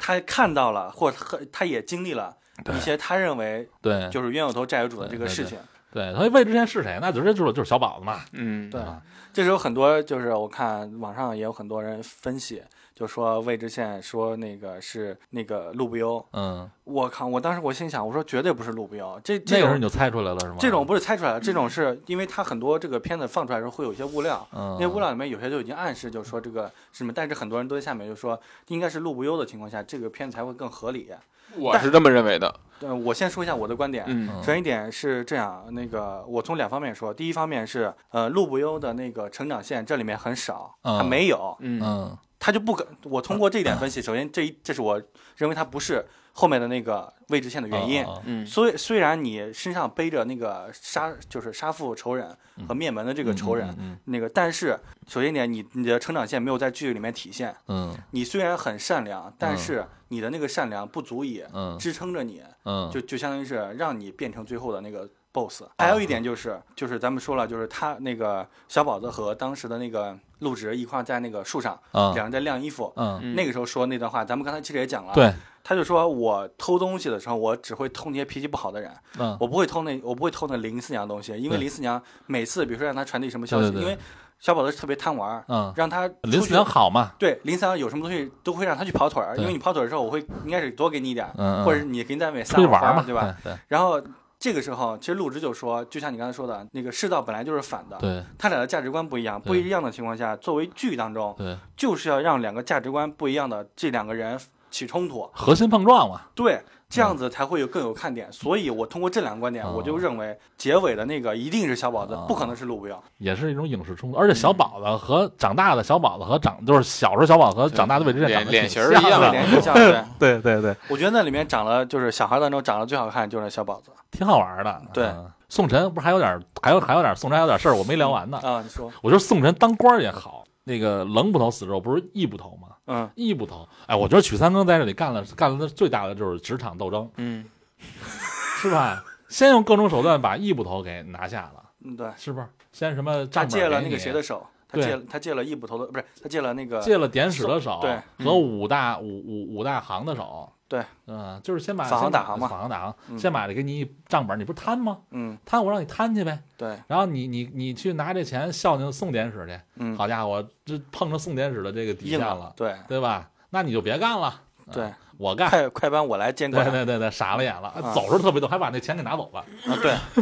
[SPEAKER 8] 他看到了，或者他他也经历了一些他认为
[SPEAKER 7] 对
[SPEAKER 8] 就是冤有头债有主的这个
[SPEAKER 7] 对对
[SPEAKER 8] 事
[SPEAKER 7] 对
[SPEAKER 8] 情。
[SPEAKER 7] 对，所以魏知县是谁？那直接就是就是小宝子嘛。
[SPEAKER 9] 嗯，
[SPEAKER 8] 对
[SPEAKER 7] 啊，
[SPEAKER 8] 这时候很多就是我看网上也有很多人分析，就说魏知县说那个是那个路不忧，
[SPEAKER 7] 嗯，
[SPEAKER 8] 我靠！我当时我心想，我说绝对不是路不忧，这
[SPEAKER 7] 那
[SPEAKER 8] 这
[SPEAKER 7] 个时候
[SPEAKER 8] 种
[SPEAKER 7] 你就猜出来了是吗？
[SPEAKER 8] 这种不是猜出来的，这种是因为它很多这个片子放出来的时候会有一些物料，
[SPEAKER 7] 嗯
[SPEAKER 8] 那些物料里面有些就已经暗示，就是说这个什么，但是很多人都在下面就说应该是路不忧的情况下，这个片子才会更合理。
[SPEAKER 9] 我是这么认为的。
[SPEAKER 8] 呃，我先说一下我的观点，啊
[SPEAKER 9] 嗯
[SPEAKER 8] 首先一点是这样，那个我从两方面说，第一方面是呃路不忧的那个成长线这里面很少，
[SPEAKER 7] 嗯
[SPEAKER 8] 它没有，
[SPEAKER 9] 嗯，
[SPEAKER 7] 嗯
[SPEAKER 8] 他就不可。我通过这一点分析，首先这一这是我认为它不是后面的那个位置线的原因。
[SPEAKER 7] 嗯
[SPEAKER 9] 嗯
[SPEAKER 8] 所以虽然你身上背着那个杀就是杀父仇人
[SPEAKER 7] 嗯
[SPEAKER 8] 和灭门的这个仇人，那个但是首先一点，你你的成长线没有在剧里面体现。
[SPEAKER 7] 嗯
[SPEAKER 8] 你虽然很善良，但是你的那个善良不足以
[SPEAKER 7] 嗯
[SPEAKER 8] 支撑着你，
[SPEAKER 7] 嗯，啊
[SPEAKER 8] 就就相当于是让你变成最后的那个 boss。还
[SPEAKER 7] 嗯
[SPEAKER 8] 有一点就是，就是咱们说了，就是他那个小宝子和当时的那个陆植一块儿在那个树上，
[SPEAKER 7] 啊
[SPEAKER 8] 两人在晾衣服。
[SPEAKER 7] 嗯
[SPEAKER 8] 那个时候说那段话，咱们刚才其实也讲了。，
[SPEAKER 7] 对
[SPEAKER 8] 他就说我偷东西的时候，我只会偷那些脾气不好的人，
[SPEAKER 7] 嗯
[SPEAKER 8] 我不会偷那我不会偷那林四娘的东西，因为
[SPEAKER 7] 对
[SPEAKER 8] 林四娘每次比如说让他传递什么消息，
[SPEAKER 7] 对对对
[SPEAKER 8] 因为小宝子特别贪玩儿，
[SPEAKER 7] 嗯，
[SPEAKER 8] 让他
[SPEAKER 7] 林
[SPEAKER 8] 出
[SPEAKER 7] 思
[SPEAKER 8] 去
[SPEAKER 7] 良好嘛？
[SPEAKER 8] 对，林三有什么东西都会让他去跑腿儿，
[SPEAKER 7] 对
[SPEAKER 8] 因为你跑腿儿的时候，我会应该是多给你一点儿，
[SPEAKER 7] 嗯嗯
[SPEAKER 8] 或者你给你在外面撒
[SPEAKER 7] 出去
[SPEAKER 8] 会儿
[SPEAKER 7] 玩
[SPEAKER 8] 花
[SPEAKER 7] 儿嘛，哎
[SPEAKER 8] 对吧？？
[SPEAKER 7] 对
[SPEAKER 8] 然后这个时候，其实陆植就说，就像你刚才说的，那个世道本来就是反的，
[SPEAKER 7] 对
[SPEAKER 8] 他俩的价值观不一样，不
[SPEAKER 7] 对
[SPEAKER 8] 一样的情况下，作为剧当中，
[SPEAKER 7] 对，
[SPEAKER 8] 就是要让两个价值观不一样的这两个人起冲突，
[SPEAKER 7] 核心碰撞嘛。
[SPEAKER 8] 对，这样子才会有更有看点。所以我通过这两个观点，
[SPEAKER 7] 嗯哦
[SPEAKER 8] 我就认为结尾的那个一定是小宝子
[SPEAKER 7] 哦，
[SPEAKER 8] 不可能是陆不要。
[SPEAKER 7] 也是一种影视冲突，而且小宝子和长大的小宝子和长就是小时候小宝子和长大的魏之
[SPEAKER 9] 脸
[SPEAKER 7] 健长得
[SPEAKER 9] 脸
[SPEAKER 7] 挺
[SPEAKER 9] 型儿
[SPEAKER 7] 像
[SPEAKER 9] 一样
[SPEAKER 7] 的
[SPEAKER 8] 对，联系一下，对，
[SPEAKER 7] 对对对，
[SPEAKER 8] 我觉得那里面长得就是小孩当中长得最好看就是小宝子
[SPEAKER 7] 挺好玩的。
[SPEAKER 8] 对
[SPEAKER 7] 嗯宋晨不是还有点，还有还有点，宋晨还有点事儿我没聊完 呢。
[SPEAKER 8] 啊，你说，
[SPEAKER 7] 我觉得宋晨当官儿也好，那个冷捕头死之后不是义捕头吗？
[SPEAKER 8] 嗯。
[SPEAKER 7] 义捕头，哎，我觉得曲三更在这里干了干了他最大的就是职场斗争，
[SPEAKER 9] 嗯，
[SPEAKER 7] 是吧？先用各种手段把义捕头给拿下了，
[SPEAKER 8] 嗯，对，
[SPEAKER 7] 是不是？先什么账
[SPEAKER 8] 他
[SPEAKER 7] 本
[SPEAKER 8] 借了
[SPEAKER 7] 给
[SPEAKER 8] 那个
[SPEAKER 7] 你
[SPEAKER 8] 谁的手，他
[SPEAKER 7] 对
[SPEAKER 8] 借了他借了易捕头的，不是他借了那个
[SPEAKER 7] 借了典史的手，
[SPEAKER 8] 呃对嗯
[SPEAKER 7] 和五大五五五大行的手，
[SPEAKER 8] 对，
[SPEAKER 7] 嗯，就是先把
[SPEAKER 8] 反行打行嘛
[SPEAKER 7] 反行打行，
[SPEAKER 8] 嗯
[SPEAKER 7] 先把这给你一账本，你不是贪吗？
[SPEAKER 8] 嗯，
[SPEAKER 7] 贪我让你贪去呗，
[SPEAKER 8] 对，
[SPEAKER 7] 然后你你你去拿这钱孝敬宋典史去，
[SPEAKER 8] 嗯，
[SPEAKER 7] 好家伙，这碰着宋典史的这个底
[SPEAKER 8] 硬
[SPEAKER 7] 线
[SPEAKER 8] 了
[SPEAKER 7] 了，，啊
[SPEAKER 8] 对
[SPEAKER 7] 对吧？那你就别干了，
[SPEAKER 8] 对，
[SPEAKER 7] 我干。
[SPEAKER 8] 快快班我来监
[SPEAKER 7] 对
[SPEAKER 8] 管，啊
[SPEAKER 7] 对对对，傻了眼了，
[SPEAKER 8] 啊
[SPEAKER 7] 走时候特别逗，还把那钱给拿走了。
[SPEAKER 8] 对，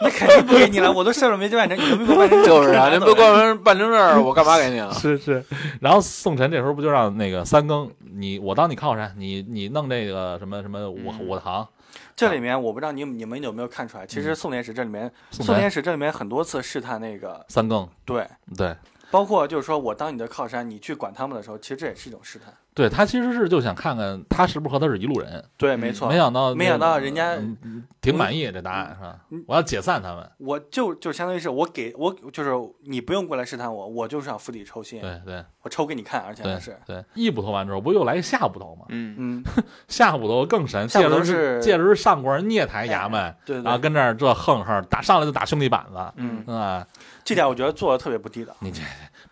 [SPEAKER 8] 那肯定不给你了，我都事儿没完成，你都没给我办成，
[SPEAKER 9] 就是啊，
[SPEAKER 8] 你
[SPEAKER 9] 您
[SPEAKER 8] 都没
[SPEAKER 9] 不
[SPEAKER 8] 给我
[SPEAKER 9] 办成办成这儿，我干嘛给你啊？
[SPEAKER 7] 是是，然后宋晨这时候不就让那个三更你我当你靠山，你你弄这个什么什么
[SPEAKER 8] 嗯
[SPEAKER 7] 我我的行，
[SPEAKER 8] 这里面我不知道你你们有没有看出来，其实宋天使这里面
[SPEAKER 7] 嗯宋
[SPEAKER 8] 宋
[SPEAKER 7] 晨
[SPEAKER 8] 天使这里面很多次试探那个
[SPEAKER 7] 三更
[SPEAKER 8] 对，
[SPEAKER 7] 对，
[SPEAKER 8] 包括就是说我当你的靠山，你去管他们的时候，其实这也是一种试探，
[SPEAKER 7] 对他其实是就想看看他是不是和他是一路人，
[SPEAKER 8] 对，没错，
[SPEAKER 7] 嗯没想到
[SPEAKER 8] 没想到人家
[SPEAKER 7] 嗯嗯挺满意这答案是吧？
[SPEAKER 8] 嗯
[SPEAKER 7] 我要解散他们，
[SPEAKER 8] 我就就相当于是我给我就是你不用过来试探我，我就是想釜底抽薪，
[SPEAKER 7] 对对
[SPEAKER 8] 我抽给你看，而且还
[SPEAKER 7] 对
[SPEAKER 8] 嗯是，
[SPEAKER 7] 对，一捕头完之后不又来一下捕头吗？
[SPEAKER 9] 嗯，
[SPEAKER 8] 嗯，
[SPEAKER 7] 下捕头更神，
[SPEAKER 8] 下
[SPEAKER 7] 借
[SPEAKER 8] 捕头
[SPEAKER 7] 着
[SPEAKER 8] 是哎
[SPEAKER 7] 借着是上官聂台衙门，
[SPEAKER 8] 对对
[SPEAKER 7] 然后跟这儿这横横打上来就打兄弟板子，
[SPEAKER 8] 嗯
[SPEAKER 7] 啊，
[SPEAKER 8] 这点我觉得做的特别不地道。
[SPEAKER 7] 你这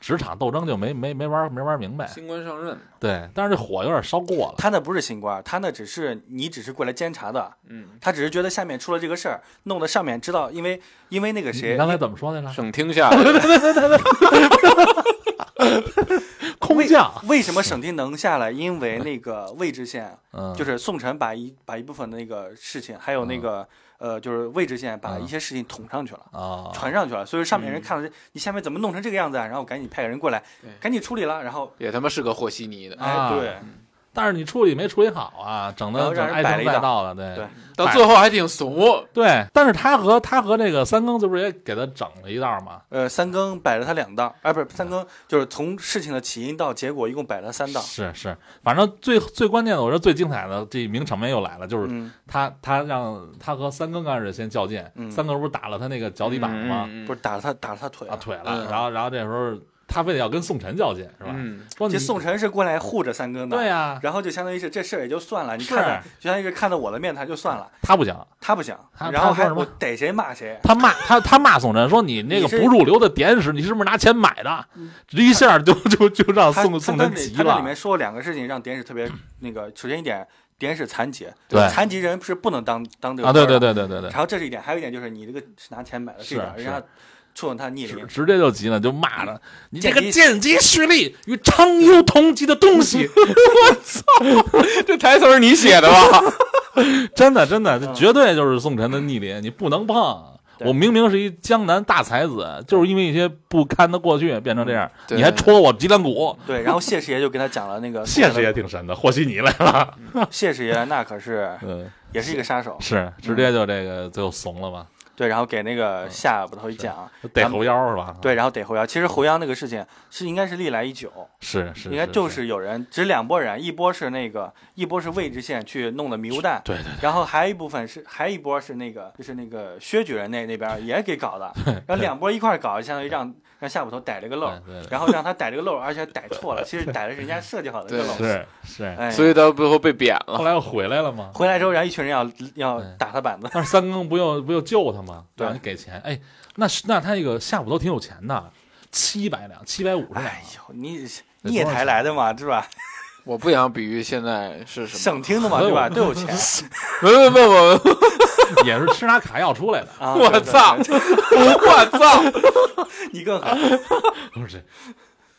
[SPEAKER 7] 职场斗争就没没没玩没玩明白，
[SPEAKER 9] 新官上任，
[SPEAKER 7] 对，但是这火有点烧过了，
[SPEAKER 8] 他那不是新官，他那只是你只是过来监察的，
[SPEAKER 9] 嗯，
[SPEAKER 8] 他只是觉得下面出了这个事儿，弄得上面知道，因为因为那个
[SPEAKER 7] 你
[SPEAKER 8] 谁
[SPEAKER 7] 你，刚才怎么说来着？
[SPEAKER 9] 省厅下来的，
[SPEAKER 7] 空降，
[SPEAKER 8] 为什么省厅能下来？因为那个魏知县，
[SPEAKER 7] 嗯，
[SPEAKER 8] 就是宋晨把一把一部分的那个事情，还有那个呃，就是魏知县把
[SPEAKER 7] 嗯
[SPEAKER 8] 一些事情捅上去了。
[SPEAKER 7] 啊，
[SPEAKER 8] 传上去了，所以上面人看了，哎你下面怎么弄成这个样子啊？然后赶紧派个人过来
[SPEAKER 9] 对，
[SPEAKER 8] 赶紧处理了。然后，
[SPEAKER 9] 也他妈是个和稀泥的。
[SPEAKER 8] 哎，
[SPEAKER 7] 嗯啊
[SPEAKER 8] 对，
[SPEAKER 7] 但是你处理没处理好啊，整
[SPEAKER 8] 然
[SPEAKER 7] 的
[SPEAKER 8] 后让人
[SPEAKER 7] 爱
[SPEAKER 8] 摆了
[SPEAKER 7] 称
[SPEAKER 8] 一
[SPEAKER 7] 带
[SPEAKER 8] 道
[SPEAKER 7] 道了，对
[SPEAKER 8] 对
[SPEAKER 9] 到最后还挺怂，
[SPEAKER 7] 对，但是他和他和这个三更，这不是也给他整了一道吗？
[SPEAKER 8] 呃，三更摆了他两道，哎、不是三更，就是从事情的起因到结果，一共摆了三道。
[SPEAKER 7] 是是，反正最最关键的，我觉得最精彩的这名场面又来了，就是
[SPEAKER 8] 嗯，
[SPEAKER 7] 他、他让他和三更刚开始先较劲，
[SPEAKER 8] 嗯
[SPEAKER 7] 三更不是打了他那个脚底板吗？
[SPEAKER 9] 嗯
[SPEAKER 8] 不是打了他打了他腿
[SPEAKER 7] 啊
[SPEAKER 8] 了。
[SPEAKER 7] 腿了，
[SPEAKER 9] 嗯
[SPEAKER 7] 然后然后这时候他非得要跟宋晨较劲，是吧？
[SPEAKER 9] 嗯，
[SPEAKER 7] 说你
[SPEAKER 8] 这宋晨是过来护着三更的，
[SPEAKER 7] 对呀、
[SPEAKER 8] 然后就相当于是这事儿也就算了，你
[SPEAKER 7] 是
[SPEAKER 8] 看着就相当于是看到我的面谈就算了，
[SPEAKER 7] 他不行，
[SPEAKER 8] 他不行
[SPEAKER 7] 他，
[SPEAKER 8] 然后
[SPEAKER 7] 他说
[SPEAKER 8] 还
[SPEAKER 7] 什么
[SPEAKER 8] 我逮谁骂谁，
[SPEAKER 7] 他 骂他他骂宋晨说你那个
[SPEAKER 8] 你是
[SPEAKER 7] 不入流的典史，你是不是拿钱买的？一下就就就让
[SPEAKER 8] 他
[SPEAKER 7] 宋
[SPEAKER 8] 他
[SPEAKER 7] 宋
[SPEAKER 8] 那
[SPEAKER 7] 晨
[SPEAKER 8] 里
[SPEAKER 7] 急
[SPEAKER 8] 他那里
[SPEAKER 7] 了
[SPEAKER 8] 面，说了两个事情让典史 特别那个，首先一点，典史残疾，
[SPEAKER 7] 对
[SPEAKER 8] 残疾人是不能当当这个
[SPEAKER 7] 啊，对对
[SPEAKER 8] 官儿的，
[SPEAKER 7] 对对对对，
[SPEAKER 8] 然后这是一点，还有一点就是你这个是拿钱买的，这一点
[SPEAKER 7] 是
[SPEAKER 8] 人家触动他逆
[SPEAKER 7] 直
[SPEAKER 8] 鳞，
[SPEAKER 7] 直接就急了，就骂了你这个
[SPEAKER 8] 见机
[SPEAKER 7] 见机蓄力与常忧同级的东 西，
[SPEAKER 9] 这台词儿你写的吧？
[SPEAKER 7] 真的真的，这绝对就是宋晨的逆鳞，你不能碰。
[SPEAKER 8] 嗯对
[SPEAKER 7] 我明明是一江南大才子，就是因为一些不堪的过去变成这样，
[SPEAKER 9] 对
[SPEAKER 7] 你还戳我脊梁骨。
[SPEAKER 8] 嗯对，然后谢师爷就跟他讲了那个
[SPEAKER 7] 谢师爷挺神的，和稀泥来了。
[SPEAKER 8] 谢师爷那 可是
[SPEAKER 7] 嗯，
[SPEAKER 8] 也是一个杀手，
[SPEAKER 7] 是直接就这个最后怂了嘛，
[SPEAKER 8] 对，然后给那个下捕头一讲，
[SPEAKER 7] 嗯逮
[SPEAKER 8] 咱们
[SPEAKER 7] 猴嗯腰是吧？，
[SPEAKER 8] 对，然后逮侯阳，其实侯阳那个事情是应该是历来已久，
[SPEAKER 7] 是是，
[SPEAKER 8] 应该就是是有人，只两拨人，一波是那个，一波是魏知县去弄的迷雾弹，对对然后还有一部分是，还有一波是那个，就是那个薛举人那那边也给搞的，然后两波一块儿搞，相当于让让夏捕头逮了个漏，
[SPEAKER 7] 对对对
[SPEAKER 8] 然后让他逮了个漏，而且逮错了，其实逮了人家设计好的一个
[SPEAKER 9] 对
[SPEAKER 8] 漏，
[SPEAKER 7] 是是，
[SPEAKER 8] 哎，
[SPEAKER 9] 所以到最后被贬
[SPEAKER 7] 后
[SPEAKER 9] 了。
[SPEAKER 7] 来又回来了嘛。
[SPEAKER 8] 回来之后，然后一群人要要
[SPEAKER 7] 对
[SPEAKER 8] 打他板子，
[SPEAKER 7] 但是三更不又不又救他吗？
[SPEAKER 8] 对
[SPEAKER 7] 让你给钱，哎，那是那他这个下捕头挺有钱的，七百两，七百五十两
[SPEAKER 8] 哎，呦，你聂台来的嘛，是吧？
[SPEAKER 9] 我不想比喻现在是什么，
[SPEAKER 8] 省厅的嘛，对吧？
[SPEAKER 7] 哎呦
[SPEAKER 8] 都有钱
[SPEAKER 9] 没没没，我
[SPEAKER 7] 也是吃拿卡要出来的。
[SPEAKER 8] 啊！对
[SPEAKER 9] 我
[SPEAKER 8] 对
[SPEAKER 9] 操，
[SPEAKER 8] 对
[SPEAKER 9] 我操，
[SPEAKER 8] 你更狠
[SPEAKER 7] 不是，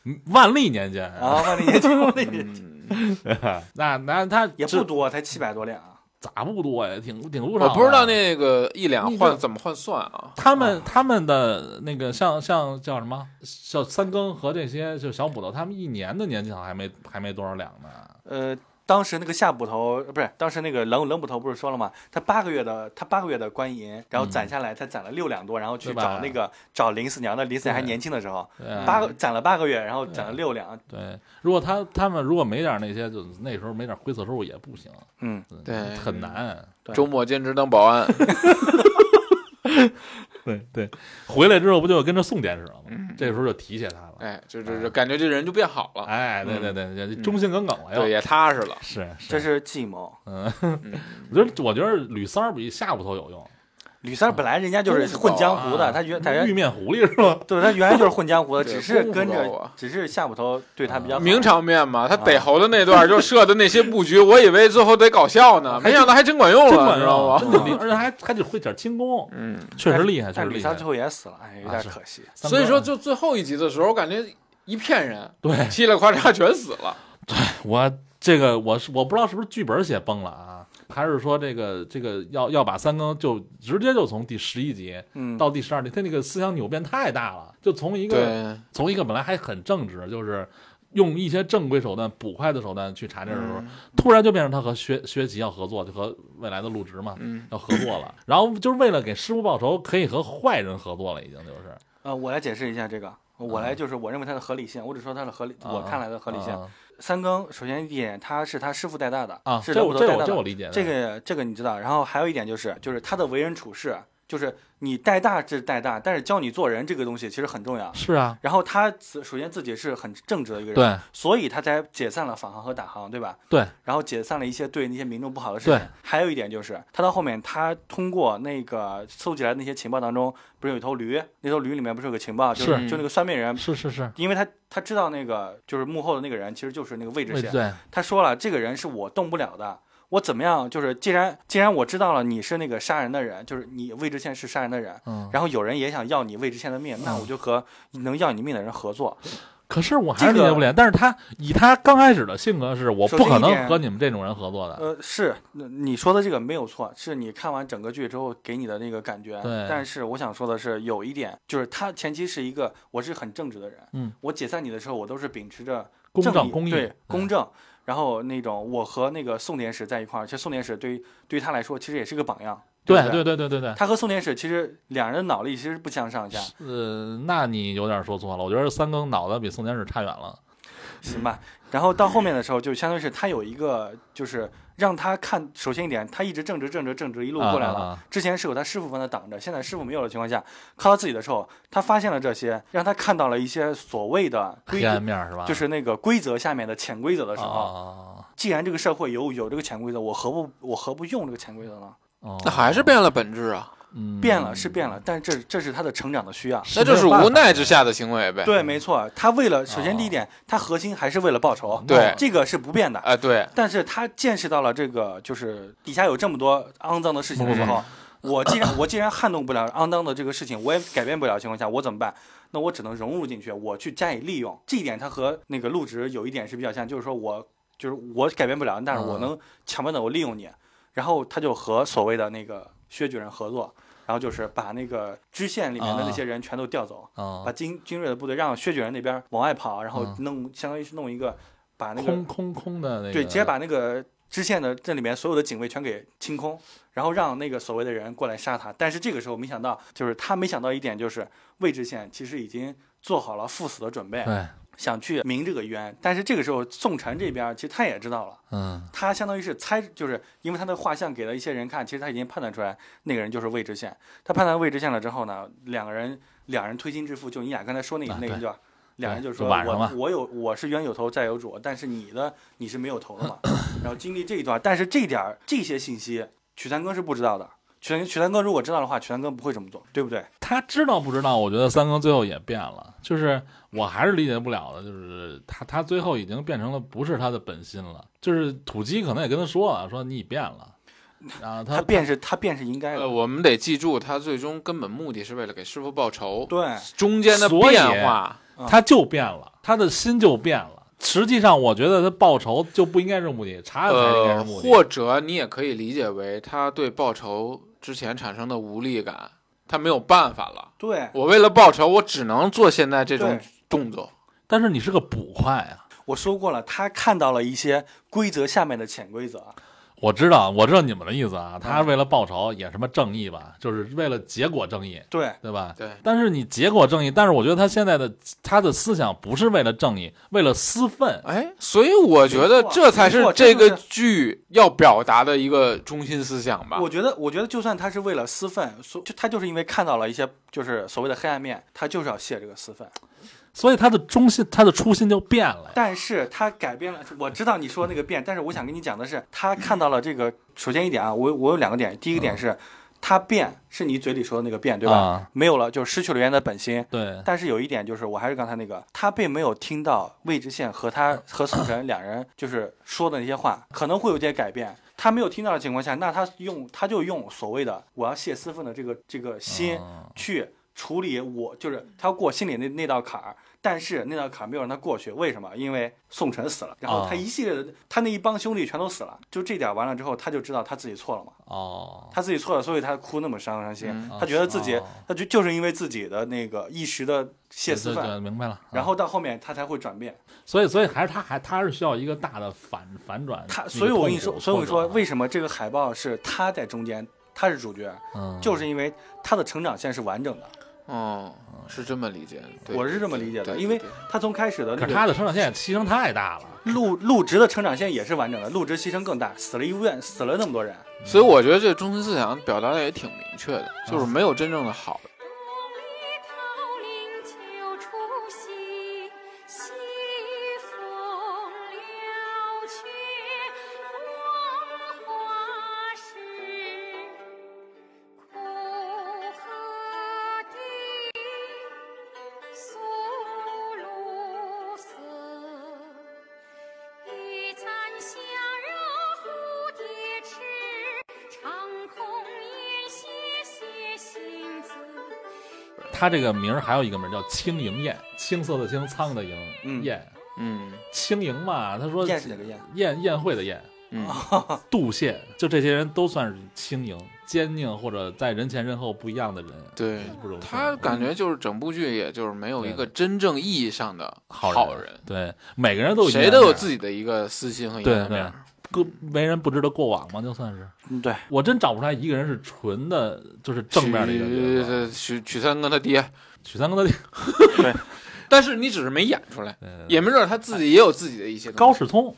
[SPEAKER 7] 嗯万历年间，
[SPEAKER 8] 啊！万历年金，万历年金
[SPEAKER 7] 那那他
[SPEAKER 8] 也
[SPEAKER 7] 这
[SPEAKER 8] 不多，才七百多两啊。
[SPEAKER 7] 咋不多呀？挺挺不少
[SPEAKER 9] 我
[SPEAKER 7] 的。
[SPEAKER 9] 不知道那个一两
[SPEAKER 7] 你这
[SPEAKER 9] 换怎么换算啊？
[SPEAKER 7] 他们他们的那个像像叫什么小三更和这些就小捕头，他们一年的年纪好像还没还没多少两呢。
[SPEAKER 8] 呃，当时那个夏捕头呃不是，当时那个冷冷捕头不是说了吗？他八个月的他八个月的官银，然后攒下来，他攒了六两多，然后去
[SPEAKER 7] 对吧
[SPEAKER 8] 找那个找林四娘的，林四娘还
[SPEAKER 7] 对
[SPEAKER 8] 年轻的时候，
[SPEAKER 7] 对啊
[SPEAKER 8] 八个攒了八个月，然后攒了六两，
[SPEAKER 7] 对，如果他他们如果没点那些，就那时候没点灰色收入也不行，
[SPEAKER 8] 嗯，
[SPEAKER 7] 嗯
[SPEAKER 9] 对
[SPEAKER 7] 很难。
[SPEAKER 8] 对
[SPEAKER 9] 周末兼职当保安，
[SPEAKER 7] 对对，回来之后不就跟着宋典史了吗？这时候就提携他了。
[SPEAKER 9] 嗯哎，就就就感觉这人就变好了，
[SPEAKER 7] 哎，对对对，对忠心耿耿了
[SPEAKER 9] 对，
[SPEAKER 7] 又。
[SPEAKER 9] 也踏实了。
[SPEAKER 7] 是是
[SPEAKER 8] 这，是计谋。
[SPEAKER 7] 我觉得我觉得吕三儿比夏捕头有用，
[SPEAKER 8] 吕三儿本来人家就是混江湖的，
[SPEAKER 7] 啊
[SPEAKER 8] 他
[SPEAKER 9] 哎
[SPEAKER 8] 原他原
[SPEAKER 7] 玉面狐狸是吧？
[SPEAKER 8] 对他原来就是嗯混江湖的，
[SPEAKER 9] 对
[SPEAKER 8] 只是
[SPEAKER 9] 功夫
[SPEAKER 8] 跟
[SPEAKER 9] 高
[SPEAKER 8] 着
[SPEAKER 9] 啊
[SPEAKER 8] 只是夏捕头对他比较好
[SPEAKER 9] 名场面嘛，他逮猴的那段就设的那些布局，我以为最后得搞笑呢，
[SPEAKER 7] 还
[SPEAKER 9] 没想到啊还真管用
[SPEAKER 7] 真
[SPEAKER 9] 了，
[SPEAKER 7] 管
[SPEAKER 9] 你知道
[SPEAKER 7] 用，真的
[SPEAKER 9] 吗？
[SPEAKER 7] 厉害，而且还还得会点轻功，
[SPEAKER 9] 嗯，
[SPEAKER 7] 确实厉害，确
[SPEAKER 8] 但
[SPEAKER 7] 实
[SPEAKER 8] 是吕
[SPEAKER 7] 厉
[SPEAKER 8] 三
[SPEAKER 7] 害
[SPEAKER 8] 儿最。后也死了，哎，有点
[SPEAKER 7] 是
[SPEAKER 8] 可惜。
[SPEAKER 7] 三哥
[SPEAKER 9] 所以说就最后一集的时候，我感觉一片人
[SPEAKER 7] 对
[SPEAKER 9] 嘁里夸嚓全死了，
[SPEAKER 7] 我这个我是我不知道是不是剧本写崩了啊，还是说这个这个要要把三更就直接就从第十一集
[SPEAKER 8] 嗯，
[SPEAKER 7] 到第十二集，他那个思想扭变太大了，就从一个
[SPEAKER 9] 对，
[SPEAKER 7] 从一个本来还很正直，就是。用一些正规手段、捕快的手段去查这的时候，
[SPEAKER 8] 嗯
[SPEAKER 7] 突然就变成他和薛薛吉要合作，就和未来的陆植嘛，
[SPEAKER 9] 嗯
[SPEAKER 7] 要合作了。然后就是为了给师傅报仇，可以和坏人合作了，已经就是。
[SPEAKER 8] 呃，我来解释一下这个，我来就是我认为它的合理性，我只说它的合理，我
[SPEAKER 7] 嗯啊
[SPEAKER 8] 看来的合理性。
[SPEAKER 7] 啊
[SPEAKER 8] 三更首先一点，他是他师傅带大的
[SPEAKER 7] 啊，
[SPEAKER 8] 是
[SPEAKER 7] 这
[SPEAKER 8] 龙
[SPEAKER 7] 我
[SPEAKER 8] 头带
[SPEAKER 7] 这
[SPEAKER 8] 大
[SPEAKER 7] 我这我
[SPEAKER 8] 的，
[SPEAKER 7] 理解的，
[SPEAKER 8] 这个这个你知道。然后还有一点就是，就是他的为人处事，就是你带大是带大，但是教你做人这个东西其实很重要。
[SPEAKER 7] 是啊，
[SPEAKER 8] 然后他自首先自己是很正直的一个人，
[SPEAKER 7] 对
[SPEAKER 8] 所以他才解散了反行和打行，对吧？
[SPEAKER 7] 对，
[SPEAKER 8] 然后解散了一些对那些民众不好的事情
[SPEAKER 7] 对。
[SPEAKER 8] 还有一点就是，他到后面他通过那个搜集来的那些情报当中，不是有一头驴？那头驴里面不是有个情报，就是
[SPEAKER 7] 是
[SPEAKER 8] 就那个算命人，
[SPEAKER 7] 是是是，
[SPEAKER 8] 因为他他知道那个就是幕后的那个人，其实就是那个魏志
[SPEAKER 7] 对
[SPEAKER 8] 贤。他说了，这个人是我动不了的。我怎么样？就是既然既然我知道了你是那个杀人的人，就是你魏知县是杀人的人，
[SPEAKER 7] 嗯。
[SPEAKER 8] 然后有人也想要你魏知县的命，那我就和能要你命的人合作。
[SPEAKER 7] 可是我还是
[SPEAKER 8] 这
[SPEAKER 7] 理
[SPEAKER 8] 个
[SPEAKER 7] 解不了，但是他以他刚开始的性格是，我
[SPEAKER 8] 首
[SPEAKER 7] 不
[SPEAKER 8] 先
[SPEAKER 7] 可
[SPEAKER 8] 一
[SPEAKER 7] 能
[SPEAKER 8] 点
[SPEAKER 7] 和你们这种人合作的。
[SPEAKER 8] 呃，是那你说的这个没有错，是你看完整个剧之后给你的那个感觉。
[SPEAKER 7] 对
[SPEAKER 8] 但是我想说的是，有一点就是他前期是一个我是很正直的人，
[SPEAKER 7] 嗯，
[SPEAKER 8] 我解散你的时候，我都是秉持着
[SPEAKER 7] 公
[SPEAKER 8] 正
[SPEAKER 7] 正
[SPEAKER 8] 义
[SPEAKER 7] 公义
[SPEAKER 8] 对公正。然后那种我和那个宋典史在一块儿，其实宋典史对于对于他来说其实也是个榜样。
[SPEAKER 7] 对
[SPEAKER 8] 不
[SPEAKER 7] 对对对对对，
[SPEAKER 8] 他和宋典史其实两人的脑力其实不相上下，
[SPEAKER 7] 呃，那你有点说错了，我觉得三更脑子比宋江是差远了。
[SPEAKER 8] 行吧。然后到后面的时候，就相当于是他有一个，就是让他看，首先一点，他一直正直正直正直一路过来了。
[SPEAKER 7] 啊啊啊
[SPEAKER 8] 之前是有他师傅帮他挡着，现在师傅没有的情况下，靠他自己的时候，他发现了这些，让他看到了一些所谓的规
[SPEAKER 7] 黑暗面是吧？
[SPEAKER 8] 就是那个规则下面的潜规则的时
[SPEAKER 7] 啊
[SPEAKER 8] 候，
[SPEAKER 7] 啊
[SPEAKER 8] 既然这个社会有有这个潜规则，我何不我何不用这个潜规则呢？
[SPEAKER 7] 啊，
[SPEAKER 9] 那还是变了本质啊，
[SPEAKER 7] 嗯
[SPEAKER 8] 变了是变了，但是这这是他的成长的需要。
[SPEAKER 9] 那就是无奈之下的行为呗。
[SPEAKER 8] 对，没错，他为了首先第一点，他核心还是为了报仇，
[SPEAKER 9] 对
[SPEAKER 8] 这个是不变的。
[SPEAKER 9] 哎，对，
[SPEAKER 8] 但是他见识到了这个，就是底下有这么多肮脏的事情的时
[SPEAKER 7] 嗯
[SPEAKER 8] 候，我既然我 既然撼动不了肮脏的这个事情，我也改变不了的情况下，我怎么办？那我只能融入进去，我去加以利用。这一点他和那个陆植有一点是比较像，就是说我就是我改变不了，但是我能强迫的我利用你。然后他就和所谓的那个薛举人合作，然后就是把那个知县里面的那些人全都调走，
[SPEAKER 7] 啊
[SPEAKER 8] 把精精锐的部队让薛举人那边往外跑，然后
[SPEAKER 7] 嗯
[SPEAKER 8] 弄相当于是弄一个把那个
[SPEAKER 7] 空空空的那个，
[SPEAKER 8] 对，直接把那个知县的这里面所有的警卫全给清空，然后让那个所谓的人过来杀他。但是这个时候没想到，就是他没想到一点，就是魏知县其实已经做好了赴死的准备，
[SPEAKER 7] 对，
[SPEAKER 8] 想去鸣这个冤。但是这个时候，宋晨这边其实他也知道了。
[SPEAKER 7] 嗯
[SPEAKER 8] 他相当于是猜，就是因为他的画像给了一些人看，其实他已经判断出来那个人就是魏知县。他判断魏知县了之后呢，两个人两人推心置腹，就你俩刚才说那个、
[SPEAKER 7] 啊
[SPEAKER 8] 那个
[SPEAKER 7] 对
[SPEAKER 8] 叫，两人就
[SPEAKER 7] 对
[SPEAKER 8] 说
[SPEAKER 7] 就晚上
[SPEAKER 8] 我
[SPEAKER 7] 嘛
[SPEAKER 8] 我有我是冤有头债有主，但是你的你是没有头的嘛。然后经历这一段，但是这点儿这些信息，曲三哥是不知道的。曲三曲三哥如果知道的话，曲三哥不会这么做，对不对？
[SPEAKER 7] 他知道不知道？我觉得三更最后也变了，就是我还是理解不了的，就是他他最后已经变成了不是他的本心了，就是土鸡可能也跟他说了，说你变了，啊然后
[SPEAKER 8] 他变是他变是应该
[SPEAKER 9] 呃，
[SPEAKER 8] 的，
[SPEAKER 9] 我们得记住，他最终根本目的是为了给师傅报仇，
[SPEAKER 8] 对，
[SPEAKER 9] 中间的
[SPEAKER 7] 所以
[SPEAKER 9] 变化，
[SPEAKER 7] 他就变了，他的心就变了。实际上，我觉得他报仇就不应该是目的，查案才是应该是
[SPEAKER 9] 呃，
[SPEAKER 7] 目的。
[SPEAKER 9] 或者你也可以理解为他对报仇之前产生的无力感，他没有办法了。
[SPEAKER 8] 对。
[SPEAKER 9] 我为了报仇，我只能做现在这种
[SPEAKER 8] 对
[SPEAKER 9] 动作。
[SPEAKER 7] 但是你是个捕快啊！
[SPEAKER 8] 我说过了，他看到了一些规则下面的潜规则，
[SPEAKER 7] 我知道，我知道你们的意思啊。
[SPEAKER 8] 嗯
[SPEAKER 7] 他为了报仇也什么正义吧，就是为了结果正义，
[SPEAKER 8] 对，
[SPEAKER 7] 对吧？
[SPEAKER 9] 对
[SPEAKER 7] 但是你结果正义，但是我觉得他现在的他的思想不是为了正义，为了私愤。
[SPEAKER 9] 哎，所以我觉得
[SPEAKER 8] 没错
[SPEAKER 9] 这才
[SPEAKER 8] 没
[SPEAKER 9] 是
[SPEAKER 8] 错
[SPEAKER 9] 这
[SPEAKER 8] 这
[SPEAKER 9] 个
[SPEAKER 8] 就是
[SPEAKER 9] 剧要表达的一个中心思想吧
[SPEAKER 8] 我。觉得，我觉得就算他是为了私愤，所就他就是因为看到了一些就是所谓的黑暗面，他就是要泄这个私愤。
[SPEAKER 7] 所以他的中心，他的初心就变了。
[SPEAKER 8] 但是他改变了，我知道你说那个变，但是我想跟你讲的是，他看到了这个。首先一点啊，我我有两个点，第一个点是，他变是你嘴里说的那个变，对吧？
[SPEAKER 7] 啊
[SPEAKER 8] 没有了，就是失去了原来的本心。
[SPEAKER 7] 对，
[SPEAKER 8] 但是有一点就是，我还是刚才那个，他并没有听到魏知县和他和宋晨两人就是说的那些话，可能会有点改变。他没有听到的情况下，那他用他就用所谓的我要泄私愤的这个这个心去处理我，就是他要过心里那那道坎儿。但是那道坎儿没有让他过去，为什么？因为宋晨死了，然后他一系列的、他那一帮兄弟全都死了，就这点儿完了之后，他就知道他自己错了嘛。
[SPEAKER 7] 哦，
[SPEAKER 8] 他自己错了，所以他哭那么伤伤心。
[SPEAKER 9] 嗯
[SPEAKER 8] 他觉得自己，
[SPEAKER 7] 哦
[SPEAKER 8] 他就就是因为自己的那个一时的泄私
[SPEAKER 7] 对对对
[SPEAKER 8] 愤，
[SPEAKER 7] 明白了。
[SPEAKER 8] 然
[SPEAKER 7] 啊
[SPEAKER 8] 后到后面他才会转变。
[SPEAKER 7] 所以所以还是他还他是需要一个大的反反转。
[SPEAKER 8] 他，
[SPEAKER 7] 一个
[SPEAKER 8] 所以我跟你
[SPEAKER 7] 痛
[SPEAKER 8] 说，
[SPEAKER 7] 苦
[SPEAKER 8] 所以我跟你
[SPEAKER 7] 挫
[SPEAKER 8] 说，
[SPEAKER 7] 折
[SPEAKER 8] 为什么这个海报是他在中间，他是主角，
[SPEAKER 7] 嗯
[SPEAKER 8] 就是因为他的成长线是完整的。
[SPEAKER 9] 嗯，是这么理解的。对
[SPEAKER 8] 我是这么理解
[SPEAKER 9] 对
[SPEAKER 8] 的，
[SPEAKER 9] 对
[SPEAKER 8] 因为
[SPEAKER 9] 对
[SPEAKER 8] 他从开始的那
[SPEAKER 7] 可是
[SPEAKER 8] 个
[SPEAKER 7] 他的生长线牺牲太大了。
[SPEAKER 8] 陆陆植的成长线也是完整的，陆植牺牲更大，死了医院，死了那么多人。
[SPEAKER 9] 所以我觉得这中心思想表达的也挺明确的，
[SPEAKER 8] 啊
[SPEAKER 9] 就是没有真正的好。
[SPEAKER 13] 一簪香惹蝴蝶翅，长空烟斜斜心字。
[SPEAKER 7] 他这个名儿还有一个名儿叫青蝇宴，青色的青，苍蝇的蝇，
[SPEAKER 8] 嗯
[SPEAKER 7] 宴
[SPEAKER 9] 嗯
[SPEAKER 7] 青蝇嘛。他说
[SPEAKER 8] 宴是哪个宴？啊
[SPEAKER 7] 宴宴会的宴，
[SPEAKER 9] 嗯，
[SPEAKER 7] 杜宪，就这些人都算是青蝇，坚定或者在人前人后不一样的人，
[SPEAKER 9] 对
[SPEAKER 7] 不容易
[SPEAKER 9] 他感觉就是整部剧，也就是没有一个真正意义上的
[SPEAKER 7] 好
[SPEAKER 9] 好人，
[SPEAKER 7] 对，每个人都有
[SPEAKER 9] 谁都有
[SPEAKER 7] 己
[SPEAKER 9] 自己的一个私心和阴
[SPEAKER 7] 对
[SPEAKER 9] 暗面
[SPEAKER 7] 对
[SPEAKER 9] 儿。，
[SPEAKER 7] 各没人不值得过往嘛，就算是。
[SPEAKER 8] 嗯，对
[SPEAKER 7] 我真找不出来一个人是纯的，就是正面的一个角啊色。
[SPEAKER 9] 许呃许许三跟他爹，
[SPEAKER 7] 许三观的
[SPEAKER 9] 但是你只是没演出来，也没准他自己也有自己的一些
[SPEAKER 7] 高
[SPEAKER 9] 东西。
[SPEAKER 7] 世聪，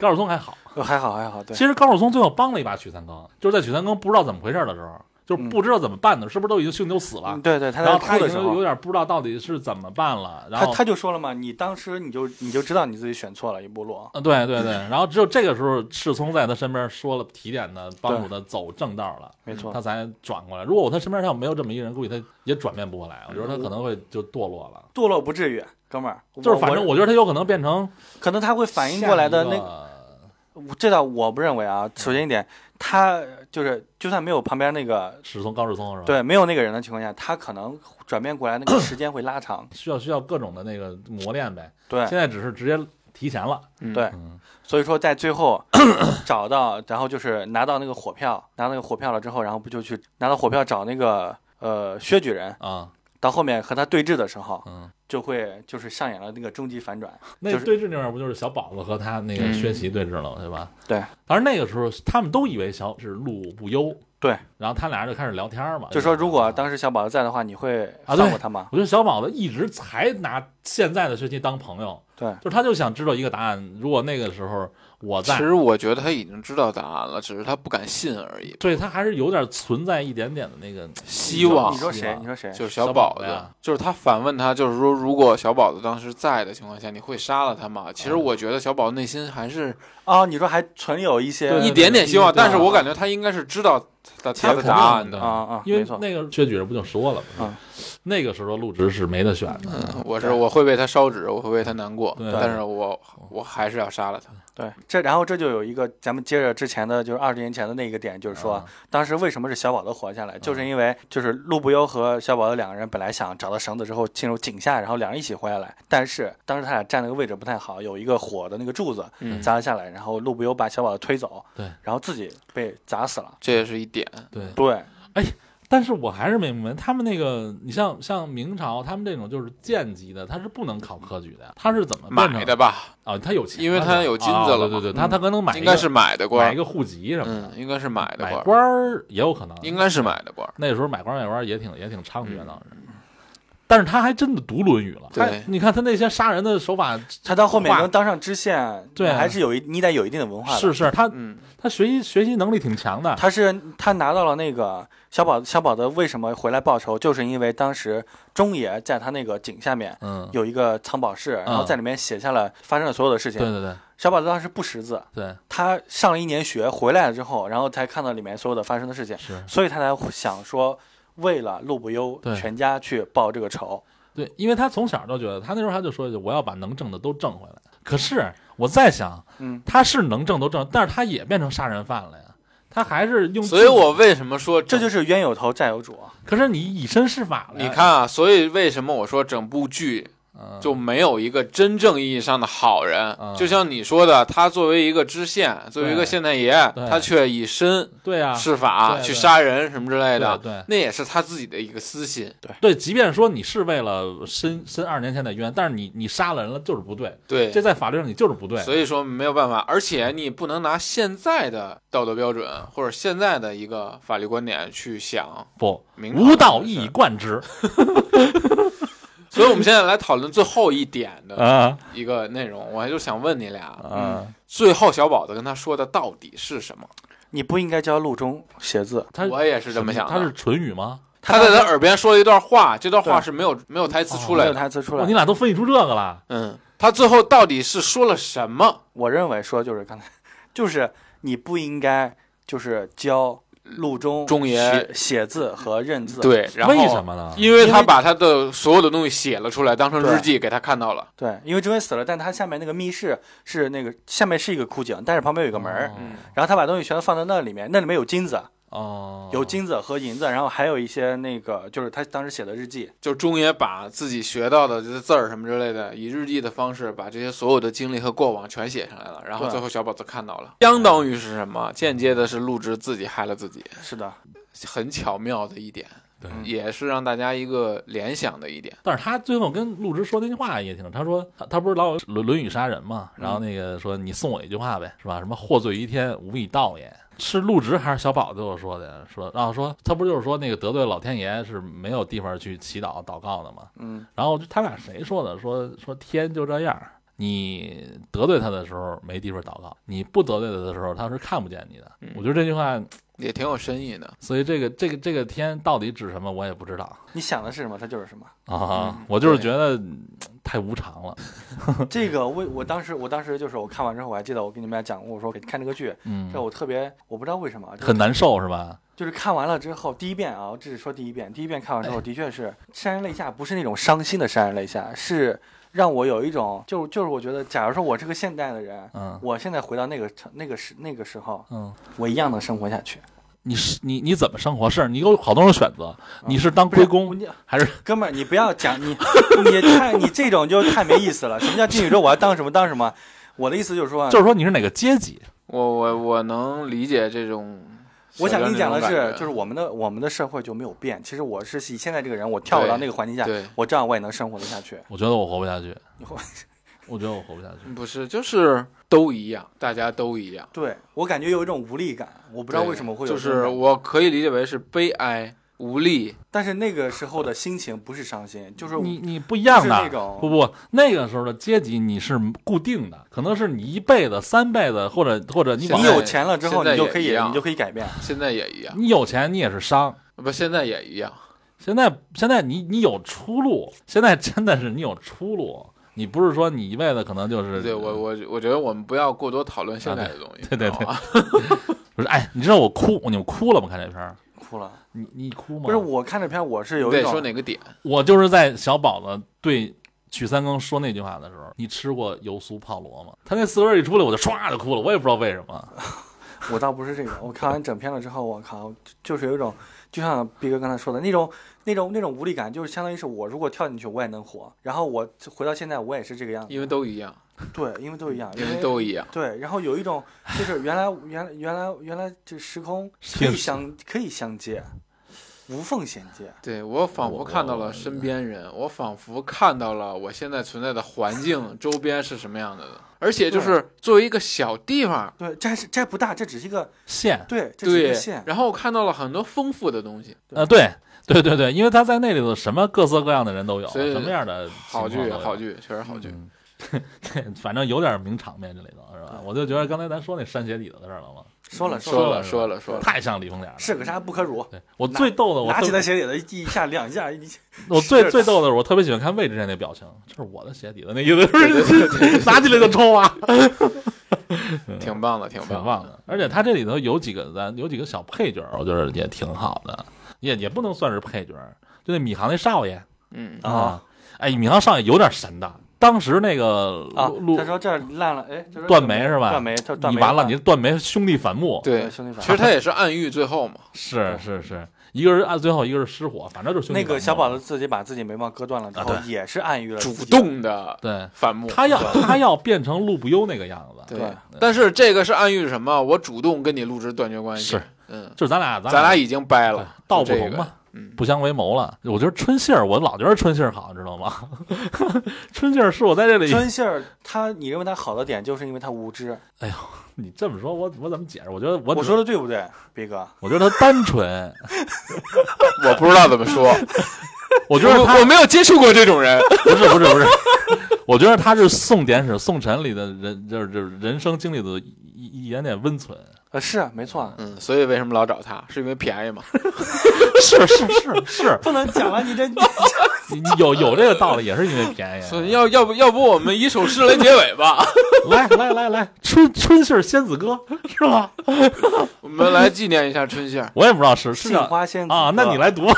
[SPEAKER 7] 高世聪还好。
[SPEAKER 8] 呃还好还好，对，
[SPEAKER 7] 其实高世聪最后帮了一把许三更，就是在许三更不知道怎么回事的时候，就是不知道怎么办的，是不是都已经训牛死了
[SPEAKER 8] 嗯？对对，他
[SPEAKER 7] 然后
[SPEAKER 8] 在
[SPEAKER 7] 他
[SPEAKER 8] 哭
[SPEAKER 7] 已
[SPEAKER 8] 的时
[SPEAKER 7] 经有
[SPEAKER 8] 候，
[SPEAKER 7] 点不知道到底是怎么办了。然
[SPEAKER 8] 他
[SPEAKER 7] 后
[SPEAKER 8] 他就说了嘛，你当时你就你就知道你自己选错了一步路，
[SPEAKER 7] 啊，对对对，然后只有这个时候，世聪在他身边说了提点的，帮助他走正道了，
[SPEAKER 8] 没错
[SPEAKER 7] 他才转过来。如果他身边他要没有这么一个人，估计他也转变不过来。我觉得他可能会就堕落了，
[SPEAKER 8] 堕落不至于，哥们儿，
[SPEAKER 7] 就是反正
[SPEAKER 8] 我
[SPEAKER 7] 我觉得他有可能变成
[SPEAKER 8] 可能他会反应过来的
[SPEAKER 7] 下
[SPEAKER 8] 那
[SPEAKER 7] 一
[SPEAKER 8] 个
[SPEAKER 7] 个
[SPEAKER 8] 我这倒我不认为啊。首先一点，他就是就算没有旁边那个
[SPEAKER 7] 世聪高世聪是吧？，
[SPEAKER 8] 对没有那个人的情况下，他可能转变过来那个时间会拉长。
[SPEAKER 7] 需要需要各种的那个磨练呗。
[SPEAKER 8] 对
[SPEAKER 7] 现在嗯只是直接提前了，
[SPEAKER 8] 对，所以说在最后找到，然后就是拿到那个火票，拿到那个火票了之后，然后不就去拿到火票找那个呃薛举人，
[SPEAKER 7] 啊，
[SPEAKER 8] 到后面和他对峙的时候，
[SPEAKER 7] 嗯，
[SPEAKER 8] 就会就是上演了那个终极反转。
[SPEAKER 7] 那
[SPEAKER 8] 就是嗯
[SPEAKER 7] 对峙那边不就是小宝子和他那个薛琪对峙了，对吧？
[SPEAKER 8] 对
[SPEAKER 7] 当然那个时候他们都以为小是路不忧，
[SPEAKER 8] 对，
[SPEAKER 7] 然后他俩就开始聊天嘛，
[SPEAKER 8] 就说如果当时小宝在的话，你会
[SPEAKER 7] 啊
[SPEAKER 8] 放
[SPEAKER 7] 对
[SPEAKER 8] 过他吗？
[SPEAKER 7] 我觉得小宝子一直才拿现在的学习当朋友，
[SPEAKER 8] 对
[SPEAKER 7] 就是他就想知道一个答案。如果那个时候我
[SPEAKER 9] 其
[SPEAKER 7] 在，
[SPEAKER 9] 实我觉得他已经知道答案了，只是他不敢信而已。
[SPEAKER 7] 对他还是有点存在一点点的那个
[SPEAKER 9] 希望
[SPEAKER 8] 你说谁？你说谁？
[SPEAKER 9] 就是
[SPEAKER 7] 小
[SPEAKER 9] 小
[SPEAKER 7] 宝
[SPEAKER 9] 宝
[SPEAKER 7] 子呀
[SPEAKER 9] 子，就是他反问他，就是说，如果小宝子当时在的情况下，你会杀了他吗？其实
[SPEAKER 7] 嗯
[SPEAKER 9] 我觉得小宝内心还是
[SPEAKER 8] 哦，你说还存有一些
[SPEAKER 7] 对
[SPEAKER 9] 一点点希望，
[SPEAKER 7] 对对
[SPEAKER 9] 但是我感觉他应该是知道他他的答案的。
[SPEAKER 8] 啊啊，
[SPEAKER 7] 因为
[SPEAKER 8] 没错，
[SPEAKER 7] 那个薛举人不就说了吗？
[SPEAKER 8] 嗯
[SPEAKER 7] 那个时候入职是没得选的，
[SPEAKER 9] 嗯，我是我会为他烧纸，我会为他难过，
[SPEAKER 7] 对
[SPEAKER 9] 但是我我还是要杀了他。
[SPEAKER 8] 对，这然后这就有一个，咱们接着之前的，就是二十年前的那个点，就是说、
[SPEAKER 7] 啊
[SPEAKER 8] 当时为什么是小宝子活下来，就是因为就是陆不忧和小宝子两个人本来想找到绳子之后进入井下，然后两人一起活下来，但是当时他俩站那个位置不太好，有一个火的那个柱子砸了下来，然后陆不忧把小宝子推走，
[SPEAKER 7] 嗯对，
[SPEAKER 8] 然后自己被砸死了，
[SPEAKER 9] 这也是一点，
[SPEAKER 7] 对。
[SPEAKER 8] 对，
[SPEAKER 7] 但是我还是没明白，他们那个，你像像明朝他们这种就是县级的，他是不能考科举的呀，他是怎么变成
[SPEAKER 9] 买的吧，
[SPEAKER 7] 啊？他有钱了，
[SPEAKER 9] 因为他有金子了
[SPEAKER 7] 啊对
[SPEAKER 9] 嘛嗯
[SPEAKER 7] 对对，他他可能买一
[SPEAKER 9] 应
[SPEAKER 7] 个
[SPEAKER 9] 该是买的官
[SPEAKER 7] 买一
[SPEAKER 9] 儿，
[SPEAKER 7] 个户籍什么的，
[SPEAKER 9] 嗯，应该是买的
[SPEAKER 7] 买
[SPEAKER 9] 官儿，
[SPEAKER 7] 官儿也有可能，
[SPEAKER 9] 应该是买的官儿。
[SPEAKER 7] 那时候买官卖官也挺也挺猖獗的当时。但是他还真的读《论语》了，他
[SPEAKER 9] 嗯对
[SPEAKER 7] 你看他那些杀人的手法，
[SPEAKER 8] 他到后面
[SPEAKER 7] 画
[SPEAKER 8] 能当上知县，
[SPEAKER 7] 对啊
[SPEAKER 8] 还是有一你得有一定的文化的，
[SPEAKER 7] 是是，他
[SPEAKER 9] 嗯，
[SPEAKER 7] 他学习学习能力挺强的，
[SPEAKER 8] 他是他拿到了那个小宝小宝的为什么回来报仇，就是因为当时中爷在他那个井下面
[SPEAKER 7] 嗯，
[SPEAKER 8] 有一个藏宝室，然后在里面写下了发生的所有的事情。
[SPEAKER 7] 对对对
[SPEAKER 8] 小宝子当时不识字，
[SPEAKER 7] 对，
[SPEAKER 8] 他上了一年学回来了之后，然后才看到里面所有的发生的事情，
[SPEAKER 7] 是
[SPEAKER 8] 所以他才想说，为了陆不忧
[SPEAKER 7] 对
[SPEAKER 8] 全家去报这个仇。
[SPEAKER 7] 对，因为他从小就觉得，他那时候他就说一句，我要把能挣的都挣回来。可是我在想，
[SPEAKER 8] 嗯，
[SPEAKER 7] 他是能挣都挣，但是他也变成杀人犯了呀，他还是用自
[SPEAKER 9] 所
[SPEAKER 7] 己，
[SPEAKER 9] 以我为什么说
[SPEAKER 8] 这
[SPEAKER 9] 这就
[SPEAKER 8] 就是冤有头债有主。啊
[SPEAKER 7] 可是你以身试法了呀，
[SPEAKER 9] 你看啊？所以为什么我说整部剧
[SPEAKER 7] 嗯，
[SPEAKER 9] 就没有一个真正意义上的好人
[SPEAKER 7] 嗯？
[SPEAKER 9] 就像你说的，他作为一个知县，作为一个县太爷
[SPEAKER 7] 对，
[SPEAKER 9] 他却以身
[SPEAKER 7] 对呀、
[SPEAKER 9] 试法
[SPEAKER 7] 对
[SPEAKER 9] 去
[SPEAKER 7] 对
[SPEAKER 9] 杀人什么之类
[SPEAKER 7] 对对
[SPEAKER 9] 的，那也是他自己的一个私心。
[SPEAKER 7] 对，即便说你是为了申申二年前的冤，但是你你杀了人了就是不对，
[SPEAKER 9] 对，
[SPEAKER 7] 这在法律上你就是不对，
[SPEAKER 9] 所以说没有办法，而且你不能拿现在的道德标准或者现在的一个法律观点去想。
[SPEAKER 7] 不
[SPEAKER 9] 明
[SPEAKER 7] 无
[SPEAKER 9] 朝
[SPEAKER 7] 道
[SPEAKER 9] 的
[SPEAKER 7] 一以
[SPEAKER 9] 事
[SPEAKER 7] 贯之
[SPEAKER 9] 所以我们现在来讨论最后一点的
[SPEAKER 7] 啊
[SPEAKER 9] 一个内容，我还就想问你俩，嗯
[SPEAKER 7] 啊。
[SPEAKER 9] 最后小宝子跟他说的到底是什么？
[SPEAKER 8] 你不应该教陆中写字，
[SPEAKER 7] 他
[SPEAKER 9] 我也是这么想的
[SPEAKER 7] 他是唇语吗？
[SPEAKER 9] 他在他耳边说了一段话，这段话
[SPEAKER 8] 对
[SPEAKER 9] 是没有没有台词出
[SPEAKER 8] 没
[SPEAKER 9] 来
[SPEAKER 8] 有
[SPEAKER 9] 的。
[SPEAKER 8] 台词出
[SPEAKER 7] 哇，
[SPEAKER 8] 来
[SPEAKER 7] 哦你。俩都分析出这个了，
[SPEAKER 9] 嗯，他最后到底是说了什么？
[SPEAKER 8] 我认为说就是刚才，就是你不应该就是教陆中
[SPEAKER 9] 中爷
[SPEAKER 8] 写写字和认字。
[SPEAKER 9] 对，然后
[SPEAKER 7] 为什？么呢？
[SPEAKER 9] 因为
[SPEAKER 8] 因
[SPEAKER 9] 他
[SPEAKER 8] 为
[SPEAKER 9] 把他的所有的东西写了出来，当成
[SPEAKER 8] 对
[SPEAKER 9] 日记给他看到了。
[SPEAKER 8] 对，因为中爷死了，但他下面那个密室是那个下面是一个枯井，但是旁边有一个门儿，
[SPEAKER 7] 哦
[SPEAKER 9] 嗯，
[SPEAKER 8] 然后他把东西全都放在那里面，那里面有金子，
[SPEAKER 10] 哦，
[SPEAKER 8] 有金子和银子，然后还有一些那个就是他当时写的日记，
[SPEAKER 9] 就中野把自己学到的这字儿什么之类的，以日记的方式把这些所有的经历和过往全写上来了，然后
[SPEAKER 8] 对
[SPEAKER 9] 最后小宝子看到了，相当于是什么？间接的是陆之自己害了自己，
[SPEAKER 8] 是的，
[SPEAKER 9] 很巧妙的一点，
[SPEAKER 7] 对
[SPEAKER 9] 也是让大家一个联想的一点。
[SPEAKER 7] 但是他最后跟陆直说那句话也挺，他说他他不是老有《论论语》杀人嘛，然后那个说你送我一句话呗，是吧？什么获罪于天，无以道也。是陆直还是小宝对我说的呀？说，然后说他不就是说那个得罪了老天爷是没有地方去祈祷祷告的吗？
[SPEAKER 8] 嗯，
[SPEAKER 7] 然后就他俩谁说的？说说天就这样，你得罪他的时候没地方祷告，你不得罪他的时候他是看不见你的。我觉得这句话，
[SPEAKER 9] 也挺有深意的。
[SPEAKER 7] 所以这个这个这个天到底指什么，我也不知道
[SPEAKER 8] 你想的是什么，他就是 什么。
[SPEAKER 7] 啊。我就是觉得嗯太无常了。
[SPEAKER 8] 这个为我当时，我当时就是我看完之后，我还记得我跟你们俩讲，我说看这个剧，
[SPEAKER 7] 嗯
[SPEAKER 8] 这我特别，我不知道为什么啊
[SPEAKER 7] 很难，受是吧？
[SPEAKER 8] 就是看完了之后，第一遍啊，我只是说第一遍，第一遍看
[SPEAKER 9] 哎
[SPEAKER 8] 完之后，的确是潸然泪下，不是那种伤心的潸然泪下，是让我有一种，就就是我觉得，假如说我是个现代的人，
[SPEAKER 7] 嗯
[SPEAKER 8] 我现在回到那个城那个时那个时候，
[SPEAKER 7] 嗯，
[SPEAKER 8] 我一样能生活下去。
[SPEAKER 7] 你是你你怎么生活？是你有好多种选
[SPEAKER 8] 啊
[SPEAKER 7] 择，你是当龟公还是
[SPEAKER 8] 哥们儿，你不要讲你，你太你这种就太没意思了。什么叫进宇宙？我要当什么当什么？我的意思就是说，
[SPEAKER 7] 就是说你是哪个阶级？
[SPEAKER 9] 我我我能理解这种。
[SPEAKER 8] 我想跟你讲的
[SPEAKER 9] 小将这种
[SPEAKER 8] 是
[SPEAKER 9] 感，觉
[SPEAKER 8] 就是我们的我们的社会就没有变。其实我是以现在这个人，我跳
[SPEAKER 9] 对
[SPEAKER 8] 到那个环境下
[SPEAKER 9] 对，
[SPEAKER 8] 我这样我也能生活得下去。
[SPEAKER 7] 我觉得我活不下去，
[SPEAKER 8] 你会
[SPEAKER 7] 我觉得我活 不下去。
[SPEAKER 9] 不是，就是都一样，大家都一样。
[SPEAKER 8] 对我感觉有一种无力感，我不知道
[SPEAKER 9] 对
[SPEAKER 8] 为什么会有
[SPEAKER 9] 就
[SPEAKER 8] 这种感
[SPEAKER 9] 是
[SPEAKER 8] 觉。
[SPEAKER 9] 我可以理解为是悲哀、无力。
[SPEAKER 8] 但是那个时候的心情不是伤心，就是
[SPEAKER 7] 你你不一样
[SPEAKER 8] 就是
[SPEAKER 7] 的
[SPEAKER 8] 那，种
[SPEAKER 7] 不不，那个时候的阶级你是固定的，可能是你一辈子、三辈子，或者或者你往
[SPEAKER 8] 你
[SPEAKER 9] 现在
[SPEAKER 8] 有钱了之后，
[SPEAKER 9] 现在
[SPEAKER 8] 你就
[SPEAKER 9] 也
[SPEAKER 8] 可以
[SPEAKER 9] 一样
[SPEAKER 8] 你就可以改变。
[SPEAKER 9] 现在也一样，
[SPEAKER 7] 你有钱你也是伤。
[SPEAKER 9] 不，现在也一样。
[SPEAKER 7] 现在现在你你有出路，现在真的是你有出路，你不是说你一辈子可能就是
[SPEAKER 9] 对我，我我觉得我们不要过多讨论现在的东西。
[SPEAKER 7] 对对
[SPEAKER 9] 好吧，
[SPEAKER 7] 不是哎，你知道我哭，你们哭了吗？看这片儿，
[SPEAKER 8] 哭了，
[SPEAKER 7] 你你哭吗？
[SPEAKER 8] 不是我看这片，我是有
[SPEAKER 9] 你
[SPEAKER 8] 一
[SPEAKER 9] 得说
[SPEAKER 8] 种
[SPEAKER 9] 哪个点？
[SPEAKER 7] 我就是在小宝子对曲三更说那句话的时候，你吃过油酥泡馍吗？他那四个字一出来，我就唰就哭了，我也不知道为什么。
[SPEAKER 8] 我倒不是这个，我看完整片了之后，我靠，就是有一种，就像毕哥刚才说的那种、那种、那种无力感，就是相当于是我如果跳进去，我也能活。然后我回到现在，我也是这个样子。
[SPEAKER 9] 因为都一样，
[SPEAKER 8] 对，因为都一样，因
[SPEAKER 9] 因
[SPEAKER 8] 为
[SPEAKER 9] 为都一样。
[SPEAKER 8] 对。然后有一种就是原来、原来、原来、原来这时空可以相可以相接，无缝衔接。
[SPEAKER 9] 对我仿佛看到了身边人，我仿佛看到了我现在存在的环境周边是什么样的了，而且就是作为一个小地方，
[SPEAKER 8] 对，这还是这还不大，这只是一个
[SPEAKER 7] 线，
[SPEAKER 8] 对，这是一
[SPEAKER 9] 对
[SPEAKER 8] 个线，。
[SPEAKER 9] 然后我看到了很多丰富的东西，
[SPEAKER 7] 呃，对对对对，因为他在那里头什么各色各样的人都有，
[SPEAKER 9] 所以
[SPEAKER 7] 哦什么样的情
[SPEAKER 9] 好
[SPEAKER 7] 况都
[SPEAKER 9] 剧，啊
[SPEAKER 7] 有
[SPEAKER 9] 好，剧，确实好剧。
[SPEAKER 7] 对 反正有点名场面这里头是吧？我就觉得刚才咱说那山鞋底子的事儿了吗？
[SPEAKER 8] 说了
[SPEAKER 9] 说
[SPEAKER 8] 了，
[SPEAKER 9] 了说了说了
[SPEAKER 7] 太像李凤莲了。
[SPEAKER 8] 是个啥不可辱。
[SPEAKER 7] 对我最逗的，我嗯
[SPEAKER 8] 拿
[SPEAKER 7] 特
[SPEAKER 8] 起他鞋底子一下两下，一
[SPEAKER 7] 我最最逗的是，我特别喜欢看魏志健那表情，这是我的鞋底子，那意思就是拿起来就抽啊。
[SPEAKER 9] 挺棒的，挺
[SPEAKER 7] 挺
[SPEAKER 9] 棒
[SPEAKER 7] 棒的。而且他这里头有几个咱有几个小配角，我觉得也挺好的，也也不能算是配角，就那米航那少爷
[SPEAKER 9] 嗯，
[SPEAKER 7] 啊，哎，米航少爷有点神的。当时那个
[SPEAKER 8] 啊
[SPEAKER 7] 陆，
[SPEAKER 8] 他说这儿烂了，哎，他说
[SPEAKER 7] 断眉是吧？
[SPEAKER 8] 断眉，他说断
[SPEAKER 7] 你
[SPEAKER 8] 眉
[SPEAKER 7] 完了，
[SPEAKER 8] 烂
[SPEAKER 7] 你断眉兄弟反目，
[SPEAKER 9] 对，
[SPEAKER 8] 兄弟反
[SPEAKER 9] 其实他也是暗喻最后嘛，
[SPEAKER 7] 是是是，一个是按最后一个是失火，反正就是兄弟啊
[SPEAKER 8] 那
[SPEAKER 7] 反目
[SPEAKER 8] 个小宝子自己把自己眉毛割断了之后，也是暗喻了
[SPEAKER 9] 主
[SPEAKER 8] 自己
[SPEAKER 9] 动的
[SPEAKER 7] 对，
[SPEAKER 9] 反目。
[SPEAKER 7] 他要他要变成陆不忧那个样子，
[SPEAKER 9] 对
[SPEAKER 8] 对，
[SPEAKER 9] 但是这个是暗喻什么？我主动跟你入职断绝关系，
[SPEAKER 7] 是，
[SPEAKER 9] 嗯，
[SPEAKER 7] 就是咱俩
[SPEAKER 9] 咱俩
[SPEAKER 7] 俩
[SPEAKER 9] 已经掰了，
[SPEAKER 7] 道
[SPEAKER 9] 哎就
[SPEAKER 7] 不
[SPEAKER 9] 这
[SPEAKER 7] 同
[SPEAKER 9] 个
[SPEAKER 7] 嘛。，
[SPEAKER 9] 嗯，
[SPEAKER 7] 不相为谋了。我觉得春杏儿，我老觉得春杏儿好，你知道吗？ 春杏儿是我在这里，
[SPEAKER 8] 春杏儿，他你认为他好的点，就是因为他无
[SPEAKER 7] 啊
[SPEAKER 8] 知。
[SPEAKER 7] 你这么说，我我怎么解释？我觉得我
[SPEAKER 8] 我说的对不对，毕哥？
[SPEAKER 7] 我觉得他单纯，
[SPEAKER 9] 我不知道怎么说，
[SPEAKER 7] 我觉得
[SPEAKER 9] 我
[SPEAKER 7] 他
[SPEAKER 9] 我没有接触过这种人，
[SPEAKER 7] 不是不是不是，我觉得他是《宋典史》《宋晨》里的人，就是就是人生经历的一一一点点温存。
[SPEAKER 8] 呃，是啊没错，
[SPEAKER 9] 嗯，所以为什么老找他？是因为便宜嘛？
[SPEAKER 7] 是是是是，
[SPEAKER 8] 不能讲完你这
[SPEAKER 7] 你你有有这个道理，也是因为便宜。 啊
[SPEAKER 9] 所以要要不要不我们以首诗来结尾吧？
[SPEAKER 7] 来来来来，春春杏儿仙子歌是吧？
[SPEAKER 9] 我们来纪念一下春杏儿，
[SPEAKER 7] 我也不知道是是
[SPEAKER 8] 杏
[SPEAKER 7] 叫
[SPEAKER 8] 花仙子
[SPEAKER 7] 啊，那你来读，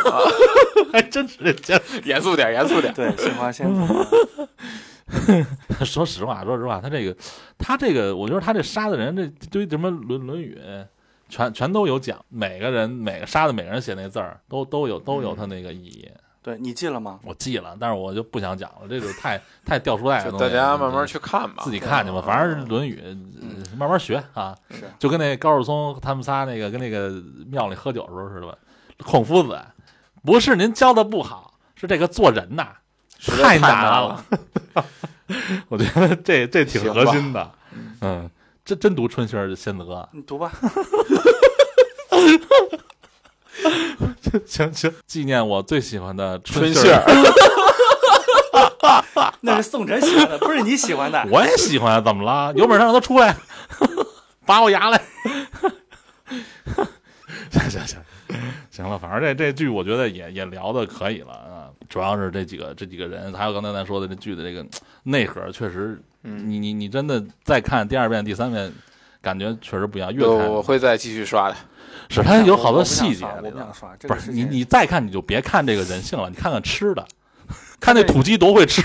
[SPEAKER 7] 还真是这仙
[SPEAKER 9] 严肃点，严肃点。
[SPEAKER 8] 对杏花仙子，
[SPEAKER 7] 说实话，说实话，他这个，他这个，我觉得他这杀的人，这堆什么《论论语》《全全都有讲，每个人每个杀的每个人写那字儿都都有都
[SPEAKER 9] 嗯
[SPEAKER 7] 有他那个意义。
[SPEAKER 8] 对你记了吗？
[SPEAKER 7] 我记了，但是我就不想讲了，这就太太掉书袋的
[SPEAKER 9] 就
[SPEAKER 7] 东西
[SPEAKER 9] 大
[SPEAKER 7] 了。
[SPEAKER 9] 家慢
[SPEAKER 7] 就
[SPEAKER 9] 慢去看吧
[SPEAKER 7] 自己看去吧，反正《论语》呃慢慢学啊。
[SPEAKER 8] 是，
[SPEAKER 7] 就跟那高树松他们仨那个跟那个庙里喝酒的时候似的吧。孔夫子不是您教的不好，是这个做人呐
[SPEAKER 9] 在太
[SPEAKER 7] 难
[SPEAKER 9] 难
[SPEAKER 7] 了。我觉得这这挺核心
[SPEAKER 9] 行
[SPEAKER 7] 的，嗯，这真读春轩先得。
[SPEAKER 8] 你读吧。
[SPEAKER 7] 行行，纪念我最喜欢的
[SPEAKER 9] 春
[SPEAKER 7] 信儿，
[SPEAKER 9] 儿
[SPEAKER 8] 那是宋哲喜欢的，不是你喜欢的。
[SPEAKER 7] 我也喜欢，怎么了？有本事让他出来，拔我牙来！ 行行行，行了，反正这这剧我觉得也也聊的可以了啊，主要是这几个这几个人，还有刚才咱说的这剧的这个内核，确实，
[SPEAKER 8] 嗯
[SPEAKER 7] 你你你真的再看第二遍、第三遍，感觉确实不一样，越
[SPEAKER 9] 对，我
[SPEAKER 7] 看
[SPEAKER 9] 会再继续刷的。
[SPEAKER 7] 是它有好
[SPEAKER 8] 我
[SPEAKER 7] 多
[SPEAKER 8] 不想
[SPEAKER 7] 细节啊
[SPEAKER 8] 刷我
[SPEAKER 7] 里
[SPEAKER 8] 不
[SPEAKER 7] 的
[SPEAKER 8] 想，刷。这
[SPEAKER 7] 不
[SPEAKER 8] 个
[SPEAKER 7] 是
[SPEAKER 8] 事
[SPEAKER 7] 你
[SPEAKER 8] 情
[SPEAKER 7] 你再看你就别看这个人性了，你看看吃 的，看那土鸡多会吃，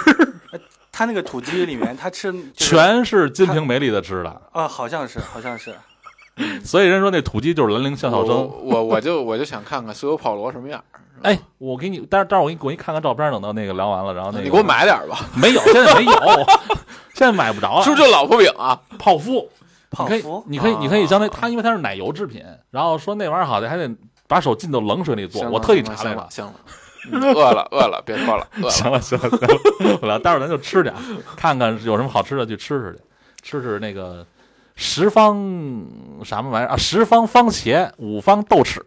[SPEAKER 8] 他那个土鸡里面，他吃 就是
[SPEAKER 7] 全是金瓶梅里的吃的。
[SPEAKER 8] 啊，好像是，好像是。
[SPEAKER 7] 所以人说那土鸡就是兰陵笑
[SPEAKER 9] 我
[SPEAKER 7] 笑
[SPEAKER 9] 我
[SPEAKER 7] 生。
[SPEAKER 9] 我我就我就想看看苏有保罗什么样，
[SPEAKER 7] 哎，我给你，但是但是我给你，我给你看看照片，等到那个聊完了，然后那个
[SPEAKER 9] 你给我买点儿吧，
[SPEAKER 7] 没有？现在没有，现在买不着了。
[SPEAKER 9] 是不是就老哦婆饼 啊？
[SPEAKER 7] 泡芙？
[SPEAKER 8] 泡芙，
[SPEAKER 7] 你可以，你可以，你可以将那它，因为它是奶油制品，然后说那玩意儿好的，还得把手浸到冷水里做。
[SPEAKER 9] 行
[SPEAKER 7] 我
[SPEAKER 9] 了
[SPEAKER 7] 特意
[SPEAKER 9] 行了
[SPEAKER 7] 查来
[SPEAKER 9] 行
[SPEAKER 7] 着
[SPEAKER 9] 了。行了，嗯饿了饿了，别说了，饿了。
[SPEAKER 7] 行了行了行了，好了，待会儿咱就吃点儿，看看有什么好吃的去吃吃去，吃吃那个十方什么玩意儿啊？十方方茄，五方豆豉。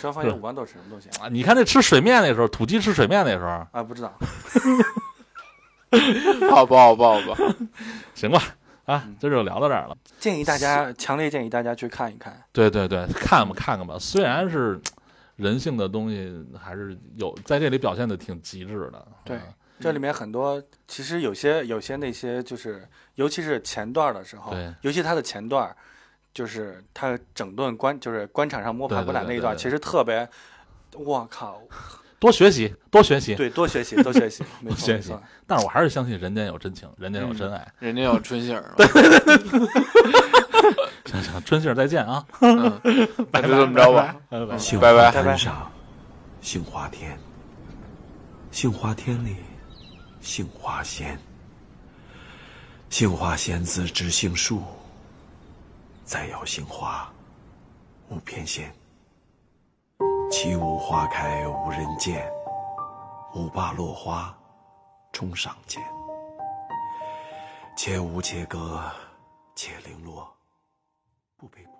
[SPEAKER 8] 十方有五官豆是什么东西
[SPEAKER 7] 啊你看那吃水面那时候，土鸡吃水面那时候，
[SPEAKER 8] 啊？不知道。
[SPEAKER 9] 好吧好吧好吧，
[SPEAKER 7] 行吧，啊，这就聊到这儿了。
[SPEAKER 8] 建议大家，强烈建议大家去看一看。
[SPEAKER 7] 对对对，看吧看看吧，虽然是人性的东西，还是有在这里表现的挺极致的。
[SPEAKER 8] 对
[SPEAKER 7] 嗯，
[SPEAKER 8] 这里面很多，其实有些有些那些就是，尤其是前段的时候
[SPEAKER 7] 对，
[SPEAKER 8] 尤其它的前段，就是它整顿官，就是官场上摸爬
[SPEAKER 7] 对对
[SPEAKER 8] 滚打
[SPEAKER 7] 对
[SPEAKER 8] 那一
[SPEAKER 7] 对
[SPEAKER 8] 段，
[SPEAKER 7] 对
[SPEAKER 8] 其实特别，我靠，
[SPEAKER 7] 多学习，多学习。
[SPEAKER 8] 对，多学习，多学习， 没错，
[SPEAKER 7] 学
[SPEAKER 8] 没
[SPEAKER 7] 习
[SPEAKER 8] 错。
[SPEAKER 7] 但是我还是相信人间有真情，人间有真爱。
[SPEAKER 9] 人家有春杏儿，
[SPEAKER 7] 行
[SPEAKER 8] 嗯
[SPEAKER 7] 行， 春杏儿再见啊！
[SPEAKER 9] 那就这么着吧，嗯
[SPEAKER 7] 拜拜。
[SPEAKER 9] 拜拜。
[SPEAKER 8] 拜拜
[SPEAKER 3] 滩上，杏花天，杏花天里，杏花仙，杏花仙自知杏树，再有杏花，无偏仙。其无花开无人见，五罢落花，终上见。且舞且歌，且零落，不悲不